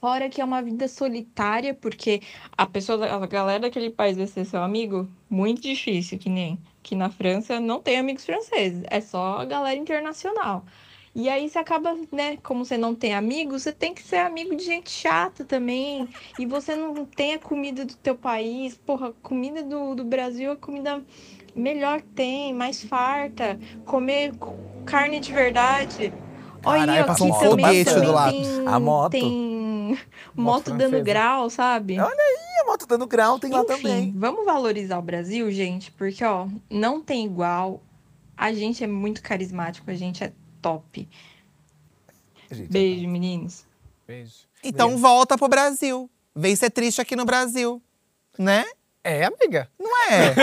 S4: Fora que é uma vida solitária, porque a pessoa, da- a galera daquele país vai ser seu amigo, muito difícil, que nem que na França não tem amigos franceses, é só a galera internacional. E aí você acaba, né, como você não tem amigo, você tem que ser amigo de gente chata também, e você não tem a comida do teu país, porra, a comida do, do Brasil é a comida melhor que tem, mais farta, comer co- carne de verdade. Olha,
S1: Caralho,
S4: aí, ó,
S1: passou
S2: um
S4: aqui também,
S2: foguete
S4: também
S2: do
S1: lado.
S4: tem,
S2: A moto.
S4: tem
S3: Moto
S4: Hum, moto dando
S3: francesa.
S4: grau, sabe?
S2: E a moto dando grau tem Ah, lá
S4: Enfim,
S2: também.
S4: vamos valorizar o Brasil, gente, porque ó, não tem igual. A gente é muito carismático, a gente é top.
S2: Gente,
S4: Beijo, meninos.
S3: Beijo.
S1: Então volta pro Brasil. Vem ser triste aqui no Brasil. Né?
S3: É, amiga.
S1: Não [laughs] é?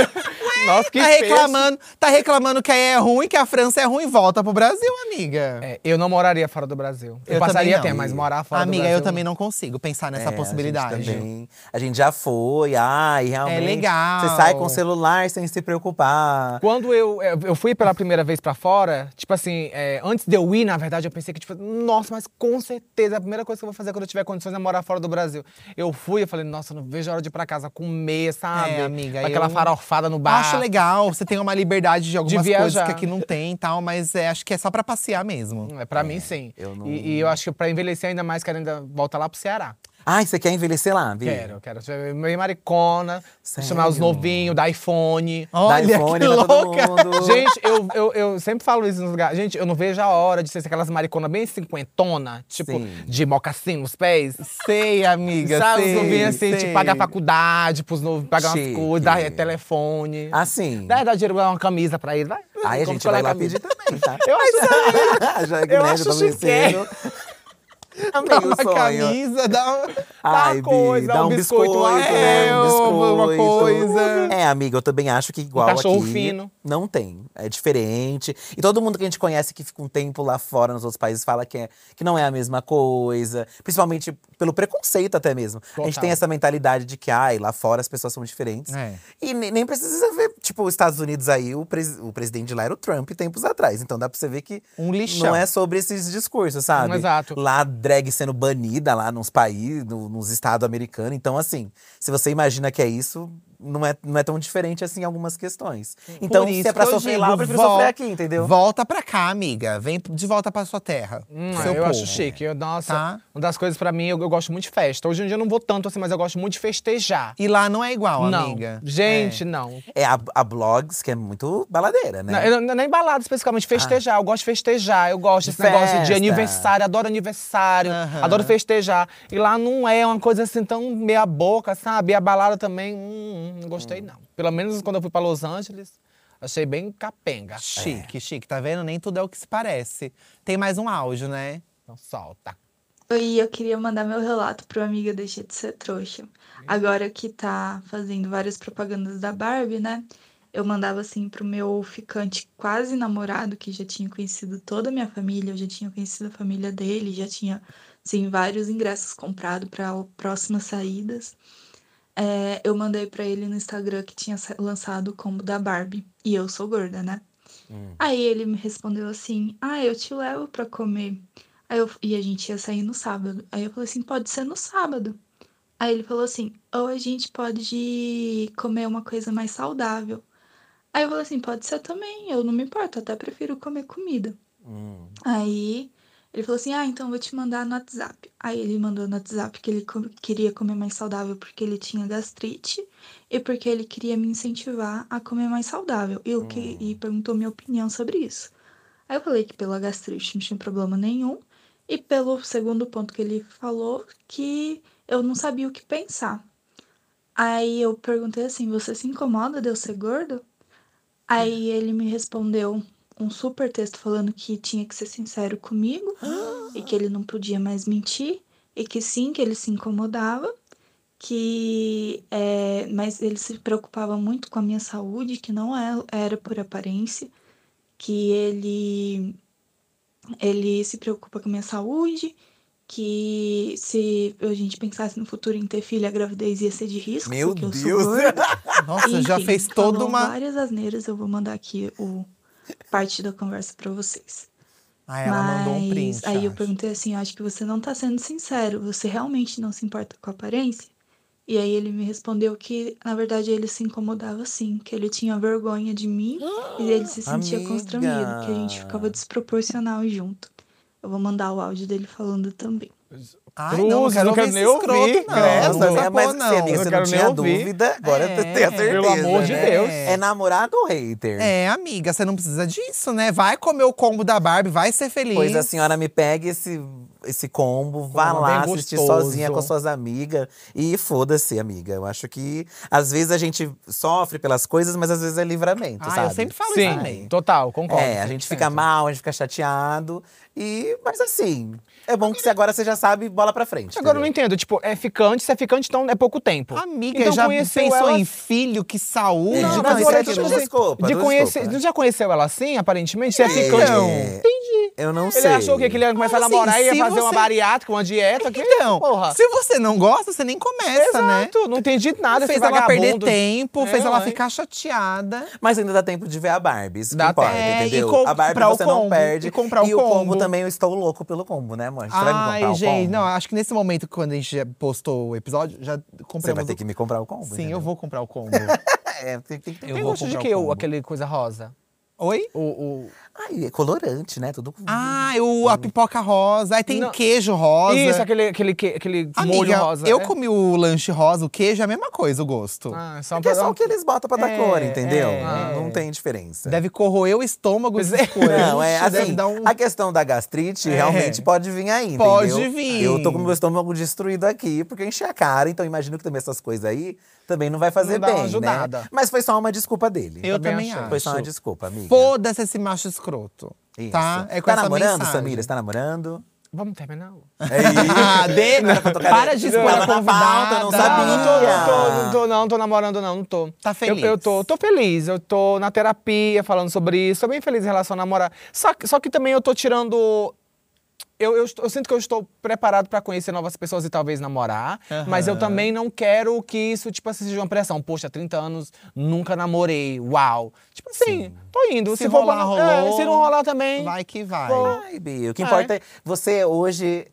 S3: Nossa, que
S1: tá
S3: peso.
S1: reclamando, tá reclamando que aí é ruim, que a França é ruim, volta pro Brasil, amiga.
S3: É, eu não moraria fora do Brasil. Eu,
S1: Eu também
S3: passaria
S1: não.
S3: tempo, mas morar fora
S1: amiga,
S3: do Brasil.
S1: eu também não consigo pensar
S2: É,
S1: nessa
S2: A gente,
S1: possibilidade.
S2: também. a gente já foi, ai, realmente.
S1: legal.
S2: Você sai com o celular sem se preocupar.
S3: Quando eu, é, eu eu fui pela primeira vez pra fora, tipo assim, é, antes de eu ir, na verdade, eu pensei que, tipo, nossa, mas com certeza é a primeira coisa que eu vou fazer quando eu tiver condições é morar fora do Brasil. Eu fui, eu falei, nossa, eu não vejo a hora de ir pra casa comer, sabe?
S1: É, amiga,
S3: Aquela
S1: eu-
S3: farofada no bar.
S1: acho legal, você tem uma liberdade de algumas coisas
S3: viajar.
S1: que aqui não tem e tal, mas é, acho que é só pra passear mesmo.
S3: É, pra mim, sim.
S2: eu não-
S3: E, e eu acho que pra envelhecer ainda mais, quero ainda voltar lá pro Ceará.
S2: Ai, você quer envelhecer lá, Bia?
S3: Quero, quero. ser Meio maricona,
S2: Sério?
S3: chamar os novinhos, da iPhone.
S2: Dá
S1: Olha,
S2: iPhone
S1: que
S2: pra todo
S1: louca!
S2: mundo.
S3: Gente, eu, eu, eu sempre falo isso nos lugares. Gente, eu não vejo a hora de ser aquelas mariconas bem cinquentona, tipo,
S2: Sim.
S3: de mocassim nos pés.
S1: Sei, amiga,
S3: Sabe,
S1: sei,
S3: os novinhos assim,
S1: sei.
S3: tipo, pagar faculdade pros novinhos, pagar
S2: Chique.
S3: umas coisas, dar eh, telefone.
S2: Assim.
S3: Dá, dá dinheiro pra uma camisa pra ele. Vai,
S2: Aí a
S3: Como
S2: gente
S3: colar
S2: vai lá
S3: camisa.
S2: pedir também, tá?
S3: Eu acho
S2: [laughs] Já que
S3: Eu
S2: né,
S3: acho é.
S2: já
S3: chique.
S2: vencendo.
S3: Dá
S2: Amei
S3: uma
S2: o um sonho.
S3: camisa, dá uma, dá
S2: Ai,
S3: uma
S2: Bi,
S3: coisa,
S2: dá um, biscoito,
S3: um
S2: né?
S3: anel,
S2: Um
S3: uma
S2: biscoito.
S3: coisa.
S2: É, amiga, eu também acho que igual
S3: cachorro
S2: aqui,
S3: fino.
S2: Não tem, é diferente. E todo mundo que a gente conhece que fica um tempo lá fora, nos outros países, fala que, é, que não é a mesma coisa. Principalmente pelo preconceito até mesmo. A gente
S3: Total.
S2: tem essa mentalidade de que, ai, lá fora as pessoas são diferentes.
S1: É.
S2: E ne- nem precisa ver, tipo, os Estados Unidos aí, o, pres- o presidente de lá era o Trump tempos atrás. Então dá pra você ver que
S1: Um lixão.
S2: não é sobre esses discursos, sabe?
S1: Uhum,
S3: Exato.
S2: Lá, drag sendo banida lá nos países, no- nos estados americanos. Então, assim, se você imagina que é isso, não é, não é tão diferente assim em algumas questões. Então,
S1: Por
S2: se
S1: isso
S2: é pra
S1: que eu
S2: sofrer
S1: digo,
S2: lá, eu prefiro
S1: vol-
S2: sofrer aqui, entendeu?
S1: Volta pra cá, amiga. Vem de volta pra sua terra.
S3: Hum,
S2: é?
S1: seu
S3: eu
S1: povo.
S3: acho chique. Eu, nossa,
S1: Tá.
S3: uma das coisas pra mim, eu, eu gosto muito de festa. Hoje em dia eu não vou tanto assim, mas eu gosto muito de festejar.
S1: E lá não é igual,
S3: não.
S1: amiga.
S3: Gente, não.
S2: É a, a blogs, que é muito baladeira, né?
S3: Não, eu não- nem balada especificamente, festejar. Eu gosto de festejar, eu gosto desse negócio de
S2: Festa.
S3: aniversário, adoro aniversário, adoro festejar. E lá não é uma coisa assim tão meia boca, sabe? E a balada também, hum, hum, não gostei não. Pelo menos quando eu fui pra Los Angeles, achei bem capenga.
S2: É.
S1: Chique, chique. Tá vendo? Nem tudo é o que se parece. Tem mais um áudio, né?
S3: Então solta.
S5: E eu queria mandar meu relato pro Amiga Deixa de Ser Trouxa. Agora que tá fazendo várias propagandas da Barbie, né? Eu mandava assim pro meu ficante quase namorado, que já tinha conhecido toda a minha família, eu já tinha conhecido a família dele, já tinha, assim, vários ingressos comprados para próximas saídas. É, eu mandei pra ele no Instagram que tinha sa- lançado o combo da Barbie. E eu sou gorda, né? Aí ele me respondeu assim: Ah, eu te levo pra comer. Aí eu, e a gente ia sair no sábado. Aí eu falei assim, pode ser no sábado. Aí ele falou assim, ou a gente pode comer uma coisa mais saudável. Aí eu falei assim, pode ser também, eu não me importo, até prefiro comer comida. Aí ele falou assim, ah, então vou te mandar no WhatsApp. Aí ele mandou no WhatsApp que ele co- queria comer mais saudável porque ele tinha gastrite e porque ele queria me incentivar a comer mais saudável. E, o que, e perguntou minha opinião sobre isso. Aí eu falei que pela gastrite não tinha problema nenhum. E pelo segundo ponto que ele falou, que eu não sabia o que pensar. Aí eu perguntei assim: você se incomoda de eu ser gordo? Aí ele me respondeu um super texto falando que tinha que ser sincero comigo e que ele não podia mais mentir e que sim, que ele se incomodava, que é, mas ele se preocupava muito com a minha saúde, que não é- era por aparência, que ele ele se preocupa com a minha saúde, que se a gente pensasse no futuro em ter filho, a gravidez ia ser de risco,
S2: Meu
S5: porque eu
S2: Deus!
S5: sou gorda.
S2: [laughs]
S1: Nossa, já
S5: Enfim,
S1: fez
S3: tá
S1: toda
S5: falou
S1: uma.
S5: várias asneiras, eu vou mandar aqui o parte da conversa pra vocês.
S1: Ah, ela
S5: Mas
S1: mandou um print.
S5: aí eu
S1: acho.
S5: perguntei assim, acho que você não tá sendo sincero, você realmente não se importa com a aparência? E aí ele me respondeu que, na verdade, ele se incomodava sim, que ele tinha vergonha de mim e ele se sentia
S2: Amiga!
S5: constrangido, que a gente ficava desproporcional junto. Eu vou mandar o áudio dele falando também.
S1: Ai, não, não
S3: Cruzes,
S1: quero
S3: não
S1: ver
S3: quero
S1: esse
S3: nem ouvir,
S1: escroto, não.
S3: credo.
S1: Essa
S2: não é mais
S1: porra,
S2: que ser
S1: não.
S2: amiga,
S3: Eu
S2: você não
S3: quero nem
S2: tinha
S3: ouvir.
S2: dúvida, agora
S1: É.
S2: eu tenho a certeza.
S1: Pelo
S3: amor de
S2: né?
S3: Deus.
S2: É namorado ou hater?
S1: É, amiga, você não precisa disso, né? Vai comer o combo da Barbie, vai ser feliz.
S2: Pois assim, a senhora me pega esse, esse combo, vá
S3: bem
S2: lá assistir
S3: gostoso.
S2: sozinha com as suas amigas. E foda-se, amiga. Eu acho que às vezes a gente sofre pelas coisas, mas às vezes é livramento,
S1: Ah,
S2: sabe?
S1: eu sempre falo isso
S3: Sim,
S1: também.
S3: total, concordo.
S2: É, a gente
S3: 100%.
S2: fica mal, a gente fica chateado. E, mas assim, é bom que você agora você já sabe, bola pra frente.
S3: Agora eu não
S2: entendeu?
S3: entendo, tipo, é ficante, se é ficante, então é pouco tempo.
S1: Amiga,
S3: então,
S1: já
S3: conheceu
S1: pensou
S3: ela
S1: em filho? Que saúde!
S2: Não,
S1: que não
S2: mas
S1: sei
S2: olha,
S1: o que
S2: tipo
S1: lá.
S2: assim, desculpa,
S3: de
S2: não
S3: conhecer,
S2: desculpa.
S3: Você já conheceu ela assim, aparentemente? Você é ficante?
S2: É,
S3: Entendi.
S2: Eu não sei.
S3: Ele achou o quê? Que ele ia começar
S1: Assim,
S3: a namorar e ia
S1: se
S3: fazer uma
S1: você-
S3: bariátrica, uma dieta? Que é
S1: Então,
S3: porra.
S1: se você não gosta, você nem começa, né?
S3: Exato, não entendi nada.
S1: fez
S3: esse
S1: ela perder
S3: vagabundo.
S1: tempo,
S3: É,
S1: fez ela
S3: ué.
S1: ficar chateada.
S2: Mas ainda dá tempo de ver a Barbie, isso que
S3: Dá
S2: importa,
S3: tempo.
S1: É, e
S2: entendeu?
S1: com-
S2: a Barbie
S1: comprar o
S2: você
S1: combo,
S2: não perde.
S1: e comprar o
S2: e o combo.
S1: combo.
S2: também, eu estou louco pelo combo, né, amor? Você vai me comprar
S1: Ai,
S2: o
S1: gente,
S2: combo?
S1: não, acho que nesse momento, quando a gente já postou o episódio, já compramos
S2: Você vai
S1: o
S2: ter que me comprar o combo,
S1: Sim,
S2: entendeu?
S1: eu vou comprar o combo.
S2: é, tem, tem que ter
S1: Eu
S3: Tem
S1: vou
S3: gosto de
S1: comprar o
S3: que? O,
S1: combo.
S3: aquele coisa rosa?
S1: Oi?
S3: O, o...
S2: Ai, é colorante, né? Tudo com.
S1: Ah, o, a pipoca rosa. Aí tem
S3: Não.
S1: queijo rosa.
S3: Isso, aquele, aquele, que- aquele
S1: Amiga,
S3: molho rosa.
S1: eu
S2: né?
S3: é?
S1: comi o lanche rosa, o queijo é a mesma coisa, o gosto.
S3: Ah, só um
S2: que é só
S3: problema.
S2: o que eles botam pra dar
S3: É,
S2: cor, entendeu?
S3: é,
S2: Não- não
S3: é.
S2: tem diferença.
S1: Deve corroer o estômago.
S3: Pois
S1: essas
S3: é.
S1: [laughs] coisas.
S2: Não, é
S1: Deve
S2: assim,
S1: dar um-
S2: a questão da gastrite
S1: É.
S2: realmente pode vir aí, entendeu?
S1: Pode vir.
S2: Eu tô com meu estômago destruído aqui, porque eu enchi a cara, então imagino que também essas coisas aí também não vai fazer
S3: Não dá
S2: bem,
S3: uma ajudada.
S2: né? Mas foi só uma desculpa dele.
S1: Eu também
S3: também
S1: acho.
S3: acho.
S2: Foi só uma desculpa, amiga.
S1: Foda-se esse macho escroto.
S2: Isso.
S1: Tá? É com
S2: tá
S1: essa
S2: namorando,
S1: mensagem.
S2: Samira? Você tá namorando?
S3: Vamos terminar?
S2: É isso.
S1: Ah, de... Para de expor
S2: Tava
S1: a
S2: na pauta,
S1: convidada.
S2: eu não
S3: Não,
S2: sabia.
S3: não tô, não tô, não tô, não tô namorando, não, não tô.
S1: Tá
S3: Eu-
S1: feliz?
S3: Eu, tô, tô feliz, eu tô na terapia falando sobre isso, tô bem feliz em relação a namorar. Só, que- só que também eu tô tirando. Eu, eu, estou- eu sinto que eu estou preparado pra conhecer novas pessoas e talvez namorar, mas eu também não quero que isso, tipo assim, seja uma pressão. Poxa, 30 anos, nunca namorei, uau. Tipo assim, tô indo.
S1: Se
S3: Se, for
S1: rolar,
S3: pra- é,
S1: rolou.
S3: se não rolar também.
S1: Vai que vai.
S3: Vou-
S2: Ai, Bi, o que importa é. Você hoje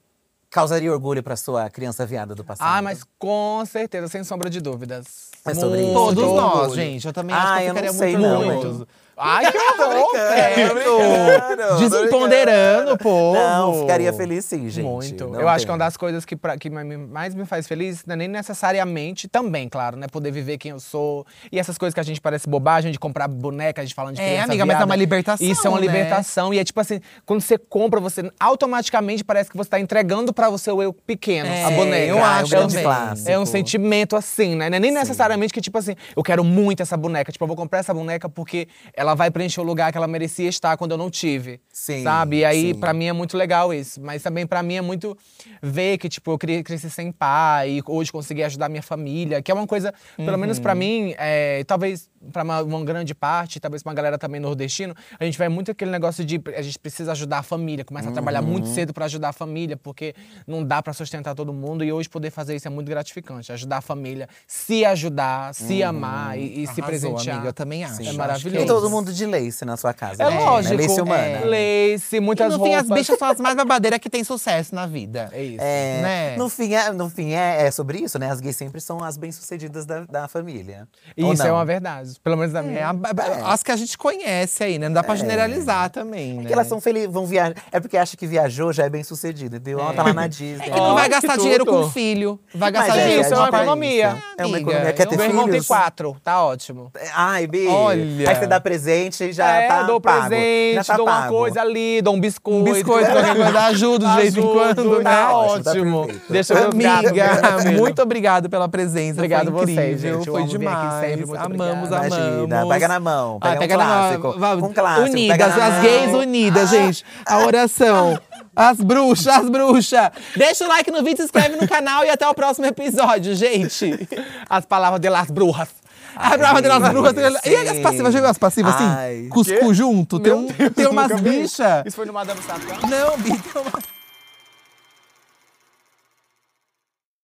S2: causaria orgulho pra sua criança viada do passado?
S3: Ah, mas com certeza, sem sombra de dúvidas.
S2: É sobre isso.
S1: Todos
S2: Muito
S1: nós,
S3: orgulho.
S1: gente. Eu também acho
S2: Ah,
S1: que eu
S2: eu não
S1: ficaria
S2: sei
S1: muito
S2: não, hein.
S1: orgulhoso.
S3: Ai, que horror, credo.
S2: brincando, tô
S3: Desempoderando o povo.
S2: Não, ficaria feliz sim, gente.
S3: Muito.
S2: Não
S3: Eu acho que é um
S2: tem.
S3: uma das coisas que, pra- que ma- me- mais me faz feliz, não é nem necessariamente, também, claro, né? Poder viver quem eu sou. E essas coisas que a gente parece bobagem, de comprar boneca, a gente falando de
S1: É,
S3: criança
S1: amiga, mas é
S3: viada.
S1: uma libertação,
S3: Isso é uma
S1: né?
S3: libertação. E é tipo assim, quando você compra, você automaticamente parece que você tá entregando pra você o eu pequeno,
S1: É,
S3: a boneca.
S1: eu
S2: Ah, é um
S1: acho
S2: grande
S1: também.
S2: clássico.
S3: É um sentimento assim, né? Não é nem necessariamente que, tipo assim, eu quero muito essa boneca. Tipo, eu vou comprar essa boneca porque ela vai preencher o lugar que ela merecia estar quando eu não tive.
S2: Sim,
S3: Sabe? E aí,
S2: sim.
S3: pra mim, é muito legal isso. Mas também, pra mim, é muito ver que, tipo, eu cre- cresci sem pai, e hoje consegui ajudar minha família, que é uma coisa, pelo menos
S1: Uhum.
S3: pra mim, é, talvez pra uma, uma grande parte, talvez pra uma galera também nordestino, a gente vai muito aquele negócio de a gente precisa ajudar a família, começa a trabalhar muito
S1: Uhum.
S3: cedo pra ajudar a família, porque não dá pra sustentar todo mundo. E hoje poder fazer isso é muito gratificante. Ajudar a família, se ajudar, se amar e, e se
S1: Uhum. Arrasou,
S3: presentear.
S1: amiga, eu também acho.
S3: É
S1: Acho
S3: maravilhoso.
S2: E todo mundo de lace na sua casa.
S3: É
S2: né?
S3: lógico.
S2: Lace humana.
S3: é. Lace,
S1: E
S3: muitas
S1: no fim,
S3: roupas.
S1: as bichas são as mais babadeiras que tem sucesso na vida.
S3: É isso.
S2: É,
S1: Né?
S2: No fim, é, no fim é, é sobre isso, né? As gays sempre são as bem-sucedidas da, da família. Ou
S3: Isso é
S2: não?
S3: uma verdade. Pelo menos da minha.
S1: É, a- a- as que a gente conhece aí, né? Não dá pra generalizar também, né?
S2: Porque É. elas são felizes, vão viajar. É porque acha que viajou já é bem-sucedido, entendeu? Ela tá lá na Disney.
S1: É que não vai
S3: Ó,
S1: gastar
S3: que
S1: dinheiro
S3: tudo.
S1: com filho. Vai
S2: Mas
S1: gastar
S2: é,
S1: dinheiro
S2: é
S1: com
S2: uma
S1: aparelho.
S3: economia.
S2: É uma
S1: Amiga,
S2: economia que é ter
S3: Meu irmão tem
S2: filhos.
S3: quatro, tá ótimo.
S2: Ai, Bi.
S3: Olha.
S2: Aí você dá presente e já
S3: é,
S2: tá
S3: dou
S2: pago.
S3: presente,
S2: já tá
S3: dou uma
S2: pago.
S3: coisa ali, dou um biscoito.
S1: Um biscoito pra quem mandar ajuda de vez em
S3: Ajudo,
S1: quando, né?
S3: Tá
S2: ótimo, tá
S3: ótimo.
S2: perfeito.
S3: Deixa eu ver o gato. né?
S1: Amiga, muito obrigado pela presença.
S3: Obrigado
S1: foi
S3: vocês,
S1: incrível,
S3: gente. Eu
S1: Foi
S3: amo vir aqui
S1: demais.
S3: sempre, muito
S1: amamos,
S3: obrigado.
S1: amamos.
S2: Imagina, pega na mão, pega um clássico,
S1: Vamos.
S2: um clássico,
S1: Unidas,
S2: pega na
S1: as
S2: mão.
S1: gays unidas, gente. A oração. As bruxas, as bruxas. Deixa o like no vídeo, se inscreve no canal e até o próximo episódio, gente. As palavras de las brujas. As palavras de las brujas. E as
S2: sim.
S1: passivas, já viu as passivas assim?
S2: Ai,
S1: Cuscu junto. Tem, um, tem umas bichas.
S3: Isso foi no Madame Satã?
S1: Não, bi, tem uma.